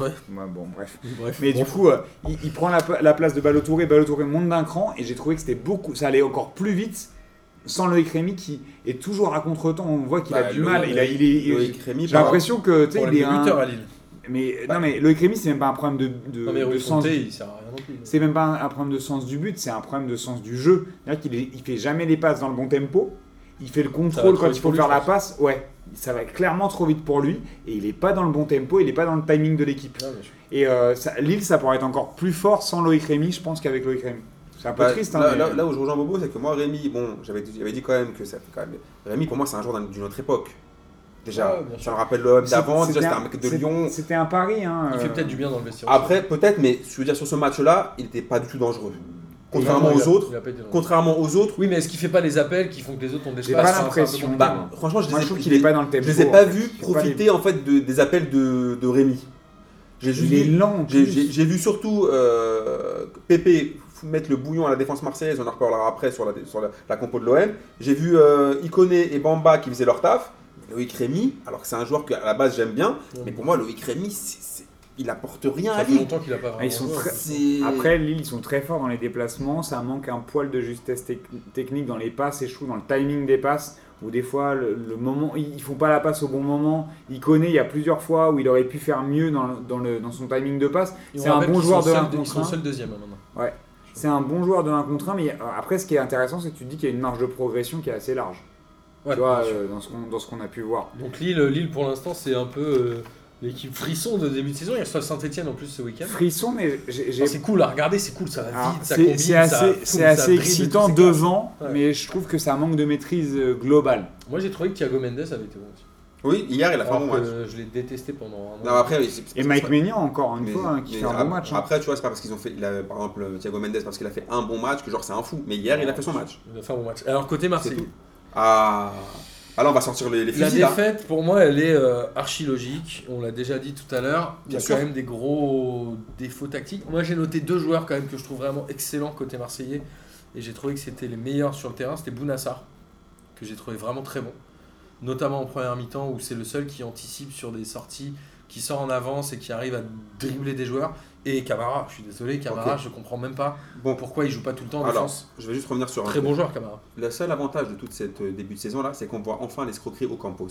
S1: Ouais,
S3: Ouais, bon, bref.
S1: bref.
S3: Mais
S1: Bon,
S3: du coup, euh, il, il prend la, la place de Balotouré, Balotouré monte d'un cran, et j'ai trouvé que c'était beaucoup, ça allait encore plus vite sans Loïc Rémy qui est toujours à contre-temps. On voit qu'il a
S2: Bah,
S3: du
S2: Loïc-
S3: mal. Il a, il est, il-
S2: Loïc Rémy,
S3: j'ai l'impression que tu sais,
S1: pour
S3: il
S1: les
S3: est un-
S1: buteurs à Lille.
S3: Mais
S2: Bah.
S3: non, mais Loïc Rémy, c'est même pas un problème de, de,
S1: Non, mais
S3: de
S1: Rui
S3: sens.
S1: Fonte, il sert à rien non plus.
S3: C'est même pas un, un problème de sens du but, c'est un problème de sens du jeu. C'est-à-dire qu'il est- il fait jamais les passes dans le bon tempo. Il fait le contrôle
S1: trop
S3: quand
S1: vite
S3: il faut
S1: pour lui,
S3: faire
S1: je
S3: la
S1: pense.
S3: passe. Ouais, ça va clairement trop vite pour lui. Et il est pas dans le bon tempo. Il est pas dans le timing de l'équipe.
S1: Non, mais je-
S3: Et euh, ça- Lille, ça pourrait être encore plus fort sans Loïc Rémy, je pense, qu'avec Loïc Rémy. C'est un peu
S2: Bah,
S3: triste, hein,
S2: là,
S3: mais-
S2: là- là où je rejoins Bobo, c'est que moi, Rémi, bon, j'avais dit, j'avais dit quand même que ça fait quand même. Rémi, pour moi, c'est un joueur d'un- d'une autre époque. Déjà,
S1: Ouais, bien
S2: ça
S1: sûr.
S2: me rappelle l'OM
S3: C'est-
S2: d'avant, déjà,
S3: c'était
S2: c'était un mec de
S3: c'est-
S2: Lyon.
S3: C'était un pari. Hein,
S1: Il fait
S3: euh,
S1: peut-être du bien dans le vestiaire.
S2: Après, peut-être, mais je veux dire, sur ce match-là, il n'était pas du tout dangereux. Contrairement
S1: Il a-
S2: aux autres,
S1: il a pas été dans le-
S2: contrairement aux autres,
S1: Oui, mais est-ce qu'il fait pas les appels qui font que les autres ont des
S3: euh, J'ai
S1: espaces Enfin,
S3: pas
S1: hein, c'est un peu
S3: l'impression.
S1: compliqué.
S2: bah, franchement, je
S3: Moi, je
S2: les ai,
S3: trouve
S2: je
S3: qu'il
S2: les-
S3: est pas dans le hein. tempo.
S2: je les ai
S3: en
S2: pas
S3: fait.
S2: vus
S3: Il est pas
S2: profiter en fait de- des appels de, de Rémi. J'ai
S3: les-
S2: juste
S3: Il est
S2: vu-
S3: lent. en
S2: J'ai-
S3: plus.
S2: J'ai j'ai vu surtout euh, Pépé f- mettre le bouillon à la défense marseillaise, on en reparlera après sur la, sur la, la compo de l'OM. J'ai vu euh, Ikoné et Bamba qui faisaient leur taf. Loïc Rémy, alors que c'est un joueur que à la base j'aime bien, mais pour moi Loïc Rémy, c'est- c'est- il apporte rien à
S1: ça fait
S2: Lille.
S1: longtemps qu'il a pas vraiment
S3: Ah, ils sont
S1: joué.
S3: très-
S2: C'est-
S3: Après, Lille, ils sont très forts dans les déplacements. Ça manque un poil de justesse tec- technique dans les passes échoues, dans le timing des passes. Où des fois, le, le moment, ils ils font pas la passe au bon moment. Il connaît, il y a plusieurs fois où il aurait pu faire mieux dans, le- dans le- dans son timing de passe.
S1: Et on
S3: C'est un
S1: rappelle
S3: bon
S1: qu'ils
S3: joueur
S1: sont
S3: de
S1: seuls-
S3: 1
S1: Ils
S3: contre
S1: sont
S3: 1.
S1: seuls deuxième hein, maintenant.
S3: C'est un bon joueur de 1 contre 1, mais euh, après, ce qui est intéressant, c'est que tu te dis qu'il y a une marge de progression qui est assez large.
S1: Ouais,
S3: tu vois,
S1: bien sûr.
S3: euh, dans ce qu'on dans ce qu'on a pu voir.
S1: Donc Lille, euh, Lille pour l'instant, c'est un peu euh, l'équipe frisson de début de saison. Il reçoit Saint-Etienne en plus ce week-end.
S3: Frisson, mais j'ai- j'ai-
S1: Enfin, c'est cool à regarder, Ah, c'est cool, ça va
S3: Alors,
S1: vite, ça
S3: c'est
S1: combine,
S3: c'est
S1: ça
S3: assez,
S1: foule,
S3: c'est
S1: ça
S3: assez
S1: dribble,
S3: excitant
S1: tout, c'est classe.
S3: devant,
S1: Ouais.
S3: mais je trouve que ça manque de maîtrise euh, globale.
S1: Moi j'ai trouvé que Thiago Mendes avait été bon aussi.
S2: Oui, hier il a fait un
S1: Alors
S2: bon
S1: que
S2: match.
S1: je l'ai détesté pendant un
S2: Non,
S1: an.
S2: après, oui, c'est- c'est-
S3: Et
S2: c'est-
S3: Mike
S2: c'est-
S3: Maignan, encore une
S2: mais-
S3: fois, hein, qui
S2: mais
S3: fait un
S2: ap-
S3: bon match. hein.
S2: Après, tu vois, c'est pas parce qu'ils ont fait, il a- par exemple, Thiago Mendes, parce qu'il a fait un bon match que genre c'est un fou. Mais hier, il a fait son match.
S1: Il a fait un bon match. Alors côté
S2: C'est
S1: Marseille,
S2: tout. Ah, ah là, on va sortir les, les
S1: la
S2: fusils là.
S1: défaite pour moi elle est euh, archi logique. On l'a déjà dit tout à l'heure. Il y
S2: Bien
S1: a
S2: sûr.
S1: quand même des gros défauts tactiques. Moi j'ai noté deux joueurs quand même que je trouve vraiment excellents côté marseillais et j'ai trouvé que c'était les meilleurs sur le terrain. C'était Bounassar que j'ai trouvé vraiment très bon, notamment en première mi-temps où c'est le seul qui anticipe sur des sorties, qui sort en avance et qui arrive à dribbler des joueurs. Et Camara, je suis désolé, Camara,
S2: Ok.
S1: je comprends même pas
S2: Bon,
S1: pourquoi il joue pas tout le temps en
S2: Alors,
S1: défense.
S2: je vais juste revenir sur un
S1: Très
S2: truc.
S1: bon joueur Camara.
S2: Le seul avantage de toute cette euh, début de saison là, c'est qu'on voit enfin l'escroquerie au Campos.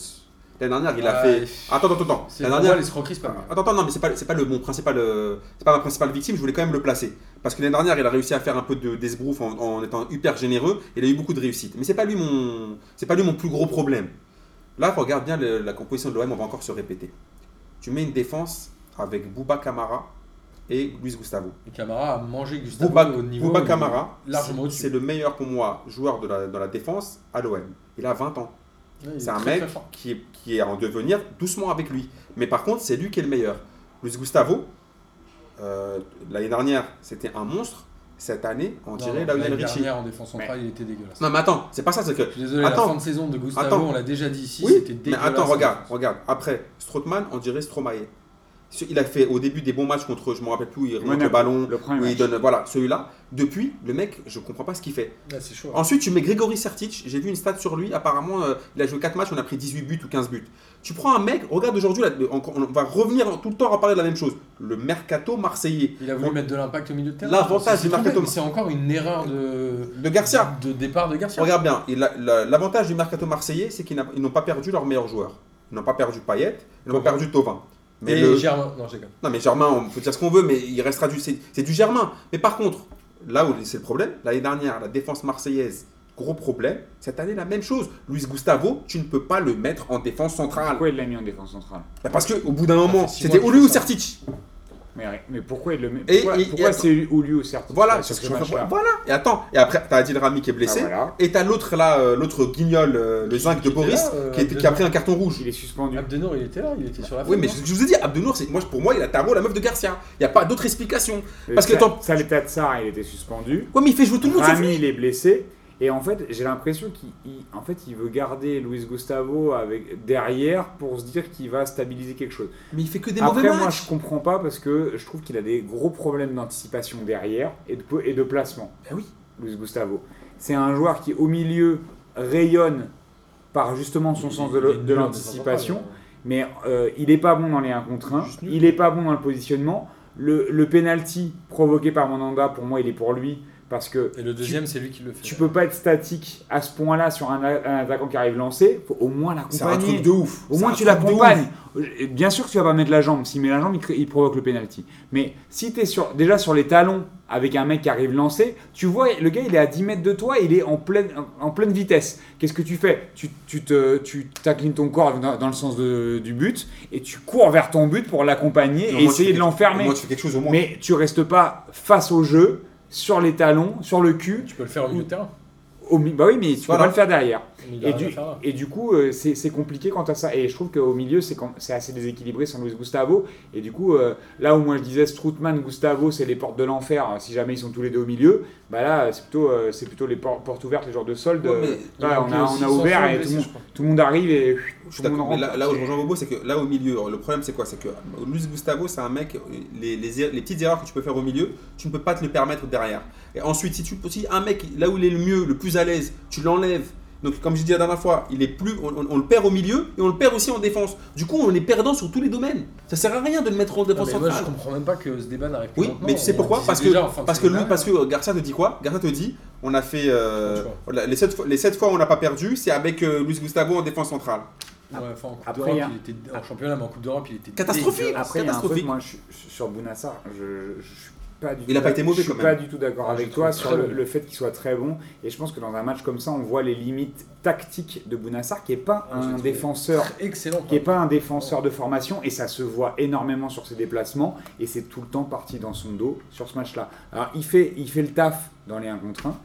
S2: La dernière, il a
S1: Ouais.
S2: fait. Attends, attends, attends.
S1: Ah, C'est
S2: La
S1: pour moi
S2: dernière.
S1: les scroqueries, c'est pas mal.
S2: Attends, attends, non, mais c'est pas, c'est pas le bon principal. euh, C'est pas ma principale victime. Je voulais quand même le placer parce que l'année dernière, il a réussi à faire un peu de d'esbrouf en, en étant hyper généreux. Il a eu beaucoup de réussite. Mais c'est pas lui mon, c'est pas lui mon plus gros problème. Là, regarde bien le- la composition de l'OM. On va encore se répéter. Tu mets une défense avec Bouba Kamara, et Luis Gustavo.
S1: Et Camara a mangé Gustavo
S2: Bouba,
S1: au niveau.
S2: Bouba Kamara,
S1: largement
S2: c'est-
S1: au-dessus.
S2: c'est le meilleur pour moi joueur de la, dans la défense à l'OM. Il a 20 ans.
S1: Ouais, il est
S2: C'est un
S1: très,
S2: mec
S1: très fort.
S2: qui est, qui est en devenir doucement avec lui. Mais par contre, c'est lui qui est le meilleur. Luis Gustavo, euh, l'année dernière, c'était un monstre. Cette année, on
S1: Non,
S2: dirait
S1: non,
S2: Lionel
S1: l'année
S2: Richie.
S1: dernière, en défense centrale, il était dégueulasse.
S2: Non, mais attends, c'est pas ça, c'est que.
S1: Je suis désolé,
S2: Attends.
S1: la fin de saison de Gustavo,
S2: Attends.
S1: on l'a déjà dit ici,
S2: Oui,
S1: c'était
S2: mais
S1: dégueulasse.
S2: attends, regarde, regarde. Après, Strootman, on dirait Stromae. Ce- Il a fait au début des bons matchs contre, je me rappelle plus, où il remonte le
S3: Monaco,
S2: ballon,
S3: le premier
S2: où il
S3: match.
S2: donne, voilà, celui-là. Depuis, le mec, je comprends pas ce qu'il fait.
S1: Là, c'est chaud. hein.
S2: Ensuite, tu mets Grégory Sertic. J'ai vu une stat sur lui. Apparemment, euh, il a joué 4 matchs, on a pris 18 buts ou 15 buts. Tu prends un mec, regarde aujourd'hui, là, on, on va revenir tout le temps à parler de la même chose. Le mercato marseillais.
S1: Il a voulu
S2: On-
S1: mettre de l'impact au milieu de terrain.
S2: L'avantage
S1: C'est
S2: du
S1: trompé,
S2: mercato-
S1: mais C'est encore une erreur de,
S2: De Garcia.
S1: de départ de Garcia.
S2: Regarde bien, et la- la- l'avantage du mercato marseillais, c'est qu'ils n'a- ils n'ont pas perdu leurs meilleurs joueurs. Ils n'ont pas perdu Payet, ils n'ont pas perdu Tovin. Mais
S1: Et
S2: le-
S1: Germain. Non, j'ai quand
S2: Non, mais Germain, on peut dire ce qu'on veut, mais il restera du. C'est c'est du Germain. Mais par contre, là où c'est le problème, l'année dernière, la défense marseillaise, gros problème. Cette année, la même chose. Luis Gustavo, tu ne peux pas le mettre en défense centrale.
S3: Pourquoi il l'a mis en défense centrale
S2: Bah parce que au bout d'un moment,
S1: fait six
S2: c'était
S1: mois
S2: ou
S1: que
S2: lui
S1: je
S2: ou
S1: fais ça.
S2: Sertic.
S3: Mais, mais pourquoi il le met
S2: Et-
S3: Pourquoi,
S2: et-
S3: pourquoi
S2: et-
S3: c'est lui- ou lui au certes
S2: Voilà,
S3: sur
S2: c'est ce
S3: ce
S2: que je comprends.
S3: match-là
S2: Voilà. Et attends, et après, t'as Adil Rami qui est blessé.
S3: Ah, voilà.
S2: Et t'as l'autre là, euh, l'autre guignol, euh, le zinc de
S1: qui était
S2: Boris,
S1: là, euh,
S2: qui, est- qui a pris un carton rouge.
S3: Il est suspendu.
S1: même. Abdenour, il était là, il était sur la hein.
S2: Oui,
S1: feuille,
S2: mais
S1: non
S2: c'est ce que je vous ai dit, Abdenour, c'est- moi, pour moi, il a tarot la meuf de Garcia. Il n'y a pas d'autre explication.
S3: Le
S2: parce que
S3: Sa-
S2: t'en-
S3: Saleta Tsar, il était suspendu.
S2: Ouais, mais il fait jouer tout le monde. sauf lui.
S3: Rami, il est blessé. Et en fait, j'ai l'impression qu'il il- en fait, il veut garder Luis Gustavo avec, derrière pour se dire qu'il va stabiliser quelque chose.
S2: Mais il fait que des
S3: Après,
S2: mauvais
S3: moi,
S2: matchs.
S3: je comprends pas parce que je trouve qu'il a des gros problèmes d'anticipation derrière et de, et de placement.
S2: Ben oui.
S3: Luis Gustavo. C'est un joueur qui, au milieu, rayonne par justement son sens de
S1: Il est
S3: le-
S1: nul
S3: de
S1: en
S3: l'anticipation.
S1: défense centrale,
S3: mais euh, il est pas bon dans les 1 contre 1,
S2: Juste nul.
S3: il est pas bon dans le positionnement. Le, le penalty provoqué par Mandanda, pour moi, il est pour lui parce que
S1: ouais. Et le deuxième, c'est lui qui le fait.
S3: tu peux pas être statique à ce point-là sur un, a- un attaquant qui arrive lancé, faut au moins
S2: C'est un
S3: l'accompagner.
S2: truc de ouf.
S3: Au
S2: C'est
S3: moins
S2: un
S3: tu
S2: truc de ouf.
S3: l'accompagnes. Bien sûr que tu vas pas mettre la jambe. S'il met la jambe, il, crée- il provoque le penalty. Mais si tu es sur, déjà sur les talons avec un mec qui arrive lancé, tu vois, le gars il est à 10 mètres de toi, il est en pleine, en pleine vitesse. Qu'est-ce que tu fais tu, tu, te, tu t'inclines ton corps dans, dans le sens de- du but et tu cours vers ton but pour l'accompagner
S2: Au
S3: et
S2: moins, tu fais
S3: essayer de
S2: quelque- au
S3: l'enfermer.
S2: moins, tu fais quelque chose au moins.
S3: Mais tu restes pas face au jeu, sur les talons, sur le cul.
S1: Tu peux le faire au milieu de terrain.
S3: Au, mi- bah oui, mais tu
S2: Voilà.
S3: peux pas le faire derrière.
S1: Mais il a
S3: Et
S1: rien à
S3: du,
S1: faire là.
S3: et du coup, euh, c'est c'est compliqué quant à ça. Et je trouve qu'au milieu, c'est quand- c'est assez déséquilibré sans Luis Gustavo. Et du coup, euh, là où moi je disais Stroutman, Gustavo, c'est les portes de l'enfer, euh, si jamais ils sont tous les deux au milieu, bah là, c'est plutôt, euh, c'est plutôt les por- portes ouvertes, les genres de soldes.
S2: Ouais, mais
S3: euh,
S1: Il
S3: voilà,
S1: manque
S3: on, a,
S1: aussi
S3: on a
S1: Sanson
S3: ouvert et
S1: blessé,
S3: tout, le monde-
S1: je crois.
S3: tout le monde arrive et
S2: Je suis
S3: tout le
S2: d'accord,
S3: monde
S2: mais
S3: rentre.
S2: là, là où je rejoins Bobo, c'est que là au milieu, le problème c'est quoi C'est que euh, Luis Gustavo, c'est un mec, euh, les, les- les petites erreurs que tu peux faire au milieu, tu ne peux pas te le permettre derrière. Et ensuite, si, tu, si un mec, là où il est le mieux, le plus à l'aise, tu l'enlèves. Donc, comme je disais la dernière fois, il est plus, on, on- on le perd au milieu et on le perd aussi en défense. Du coup, on est perdant sur tous les domaines. Ça sert à rien de le mettre en
S1: Non,
S2: défense
S1: Ah, mais moi, je
S2: centrale.
S1: comprends même pas que ce débat n'arrive pas.
S2: Oui, mais tu sais pourquoi Parce que, parce, que
S1: Ah,
S2: Lou- parce que Garcia te dit quoi Garcia te dit, on a fait euh,
S1: Sept fois.
S2: voilà, les 7 fois, les sept fois où on n'a pas perdu, c'est avec euh, Luis Gustavo en défense centrale.
S3: Après,
S1: Après,
S3: il y a-
S1: il était en championnat, mais en Coupe d'Europe, il était
S2: Catastrophique.
S1: dégueulasse.
S3: Après, il y a un
S2: catastrophique.
S3: truc, moi, je, suis- sur Bounassar, je, je- je suis pas du
S2: Il a pas
S3: d'ac-
S2: été mauvais,
S3: Je suis
S2: quand
S3: pas
S2: même.
S3: du tout d'accord
S1: Ah, je
S3: avec
S1: le
S3: toi
S1: trouve
S3: sur
S1: très
S3: le,
S1: bon.
S3: le fait qu'il soit très bon. Et je pense que dans un match comme ça, on voit les limites tactiques de Bounassar, qui est pas
S1: Ah, je le
S3: un
S1: trouve
S3: défenseur
S1: Excellent.
S3: qui n'est pas un défenseur de formation et ça se voit énormément sur ses déplacements et c'est tout le temps parti dans son dos sur ce match-là. Alors il fait, il fait le taf dans les 1 contre 1,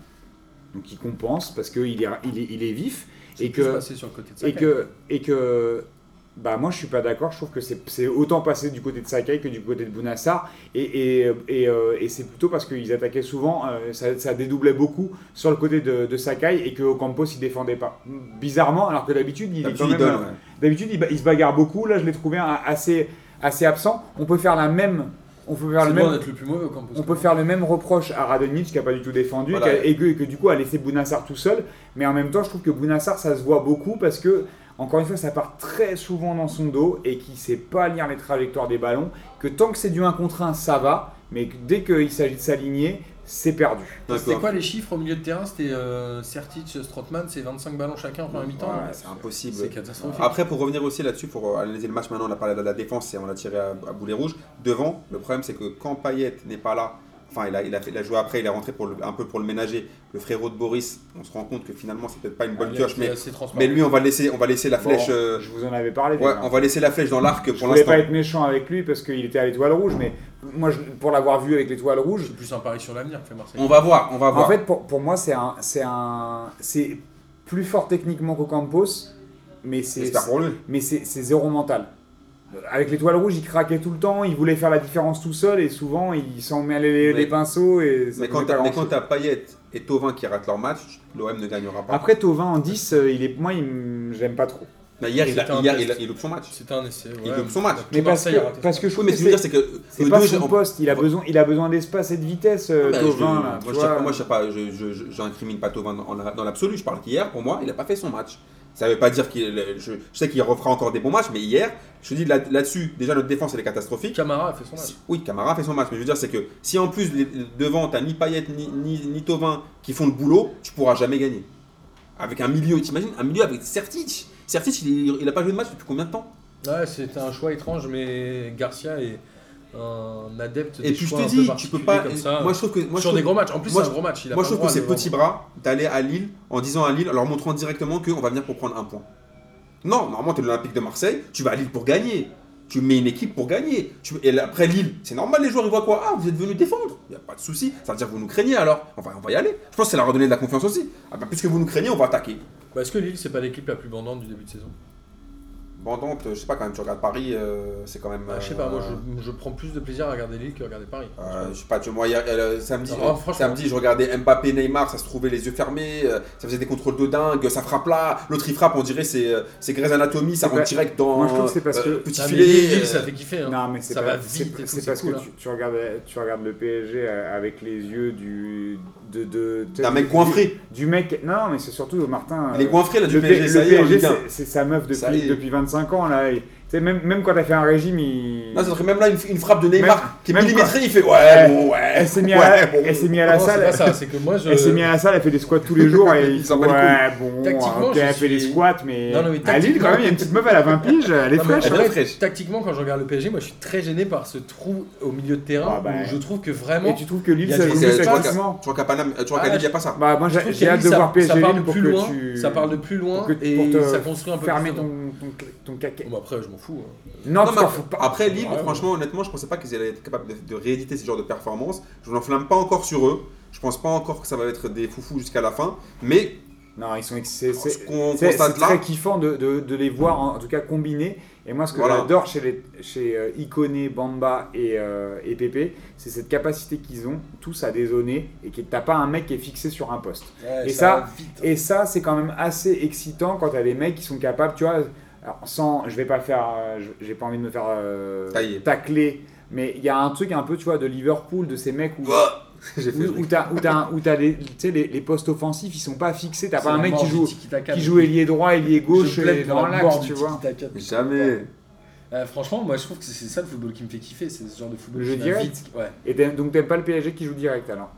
S3: donc il compense parce qu'il est, il est, il est vif et
S1: plus
S3: que,
S1: passé sur le côté de
S3: et
S1: Sakai.
S3: que, et que bah moi je suis pas d'accord, je trouve que c'est c'est autant passé du côté de Sakai que du côté de Bounassar et, et, et, euh, et c'est plutôt parce qu'ils attaquaient souvent, euh, ça, ça dédoublait beaucoup sur le côté de, de Sakai et que Ocampos il défendait pas. Bizarrement alors que d'habitude il est
S2: D'habitude,
S3: quand
S2: il
S3: même...
S2: donne,
S3: euh,
S2: ouais.
S3: D'habitude, il, ba- il se bagarre beaucoup. Là, je l'ai trouvé un- assez, assez absent. On peut faire la même. On peut faire
S1: C'est
S3: le
S1: loin
S3: même.
S1: d'être le plus mauvais au campus.
S3: On peut faire le même reproche à Radonjic qui a pas du tout défendu
S2: Voilà.
S3: qui a- et, que, et que, du coup a laissé Bounassar tout seul. Mais en même temps, je trouve que Bounassar, ça se voit beaucoup parce que encore une fois, ça part très souvent dans son dos et qu'il sait pas lire les trajectoires des ballons. Que tant que c'est du 1 contre 1, ça va. Mais que dès qu'il s'agit de s'aligner, c'est perdu.
S1: C'était
S2: D'accord.
S1: quoi les chiffres au milieu de terrain C'était euh, Sertic, Strotman, c'est 25 ballons chacun en première mi-temps.
S3: Voilà,
S1: non
S2: C'est impossible.
S1: C'est catastrophique.
S2: Après, pour revenir aussi là-dessus, pour euh, analyser le match maintenant, on a parlé de la défense et on l'a tiré à, à boulet rouge. Devant, le problème c'est que quand Payet n'est pas là Enfin, il a, il, a fait- il a joué après, il est rentré pour le- un peu pour le ménager. Le frérot de Boris, on se rend compte que finalement, c'est peut-être pas une
S3: Ah,
S2: bonne
S1: Il a
S2: pioche,
S1: été
S2: mais,
S1: assez transparent.
S2: mais lui, on va laisser, on va laisser la
S3: Bon,
S2: flèche. euh,
S3: je vous en avais parlé.
S2: ouais,
S3: déjà.
S2: on va laisser la flèche dans l'arc
S3: je
S2: pour
S3: voulais
S2: l'instant.
S3: pas être méchant avec lui parce qu'il était à l'étoile rouge, mais moi, je- pour l'avoir vu avec l'étoile rouge,
S1: C'est plus un pari sur l'avenir que fait Marseille.
S2: On va voir, on va voir.
S3: En fait, pour, pour moi, c'est un, c'est un, c'est plus fort techniquement qu'Ocampos, mais c'est,
S2: J'espère pour lui.
S3: mais c'est, c'est zéro mental. Avec l'étoile rouge, il craquait tout le temps, il voulait faire la différence tout seul et souvent il s'en mêlait les,
S2: Mais-
S3: les pinceaux et ça
S2: Mais quand
S3: faisait pas
S2: t'as- mais
S3: grand-chose. Ah,
S2: quand t'as Payet et Tovin qui ratent leur match, l'OM ne gagnera pas.
S3: Après Tovin en 10, euh, il est, moi, il m- j'aime pas trop.
S2: Mais Bah, hier, il,
S1: C'était
S2: a,
S1: un
S2: hier
S1: test.
S2: il, a, il loupe son match.
S1: C'était un essai. ouais.
S2: loupe son match.
S1: Tout
S3: Mais parce
S1: Marseille a
S3: que,
S1: raté.
S3: parce que je
S2: Oui,
S3: trouve
S2: mais
S3: que
S2: ce que je veux dire,
S3: c'est,
S2: c'est que
S3: c'est
S2: le
S3: pas
S2: deux,
S3: son
S2: on-
S3: poste, il a
S2: Ouais.
S3: besoin, il a besoin d'espace et de vitesse, euh,
S2: Bah, je-
S3: Thauvin, là,
S2: moi,
S3: tu
S2: je sais
S3: vois.
S2: pas- moi, je sais pas, je, je, je- j'incrimine pas Tovin dans, la- dans l'absolu. Je parle qu'hier, pour moi, il a pas fait son match. Ça veut pas dire qu'il. Je, je sais qu'il refera encore des bons matchs, mais hier, je te dis là- là-dessus, déjà notre défense elle est catastrophique.
S1: Camara a fait son match.
S2: Si- oui, Camara fait son match, mais je veux dire, c'est que si en plus les- les- devant t'as ni Payet ni, ni, ni Thauvin qui font le boulot, tu pourras jamais gagner. Avec un milieu, t'imagines Un milieu avec Certic. Certic, il, il a pas joué de match depuis combien de temps
S1: Ouais, c'était un choix étrange, mais Garcia est un adepte des
S2: Et puis je
S1: choix
S2: te
S1: un peu
S2: dis, tu peux
S1: particuliers comme
S2: pas.
S1: ça.
S2: moi je trouve que. Moi, je
S1: sur
S2: trouve-
S1: des gros matchs. En plus,
S2: moi,
S1: c'est un
S2: je-
S1: gros match. Il a
S2: Moi,
S1: pas
S2: je
S1: le
S2: trouve que
S1: droit
S2: c'est
S1: de-
S2: petit bras d'aller à Lille en disant à Lille, en leur montrant directement qu'on va venir pour prendre un point. Non, normalement, tu es l'Olympique de Marseille, tu vas à Lille pour gagner. Tu mets une équipe pour gagner. Tu, et là, après Lille, c'est normal, les joueurs, ils voient quoi Ah, vous êtes venus défendre. Il n'y a pas de souci. Ça veut dire que vous nous craignez alors. Enfin, on va y aller. Je pense que c'est leur redonner de la confiance aussi. Ah, bah, puisque vous nous craignez, on va attaquer.
S1: Bah, Est-ce que Lille, c'est pas l'équipe la plus bandante du début de saison
S2: Bandante, je sais pas quand même, tu regardes Paris, euh, c'est quand même.
S1: Bah, Je sais
S2: euh,
S1: pas, moi je, je prends plus de plaisir à regarder Lille que à regarder Paris.
S2: Euh, je sais pas, tu vois, moi, hier, euh, samedi,
S1: Ah, franchement.
S2: samedi, je regardais Mbappé, Neymar, ça se trouvait les yeux fermés, euh, ça faisait des contrôles de dingue, ça frappe là, l'autre il frappe, on dirait c'est euh, c'est Grey's Anatomy, ça
S3: C'est
S2: rentre
S3: pas-
S2: direct dans euh,
S3: Moi, je trouve que c'est parce que-
S2: petit
S1: Ah, mais Lille,
S2: filet.
S1: Lille,
S2: euh,
S1: ça fait kiffer. hein.
S3: Non, mais c'est
S1: Ça
S3: pas-
S1: va
S3: c'est-
S1: vite et tout,
S3: C'est
S1: c'est
S3: parce
S1: cool,
S3: que
S1: hein.
S3: tu, tu regardes, tu regardes le PSG euh, avec les yeux du. de- de-
S2: D'un mec
S3: du-
S2: goinfré.
S3: Du mec. Non, mais c'est surtout Martin.
S2: Il est
S3: euh,
S2: goinfré là du
S3: le
S2: PSG,
S3: P-
S2: ça
S3: le
S2: y est, en
S3: PSG,
S2: Ligue un.
S3: c'est- c'est sa meuf
S2: Ça y
S3: depuis,
S2: est.
S3: depuis 25 ans. là. Et- tu sais, même, même quand elle fait un régime, il.
S2: Non, ça serait même là une, une frappe de Neymar
S3: Même-
S2: qui est
S3: même
S2: millimétrée, il fait ouais,
S3: Ouais.
S2: bon, ouais.
S3: Elle s'est mise
S2: ouais,
S3: à, la-
S2: bon.
S3: elle s'est mise à la
S1: Non,
S3: salle.
S1: Oh, C'est pas ça, c'est que moi je.
S3: Elle s'est mise à la salle, elle fait des squats tous les jours et
S2: Il
S3: il
S2: s'en bat les
S3: ouais, bon,
S1: Tactiquement,
S3: ok,
S1: je
S3: elle fait des
S1: suis-
S3: squats, mais,
S1: Non, non, mais
S3: à Lille, quand même, il y a une petite meuf, elle a 20 piges, elle est
S1: Non, mais
S3: fraîche. hein.
S1: en
S2: elle est
S1: vrai,
S2: fraîche.
S1: Tactiquement, quand je regarde le PSG, moi je suis très gêné par ce trou au milieu de terrain
S3: Ah, bah,
S1: où je trouve que
S3: Et
S1: vraiment.
S3: tu trouves que
S1: Il
S3: Lille,
S1: y a
S3: ça
S1: des-
S2: Tu
S3: joue
S2: vois qu'à-
S1: c'est-
S2: tu
S3: tactiquement
S2: vois qu'à Paname, tu vois
S1: Ah,
S2: qu'à Lille, il
S1: je-
S2: n'y a pas ça.
S3: Bah, moi,
S1: je
S3: j'ai
S1: trouve
S3: j'ai
S1: que
S3: hâte
S1: Lille,
S3: de
S1: ça-
S3: voir PSG
S1: Ça part
S3: Lille
S1: de
S3: pour
S1: plus
S3: que
S1: loin,
S3: tu.
S1: ça part de plus loin
S3: pour que-
S1: et
S3: pour te
S1: ça construit un peu
S3: fermer
S1: plus dedans.
S3: ton, ton, cla- ton caquet.
S1: Bon, bah, après, je m'en fous. hein.
S3: Non,
S2: Non,
S3: tu
S2: mais
S3: t'en
S2: après-
S3: fous pas.
S2: après Lille,
S1: Ouais, ouais.
S2: franchement, honnêtement, je pensais pas qu'ils allaient être capables de, de rééditer ce genre de performance. Je n'enflamme pas encore sur eux. Je pense pas encore que ça va être des foufous jusqu'à la fin. Mais
S3: Non, ils sont ex- c'est
S2: Ce
S3: c'est-
S2: qu'on
S3: c'est-
S2: constate
S3: c'est
S2: là-
S3: très kiffant de, de, de les voir en, en tout cas combinés. Et moi, ce que
S2: Voilà.
S3: j'adore chez, les, chez euh, Ikoné, Bamba et, euh, et Pépé, c'est cette capacité qu'ils ont tous à dézonner et que t'as pas un mec qui est fixé sur un poste. Et ça- Et ça, c'est quand même assez excitant quand t'as des mecs qui sont capables, tu vois, alors sans, je vais pas faire, euh, je- j'ai pas envie de me faire euh,
S2: Tailler.
S3: tacler, mais il y a un truc un peu, tu vois, de Liverpool, de ces mecs où,
S2: j'ai fait.
S3: où, où t'as, où t'as un- où t'as les, tu sais, les, les postes offensifs, ils sont pas fixés, t'as
S1: hein. C'est
S3: pas un
S1: la
S3: mec
S1: mort
S3: qui
S1: du
S3: joue,
S1: tiki-taka,
S3: qui
S1: mais-
S3: joue ailier droit, ailier gauche,
S1: Je plaide
S3: et
S1: pour
S3: dans
S1: la mort
S3: l'axe,
S1: du
S3: tu vois.
S1: tiki-taka.
S2: Jamais.
S1: Euh, franchement, moi je trouve que c'est ça le football qui me fait kiffer, c'est ce genre de football.
S3: Le
S1: qui va
S3: direct.
S1: vite. Ouais,
S3: Et t'aimes- donc t'aimes pas le PSG qui joue direct alors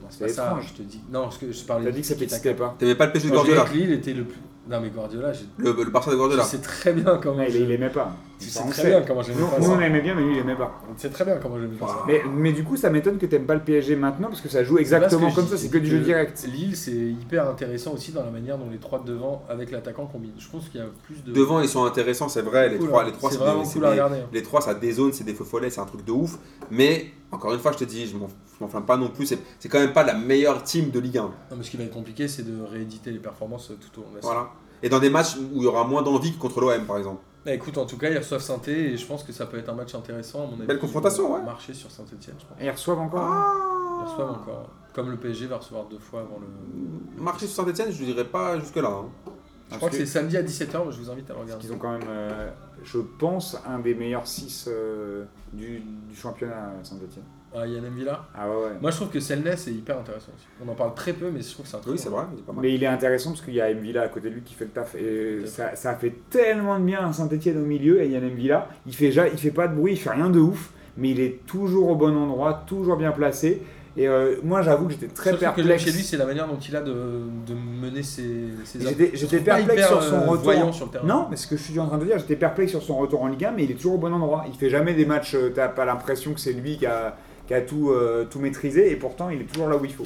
S1: non, c'est
S3: C'est
S1: pas ça,
S3: étrange.
S1: je te dis. Non, ce que je parlais.
S3: T'as
S1: de
S3: dit que ça
S1: tiki-taka.
S3: t'excitait pas.
S2: T'aimais pas le PSG de
S1: Moi, j'ai
S2: Guardiola
S1: dit que Lille était le plus. Non, mais Guardiola, j'ai-
S2: le, le Barça de
S1: je
S2: Guardiola
S1: sais très bien comment.
S3: Ouais, il,
S1: je-
S3: il aimait pas.
S1: Tu
S3: Ça,
S1: sais
S3: on
S1: très
S3: sait.
S1: bien comment j'aime
S3: Nous,
S1: pas
S3: nous, on
S1: ça.
S3: aimait bien, mais lui il aimait pas.
S1: Tu sais très bien comment j'aime pas ça.
S3: Mais, mais du coup, ça m'étonne que t'aimes pas le PSG maintenant parce que ça joue exactement
S1: Parce
S3: comme
S1: je
S3: ça,
S1: dis
S3: c'est que du jeu direct.
S1: Lille, c'est hyper intéressant aussi dans la manière dont les trois de devant avec l'attaquant combinent. Je pense qu'il y a plus de.
S2: Devant, ils sont intéressants, c'est vrai. Les
S1: Cool,
S2: trois,
S1: hein.
S2: les trois,
S1: C'est
S2: c'est des-
S1: vraiment
S2: c'est
S1: cool à
S2: des-
S1: regarder. hein.
S2: Les trois, ça dézone, c'est des feux follets, c'est un truc de ouf. Mais encore une fois, je te dis, je m'en- je m'enflamme pas non plus. C'est c'est quand même pas la meilleure team de Ligue 1.
S1: Non, mais ce qui va être compliqué, c'est de rééditer les performances euh, tout au long de la saison.
S2: Voilà. Et dans des matchs où il y aura moins d'envie que contre l'OM, par exemple.
S1: Bah, écoute, en tout cas, ils reçoivent saint et je pense que ça peut être un match intéressant. À mon avis,
S2: Belle confrontation,
S1: Ils vont
S2: ouais.
S1: Marcher sur Saint-Etienne, je pense.
S3: Et ils reçoivent encore. hein.
S1: Ils reçoivent encore. Comme le PSG va recevoir deux fois avant le.
S2: Marcher sur Saint-Etienne, je dirais pas jusque-là. hein.
S1: Je
S3: Parce
S1: crois que,
S3: que-
S1: c'est samedi à 17h, mais je vous invite à le
S3: Parce
S1: regarder.
S3: qu'ils ont quand même, euh, je pense, un des meilleurs 6 du, du championnat euh, Saint-Etienne.
S1: Ah, Yann Villa
S3: Ah ouais, ouais.
S1: Moi, je trouve que Selnes est hyper intéressant aussi. On en parle très peu, mais je trouve que c'est un truc.
S2: Oui, c'est vrai, il est pas mal.
S3: Mais il est intéressant parce qu'il y a Mvila à côté de lui qui fait le taf. Et ça, ça fait tellement de bien à Saint-Etienne au milieu. Et il y a Mvila, il fait, ja- il fait pas de bruit, il fait rien de ouf, mais il est toujours au bon endroit, toujours bien placé. Et euh, moi, j'avoue que j'étais très
S1: Seul truc que j'aime
S3: perplexe.
S1: chez lui, c'est la manière dont il a de, de mener ses. ses
S3: J'étais-
S1: hommes. Je
S3: j'étais
S1: trouve pas
S3: perplexe sur son
S1: euh,
S3: retour.
S1: voyant sur le terrain.
S3: Non, mais ce que je suis en train de dire, j'étais perplexe sur son retour en Ligue 1, mais il est toujours au bon endroit. Il fait jamais des matchs, euh, t'as pas l'impression que c'est lui qui a, qui a tout, euh, tout maîtrisé et pourtant il est toujours là où il faut.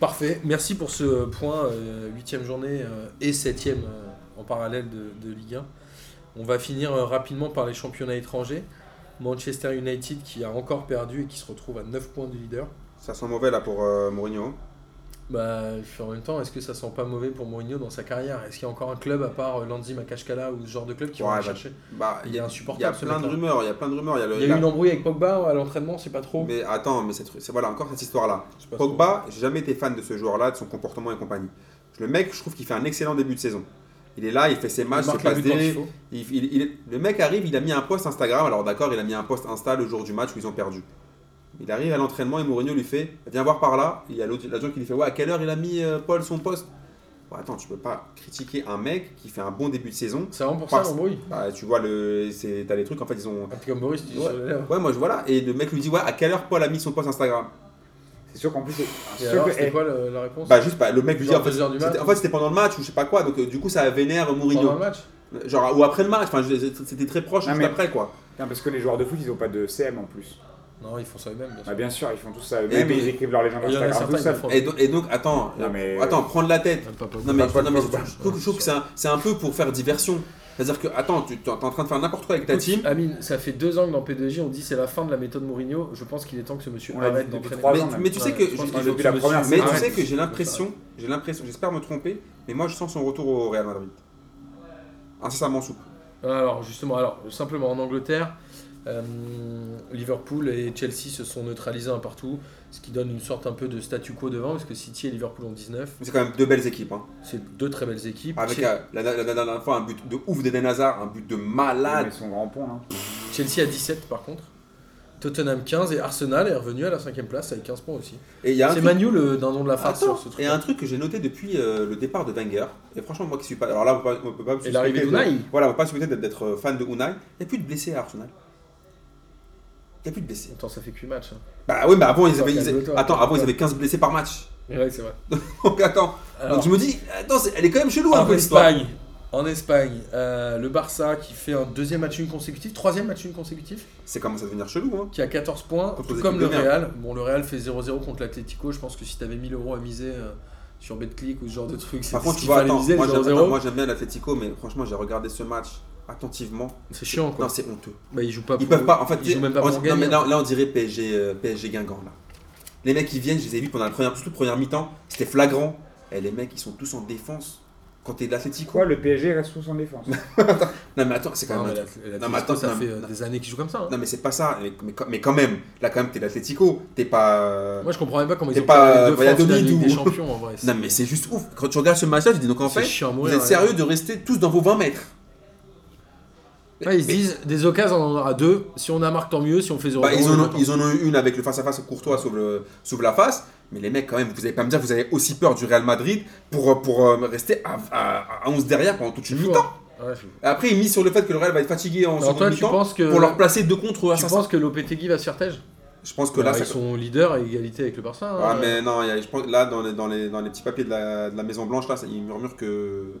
S1: Parfait, merci pour ce point, euh, huitième journée euh, et septième euh, en parallèle de, de Ligue 1. On va finir euh, rapidement par les championnats étrangers. Manchester United qui a encore perdu et qui se retrouve à 9 points du leader.
S2: Ça sent mauvais là pour euh, Mourinho.
S1: Bah, je suis en même temps, est-ce que ça sent pas mauvais pour Mourinho dans sa carrière Est-ce qu'il y a encore un club à part euh, Lanzi, Makashkala ou ce genre de club qui
S2: Ouais,
S1: va le
S2: bah,
S1: chercher
S2: Bah,
S1: Il est
S2: Il y a
S1: insupportable ce
S2: plein de
S1: mec-là.
S2: rumeurs, il y a plein de rumeurs. Il y a, le,
S1: Il y a eu une embrouille avec Pogba à l'entraînement, c'est pas trop.
S2: Mais attends, mais c'est c'est- voilà encore cette histoire-là.
S1: C'est pas trop.
S2: Pogba, j'ai jamais été fan de ce joueur-là, de son comportement et compagnie. Le mec, je trouve qu'il fait un excellent début de saison. Il est là, il fait ses
S1: Il
S2: matchs, ses
S1: marque les
S2: passes
S1: buts quand il
S2: D.
S1: faut.
S2: Il- il- il- le mec arrive, il a mis un post Instagram. Alors d'accord, il a mis un post Insta le jour du match où ils ont perdu. Il arrive à l'entraînement et Mourinho lui fait Viens voir par là. Il y a l'autre- l'agent qui lui fait Ouais, à quelle heure il a mis euh, Paul son poste Ouais, Attends, tu peux pas critiquer un mec qui fait un bon début de saison.
S1: C'est vraiment pour ça
S2: Parce-
S1: l'embrouille
S2: Bah, tu vois, le, c'est- t'as les trucs en fait, ils ont.
S1: Un peu comme Boris, tu dis sur les lèvres.
S2: Ouais, moi je voilà. Et le mec lui dit Ouais, à quelle heure Paul a mis son post Instagram
S3: C'est sûr qu'en plus, c'est
S1: Et
S3: sûr
S1: alors,
S3: que-
S1: c'était
S3: eh,
S1: quoi le- la réponse
S2: Bah juste, bah, le mec lui dit
S1: Genre
S2: en fait,
S1: deux heures du
S2: c'était-
S1: mat.
S2: en fait, c'était pendant le match ou je sais pas quoi, donc euh, du coup ça vénère
S1: Pendant
S2: Mourinho.
S1: le match
S2: Genre, ou après le match, enfin je- c'était très proche
S3: Non,
S2: juste
S3: mais-
S2: après quoi.
S3: putain, parce que les joueurs de foot, ils n'ont pas de CM en plus.
S1: Non, ils font ça eux-mêmes, bien sûr.
S3: Bah, bien sûr, ils font tout ça eux-mêmes
S2: donc-
S3: et ils écrivent leur légende
S1: Il y en a
S3: Instagram tout
S1: certains
S3: ça.
S1: qui font.
S2: bah, Et, do- et donc, attends,
S3: Oh. Non,
S2: euh,
S3: mais-
S2: attends, prendre la tête.
S1: Même pas Pogba.
S2: Non mais,
S3: Pas
S2: non, mais je
S3: Pogba.
S2: je trouve je trouve que c'est un, c'est un peu pour faire diversion. C'est-à-dire que, attends, tu t'es en train de faire n'importe quoi avec ta team.
S4: Amine, ça fait deux ans que dans P2J, on dit c'est la fin de la méthode Mourinho. Je pense qu'il est temps que ce monsieur
S3: On l'a dit
S4: arrête
S3: depuis
S4: d'entraîner.
S3: trois
S2: Mais,
S3: ans, même.
S2: mais tu sais
S1: Ouais,
S2: que,
S1: je pense
S2: je-
S1: qu'il
S2: je-
S1: veut
S3: depuis la
S1: tuer
S3: première
S1: monsieur.
S2: mais tu
S3: arrête.
S2: sais que j'ai l'impression, j'ai l'impression, j'espère me tromper, mais moi je sens son retour au Real Madrid. Incessamment sous.
S1: Ah, Alors justement, alors simplement en Angleterre, euh, Liverpool et Chelsea se sont neutralisés un partout, ce qui donne une sorte un peu de statu quo devant, parce que City et Liverpool ont 19,
S2: C'est quand même deux belles équipes. Hein.
S1: c'est deux très belles équipes.
S2: Avec
S1: Che-
S2: euh, la, la- la dernière fois un but de ouf d'Eden Hazard, un but de malade.
S3: Mais son grand pont, hein.
S1: Chelsea a 17 par contre. Tottenham 15 et Arsenal est revenu à la cinquième place avec 15 points aussi.
S2: Et il y a un
S1: C'est
S2: truc-
S1: Manu le dindon de la farce
S2: Attends,
S1: sur ce truc.
S2: et un truc que j'ai noté depuis euh, le départ de Wenger, et franchement moi qui suis pas, alors là on peut pas, on peut pas me
S1: Et l'arrivée
S2: suspecter de-
S1: d'Unai
S2: Voilà, on peut pas souhaiter d'être- d'être fan de Unai. Il n'y a plus de blessés à Arsenal. Il n'y a plus de blessés.
S1: Attends, ça fait 8 matchs. hein.
S2: Bah oui, mais avant ils
S1: Attends,
S2: avaient, ils-
S1: calme-toi.
S2: attends, avant ils avaient 15 blessés par match.
S1: Ouais, c'est vrai.
S2: Donc attends,
S1: Alors,
S2: donc je me dis, attends, c'est- elle est quand même chelou un
S1: en
S2: peu l'histoire.
S1: Espagne, en Espagne euh, le Barça qui fait un deuxième match une consécutif, troisième match une consécutif.
S2: C'est commence à devenir chelou, hein.
S1: qui a 14 points,
S2: Contre
S1: tout
S2: des
S1: comme le
S2: équipes de merde.
S1: Real. Bon, le Real fait 0-0 contre l'Atlético. Je pense que si t'avais 1000 euros à miser euh, sur BetClick ou ce genre de truc, c'est
S2: Par contre,
S1: ce
S2: tu
S1: qu'il
S2: vois,
S1: fallait
S2: attends,
S1: miser, le
S2: moi, j'aime- attends,
S1: 0-0.
S2: moi, j'aime bien l'Atletico, mais franchement j'ai regardé ce match attentivement.
S1: C'est chiant, quoi.
S2: Non, c'est honteux.
S1: Bah, ils jouent pas
S2: Ils
S1: pour-
S2: peuvent pas, en fait,
S1: ils jouent même pas
S2: on-
S1: pour
S2: non,
S1: gagner. hein.
S2: mais là, là, on dirait PSG, euh, PSG Guingamp. Là. Les mecs qui viennent, je les ai vus pendant la première, surtout première mi-temps, c'était flagrant. Et les mecs, ils sont tous en défense. Quand t'es de l'Atletico.
S3: Quoi, le PSG reste sous son défense.
S2: Non, mais attends, c'est quand
S1: Non,
S2: même.
S1: mais
S2: un
S1: Ah, la-
S2: truc.
S1: la-
S2: Non, mais attends,
S1: ça
S2: non,
S1: fait euh,
S2: non.
S1: des années qu'ils jouent comme ça. hein.
S2: Non, mais c'est pas ça. Mais, mais quand- mais quand même, là, quand même, t'es de l'Atletico. T'es pas.
S1: Moi, je comprends même pas comment ils
S2: T'es
S1: ont
S2: pas,
S1: pas
S2: euh,
S1: deux fois en finale
S2: Valladolid
S1: Ligue
S2: ou-
S1: des champions, en vrai.
S2: Non, mais c'est juste ouf. Quand tu regardes ce match-là, tu dis donc en
S1: c'est
S2: fait,
S1: chiant à
S2: vous
S1: mourir, hein.
S2: êtes
S1: ouais.
S2: sérieux de rester tous dans vos 20 mètres.
S1: Ouais, ils se
S2: Mais-
S1: disent, des occasions, on en aura deux. Si on a marque, tant mieux. Si on fait 0-0,
S2: Bah, ils, en ont,
S1: autant.
S2: ils en ont eu une avec le face-à-face au Courtois sauve, le- sauve la face. Mais les mecs, quand même, vous allez pas me dire que vous avez aussi peur du Real Madrid pour, euh, pour euh, rester à, à, à 11 derrière pendant toute une
S1: Fou,
S2: mi-temps.
S1: hein. Ouais, c'est fou.
S2: Après, ils misent sur le fait que le Real va être fatigué en
S1: Alors,
S2: seconde
S1: toi, tu
S2: mi-temps
S1: penses que.
S2: pour leur placer deux contre à
S1: Tu
S2: 500.
S1: penses que l'OPTG va se faire tège
S2: Je pense que là,
S1: Bah,
S2: ça...
S1: Ils sont leaders à égalité avec le Barça.
S2: Ouais,
S1: hein.
S2: mais non, il y a- je pense, là, dans les, dans, les, dans les petits papiers de la, de la Maison Blanche, là, ça- ils murmurent que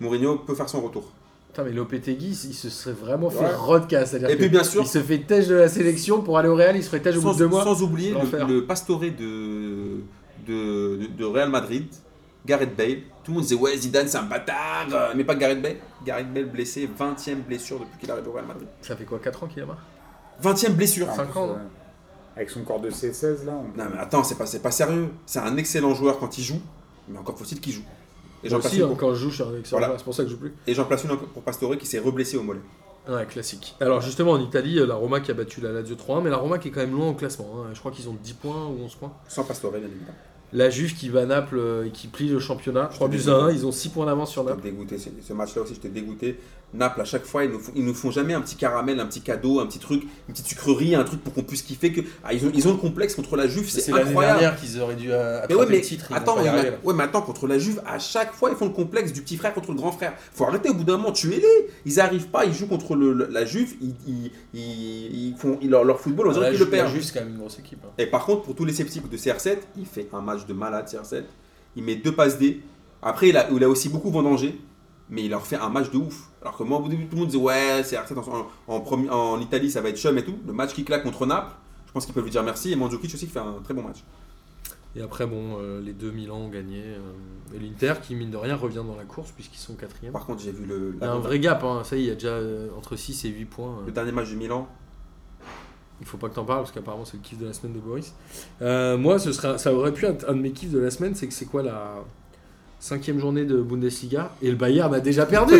S2: Mourinho peut faire son retour.
S1: Putain, mais Lopetegui, il se serait vraiment fait
S2: Ouais.
S1: rodka. C'est-à-dire
S2: Et puis,
S1: que
S2: bien sûr,
S1: il se fait tèche de la sélection pour aller au Real, il se fait tèche au bout
S2: sans,
S1: de deux mois.
S2: sans oublier le,
S1: L'enfer.
S2: le pastoré de, de, de, de Real Madrid, Gareth Bale. Tout le monde disait ouais Zidane c'est un bâtard, euh, mais pas Gareth Bale. Gareth Bale blessé, 20ème blessure depuis qu'il arrive au Real Madrid.
S1: Ça fait quoi, 4 ans qu'il est marre
S2: 20ème blessure.
S3: En
S1: cinq
S3: plus,
S1: ans,
S3: euh, Avec son corps de C16, là. on-
S2: Non mais attends, c'est pas, c'est pas sérieux. C'est un excellent joueur quand il joue, mais encore faut-il qu'il joue. Et j'en
S1: Moi
S2: place,
S1: aussi,
S2: une
S1: hein,
S2: pour-
S1: quand je joue, je suis un excellent
S2: Voilà.
S1: joueur, c'est pour ça que je joue plus.
S2: et j'en place une pour Pastore qui s'est reblessé au mollet.
S1: Ouais, classique. Alors justement, en Italie, euh, la Roma qui a battu la Lazio 3-1, mais la Roma qui est quand même loin au classement. hein. Je crois qu'ils ont 10 points ou 11 points.
S2: Sans Pastore, bien évidemment.
S1: La Juve qui va à Naples euh, et qui plie le championnat, 3 buts à 1, ils ont 6 points d'avance sur Naples.
S2: J'étais dégoûté. c'est- Ce match-là aussi, j'étais dégoûté. Naples, à chaque fois, ils nous, font, ils nous font jamais un petit caramel, un petit cadeau, un petit truc, une petite sucrerie, un truc pour qu'on puisse kiffer. Que... Ah, ils, ont, ils ont le complexe contre la Juve, c'est incroyable.
S1: qu'ils auraient dû euh,
S2: Mais
S1: attraper
S2: ouais, mais,
S1: le titre. ils vont
S2: attends,
S1: pas y
S2: il y a-
S1: arriver, là.
S2: ouais, mais attends, contre la Juve, à chaque fois, ils font le complexe du petit frère contre le grand frère. Faut arrêter au bout d'un moment, tuez-les. Ils arrivent pas, ils jouent contre le- le- la Juve, ils, ils, ils- ils font ils- leur, leur football, on
S1: La
S2: dirait qu'ils
S1: Juve-
S2: le
S1: la
S2: perdent.
S1: Juve, c'est quand même une grosse équipe. hein.
S2: Et par contre, pour tous les sceptiques de CR7, il fait un match de malade CR7. Il met deux passes D. Après, il a, il a aussi beaucoup vendangé, mais il leur fait un match de ouf. Alors que moi, au bout du tout le monde disait Ouais, CR7 en, en, en premi- en Italie, ça va être chum et tout. Le match qui claque contre Naples, je pense qu'ils peuvent lui dire merci. Et Mandzukic aussi qui fait un très bon match.
S1: Et après, bon, euh, les deux Milan ont gagné. euh, et l'Inter, qui mine de rien, revient dans la course puisqu'ils sont quatrième.
S2: Par contre, j'ai vu le,
S1: Il y a un vrai gap, hein. ça y est, il y a déjà euh, entre 6 et 8 points. euh.
S2: le dernier match du Milan.
S1: Il faut pas que t'en parles parce qu'apparemment c'est le kiff de la semaine de Boris. Euh, moi, ce serait, ça aurait pu être un de mes kiffs de la semaine, c'est que c'est quoi la cinquième journée de Bundesliga et le Bayern a déjà perdu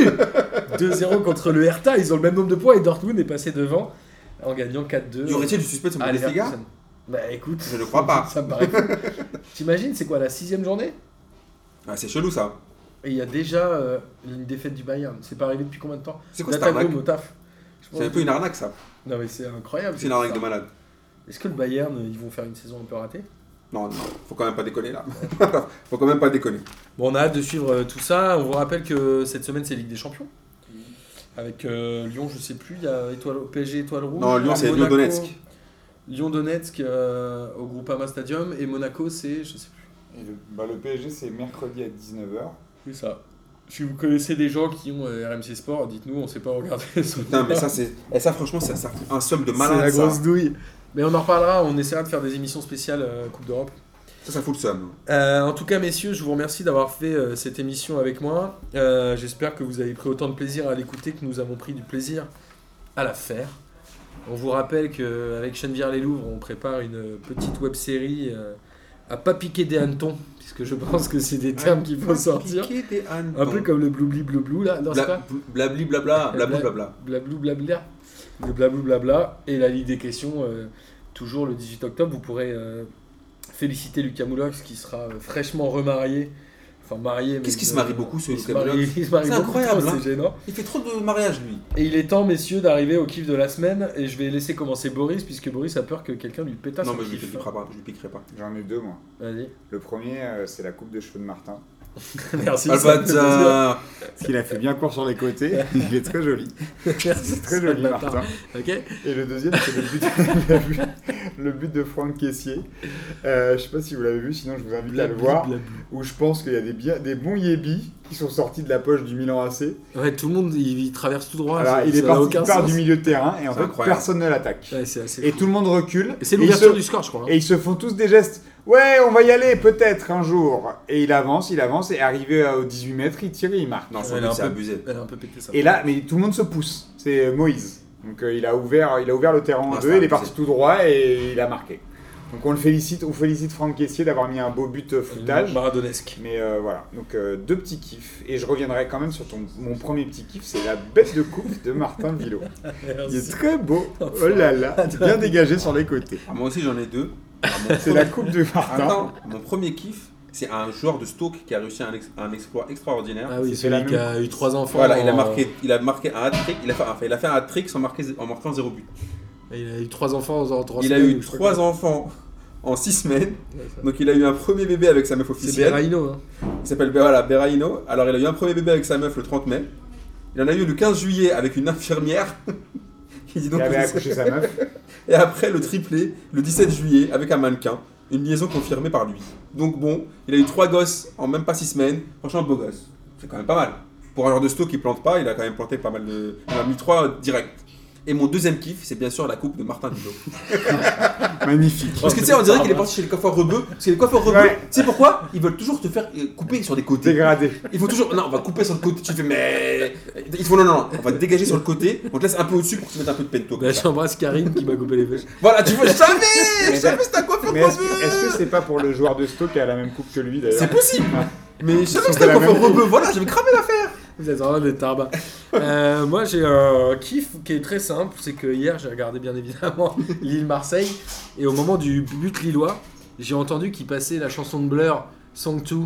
S1: 2-0 contre le Hertha, ils ont le même nombre de points et Dortmund est passé devant en gagnant 4-2.
S2: Y aurait-il du suspect sur
S1: Ah,
S2: les gars
S1: Leverkusen. Bah écoute,
S2: Je ne crois pas.
S1: ça me paraît fou. T'imagines, c'est quoi la sixième journée
S2: Ah, C'est chelou ça.
S1: Et il y a déjà euh, une défaite du Bayern. C'est pas arrivé depuis combien de temps
S2: C'est quoi cette
S1: Data
S2: arnaque
S1: Grom au taf. Je pense
S2: C'est un peu
S1: que-
S2: une arnaque ça.
S1: Non mais c'est incroyable.
S2: C'est une arnaque
S1: ça.
S2: de malade.
S1: Est-ce que le Bayern, ils vont faire une saison un peu ratée
S2: Non, non, faut quand même pas déconner là. faut quand même pas déconner.
S1: Bon, on a hâte de suivre euh, tout ça. On vous rappelle que cette semaine, c'est Ligue des Champions. Avec euh, Lyon, je sais plus, il y a étoile, PSG Étoile Rouge.
S2: Non, Lyon,
S1: Ah,
S2: c'est Lyon
S1: Monaco-
S2: Donetsk.
S1: Lyon-Donetsk euh, au Groupama Stadium. Et Monaco, c'est, je sais plus.
S3: Et le, bah, le PSG, c'est mercredi à 19h.
S1: Oui, ça. Si vous connaissez des gens qui ont euh, RMC Sport, dites-nous, on sait pas regarder ce
S2: Putain, mais ça, c'est. Et ça, franchement, ça, ça fout un somme de
S1: C'est la
S2: malade. Ça.
S1: grosse douille. Mais on en reparlera, on essaiera de faire des émissions spéciales euh, Coupe d'Europe.
S2: ça, ça fout le somme.
S1: Euh, en tout cas, messieurs, je vous remercie d'avoir fait euh, cette émission avec moi. Euh, J'espère que vous avez pris autant de plaisir à l'écouter que nous avons pris du plaisir à la faire. On vous rappelle qu'avec Genevière Les Louvres, on prépare une petite web série euh, à pas piquer des hannetons, puisque je pense que c'est des termes qu'il faut sortir. Un peu comme le bloubli bleublou là, non, c'est pas
S2: Blabli blabla, blabli blabla.
S1: blablou blabla, le blablou blabla, et la Ligue des questions, euh, toujours le 18 octobre, vous pourrez euh, féliciter Lucas Moulox qui sera euh, fraîchement remarié, enfin marié. mais-
S2: Qu'est-ce qu'il se marie beaucoup, ce
S1: Il se
S2: Lucas
S1: marie-
S2: Moulox
S1: il se marie
S2: C'est
S1: beaucoup
S2: incroyable,
S1: trop,
S2: hein.
S1: c'est gênant.
S2: Il fait trop de mariages, lui.
S1: Et il est temps, messieurs, d'arriver au kiff de la semaine, et je vais laisser commencer Boris, puisque Boris a peur que quelqu'un lui pétasse
S2: non,
S1: son
S2: mais je lui
S1: kiff.
S2: piquerai pas. Je lui piquerai pas.
S3: J'en ai deux, moi.
S1: Vas-y.
S3: Le premier, euh, c'est la coupe de cheveux de Martin.
S1: Merci. Sandbata.
S2: Albatza
S3: Parce qu'il a fait bien court sur les côtés. Il est très joli.
S1: Merci.
S3: Très joli,
S1: Sandbata.
S3: Martin.
S1: Ok.
S3: Et le deuxième, c'est le but, le but, le but de Franck Caissier. Euh, je sais pas si vous l'avez vu, sinon je vous invite à le
S1: Blablabla.
S3: voir. Où je pense qu'il y a des, bien- des bons yébis qui sont sortis de la poche du Milan AC.
S1: Ouais, tout le monde, il, il traverse tout droit.
S3: Alors,
S1: Ah, ça-
S3: il est
S1: ça n'a
S3: parti
S1: aucun
S3: il part
S1: sens.
S3: du milieu de terrain et en
S2: C'est
S3: fait,
S2: incroyable.
S3: personne ne l'attaque.
S1: Ouais, c'est assez
S3: Et
S1: fou.
S3: tout le monde recule.
S1: Et c'est
S3: et ils
S1: l'ouverture
S3: se-
S1: du score, je crois. hein.
S3: Et ils se font tous des gestes. Ouais, on va y aller peut-être un jour. Et il avance, il avance, et arrivé à- aux 18 mètres, il tire et il marque.
S2: Non,
S1: Elle est un
S2: c'est
S1: peu-
S2: abusé.
S1: Elle a un peu pété ça.
S3: Et là, mais tout le monde se pousse. C'est euh, Moïse. Donc euh, il, a ouvert, il a ouvert le terrain en
S2: Ah,
S3: deux,
S2: c'est
S3: il est parti
S2: abusé.
S3: tout droit et il a marqué. Donc on le félicite, on félicite Franck Caissier d'avoir mis un beau but euh, footage.
S2: Mmh.
S1: Maradonesque.
S3: Mais euh, voilà, donc euh, deux petits kiffs. Et je reviendrai quand même sur ton, mon premier petit kiff, c'est la bête de coupe de Martin Villot. Il est très beau. Oh là là, bien dégagé sur les côtés.
S2: Ah, moi aussi, j'en ai deux. Ah, mon
S3: C'est la coupe de Martin.
S2: Attends, mon premier kiff, c'est un joueur de Stoke qui a réussi un, ex- un exploit extraordinaire.
S1: Ah euh. oui,
S3: C'était la
S1: celui qui a eu trois enfants.
S2: Voilà, il a
S1: en-
S2: marqué, il a marqué un hat-trick, il a fait, enfin, il a fait un hat-trick sans marquer, en marquant zéro but.
S1: euh, Il a eu trois enfants en trois
S2: il a
S1: semaines,
S2: eu
S1: ou je sais
S2: trois
S1: pas
S2: enfants en six semaines,
S1: quoi. Ouais, ça.
S2: donc il a eu un premier bébé avec sa meuf
S1: C'est
S2: officielle.
S1: Berraino. Hein.
S2: Il s'appelle voilà, Beraino. Alors, il a eu un premier bébé avec sa meuf le 30 mai. Il en a eu le 15 juillet avec une infirmière. qui dit donc
S3: Il avait
S2: que-
S3: accouché sa meuf.
S2: Et après, le triplé le 17 juillet avec un mannequin. Une liaison confirmée par lui. Donc, bon, il a eu trois gosses en même pas six semaines. Franchement, beau gosse. C'est quand même pas mal. Pour un genre de stock qui plante pas, il a quand même planté pas mal de. Il en a mis trois direct. Et mon deuxième kiff, c'est bien sûr la coupe de Martin Dudot.
S3: Magnifique.
S2: Parce que tu sais, on dirait qu'il est parti chez les coiffeurs rebeux. Parce que les coiffeurs rebeux,
S3: Ouais.
S2: tu sais pourquoi Ils veulent toujours te faire euh, couper sur les côtés.
S3: Dégradé.
S2: Il faut toujours. Non, on va couper sur le côté. Tu fais, mais. Il faut, non, non, non, on va te dégager sur le côté. On te laisse un peu au-dessus pour que tu mettes un peu de pento.
S1: Bah, J'embrasse Karine qui m'a coupé les fesses.
S2: Voilà, tu vois, jamais
S3: Mais
S2: Jamais c'est un coiffeur
S3: Mais est-ce que- est-ce
S2: rebeu
S3: que c'est pas pour le joueur de stock qui a la même coupe que lui d'ailleurs
S2: C'est possible Mais jamais
S3: Ils sont
S2: que c'était
S3: de
S2: un
S3: la
S2: coiffeur
S3: même
S2: rebeu. Voilà, j'avais cramé la fête.
S1: Vous êtes vraiment des tarbas. Euh, moi, j'ai un kiff qui est très simple. C'est que hier, j'ai regardé bien évidemment Lille-Marseille. Et au moment du but lillois, j'ai entendu qu'il passait la chanson de Blur, Song 2,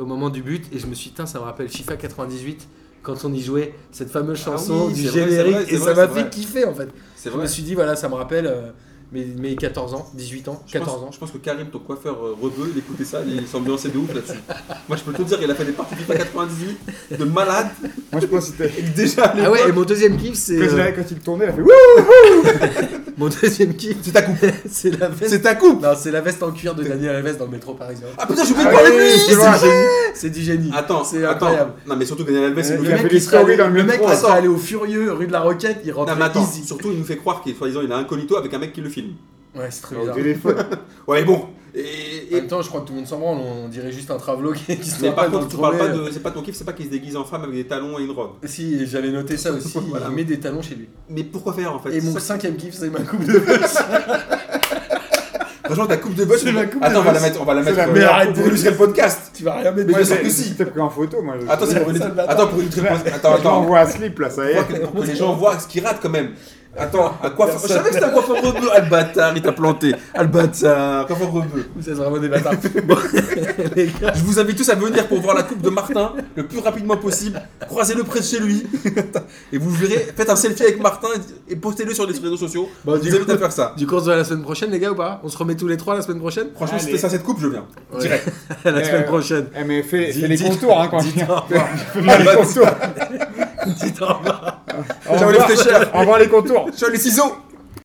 S1: au moment du but. Et je me suis dit, Tain, ça me rappelle FIFA 98. Quand on y jouait cette fameuse
S2: Ah
S1: chanson
S2: oui,
S1: du
S2: c'est vrai, c'est
S1: générique,
S2: vrai, c'est
S1: et
S2: vrai,
S1: ça m'a
S2: c'est
S1: fait
S2: vrai.
S1: kiffer en fait.
S2: C'est
S1: Je me suis dit, voilà, ça me rappelle euh, mes, mes 14 ans, 18 ans, 14 ans.
S2: Je pense que Karim, ton coiffeur euh, rebeu, il écoutait ça, il s'ambiançait de ouf là-dessus. Moi, je peux te dire, il a fait des parties FIFA 98 de malade.
S3: Moi je pense que c'était.
S2: Et déjà, à
S1: Ah ouais, et
S2: l'époque,
S1: mon deuxième kiff, c'est.
S3: Quand, il
S1: euh,
S3: a- quand il tournait, il a fait Wouh
S1: mon deuxième kiff,
S2: c'est ta coupe.
S1: c'est la veste.
S2: C'est ta coupe.
S1: Non, c'est la veste en cuir de Daniel Alves dans le métro parisien.
S2: Ah putain, je vais
S3: Ah
S2: te parler
S3: oui,
S2: de lui.
S3: c'est vrai.
S1: C'est du génie.
S2: Attends,
S1: c'est
S2: attends.
S1: incroyable. Euh,
S2: Non, mais surtout que Daniel Alves,
S3: Il
S2: il nous
S3: a
S1: Le mec,
S2: fait
S3: fait des
S1: il serait
S3: stories
S1: allé,
S3: dans le
S1: le
S3: métro,
S1: mec, il serait
S2: attends.
S1: allé au Furieux, rue de la Roquette, il
S2: Non, mais
S1: rentrait
S2: attends,
S1: easy.
S2: surtout il nous fait croire qu'il soi-disant il a un incognito avec un mec qui le filme.
S1: Ouais, c'est très
S3: au
S1: bizarre.
S3: téléphone.
S2: Ouais, mais bon. Et,
S1: En
S2: et-
S1: même temps, je crois que tout le monde s'en branle. On dirait juste un travelo qui, qui se
S2: mais par
S1: balade dans
S2: contre,
S1: euh.
S2: tu
S1: le
S2: parles pas
S1: tournée.
S2: de. C'est pas ton kiff, c'est pas qu'il se déguise en femme avec des talons et une robe.
S1: Si, j'allais noter ça aussi.
S2: Voilà.
S1: Il met des talons chez lui.
S2: Mais pourquoi faire en fait
S1: Et
S2: C'est
S1: mon
S2: ça-
S1: cinquième kiff, c'est ma coupe de vache.
S2: Franchement, ta coupe de bottes.
S1: C'est ma coupe de
S2: Attends, on va la
S1: bottes.
S2: mettre. On va la
S1: C'est
S2: mettre.
S1: la
S2: euh,
S1: meilleure idée.
S2: pour illustrer le podcast.
S1: tu vas rien mettre.
S2: Mais
S3: Moi,
S2: bien sûr
S3: j'ai-
S2: que si.
S3: je t'ai pris en photo, moi. je-
S2: Attends, c'est pour
S1: Ouais, ça,
S2: illustrer.
S1: le bâtard.
S2: Attends, pour illustrer le podcast. Attends,
S3: Je
S2: attends.
S3: l'envoie à slip là, ça y
S2: Pour
S3: est.
S2: que- Pour que les gens voient ce qui rate quand même. Attends, un coiffeur. Je
S1: Personne.
S2: savais que c'était un coiffeur rebeu. Ah le bâtard, il t'a planté. Ah le bâtard, coiffeur rebeu.
S1: Ça sera vraiment des bâtards. Bon, les gars,
S2: Je vous invite tous à venir pour voir la coupe de Martin le plus rapidement possible. Croisez-le près de chez lui. Et vous verrez, faites un selfie avec Martin et postez-le sur les réseaux sociaux.
S1: Bon,
S2: Je
S1: du
S2: vous invite
S1: coup-
S2: à faire ça.
S1: Du coup, on se voit la semaine prochaine, les gars, ou pas On se remet tous les trois la semaine prochaine
S2: Franchement, si
S3: Allez.
S2: c'était ça cette coupe, je viens.
S1: Ouais.
S2: Direct.
S1: À la
S3: Ouais,
S1: semaine
S3: ouais.
S1: prochaine.
S3: Eh, mais fais,
S1: Dis-
S3: fais les
S1: dis-
S3: contours hein, quand tu
S1: dis- Ah, bah,
S3: viens.
S1: au revoir.
S3: Fais bien les contours.
S1: Dites au revoir.
S3: Au
S2: Ciao les
S3: revoir.
S2: fraîcheurs.
S3: Au revoir les contours.
S2: Ciao les ciseaux.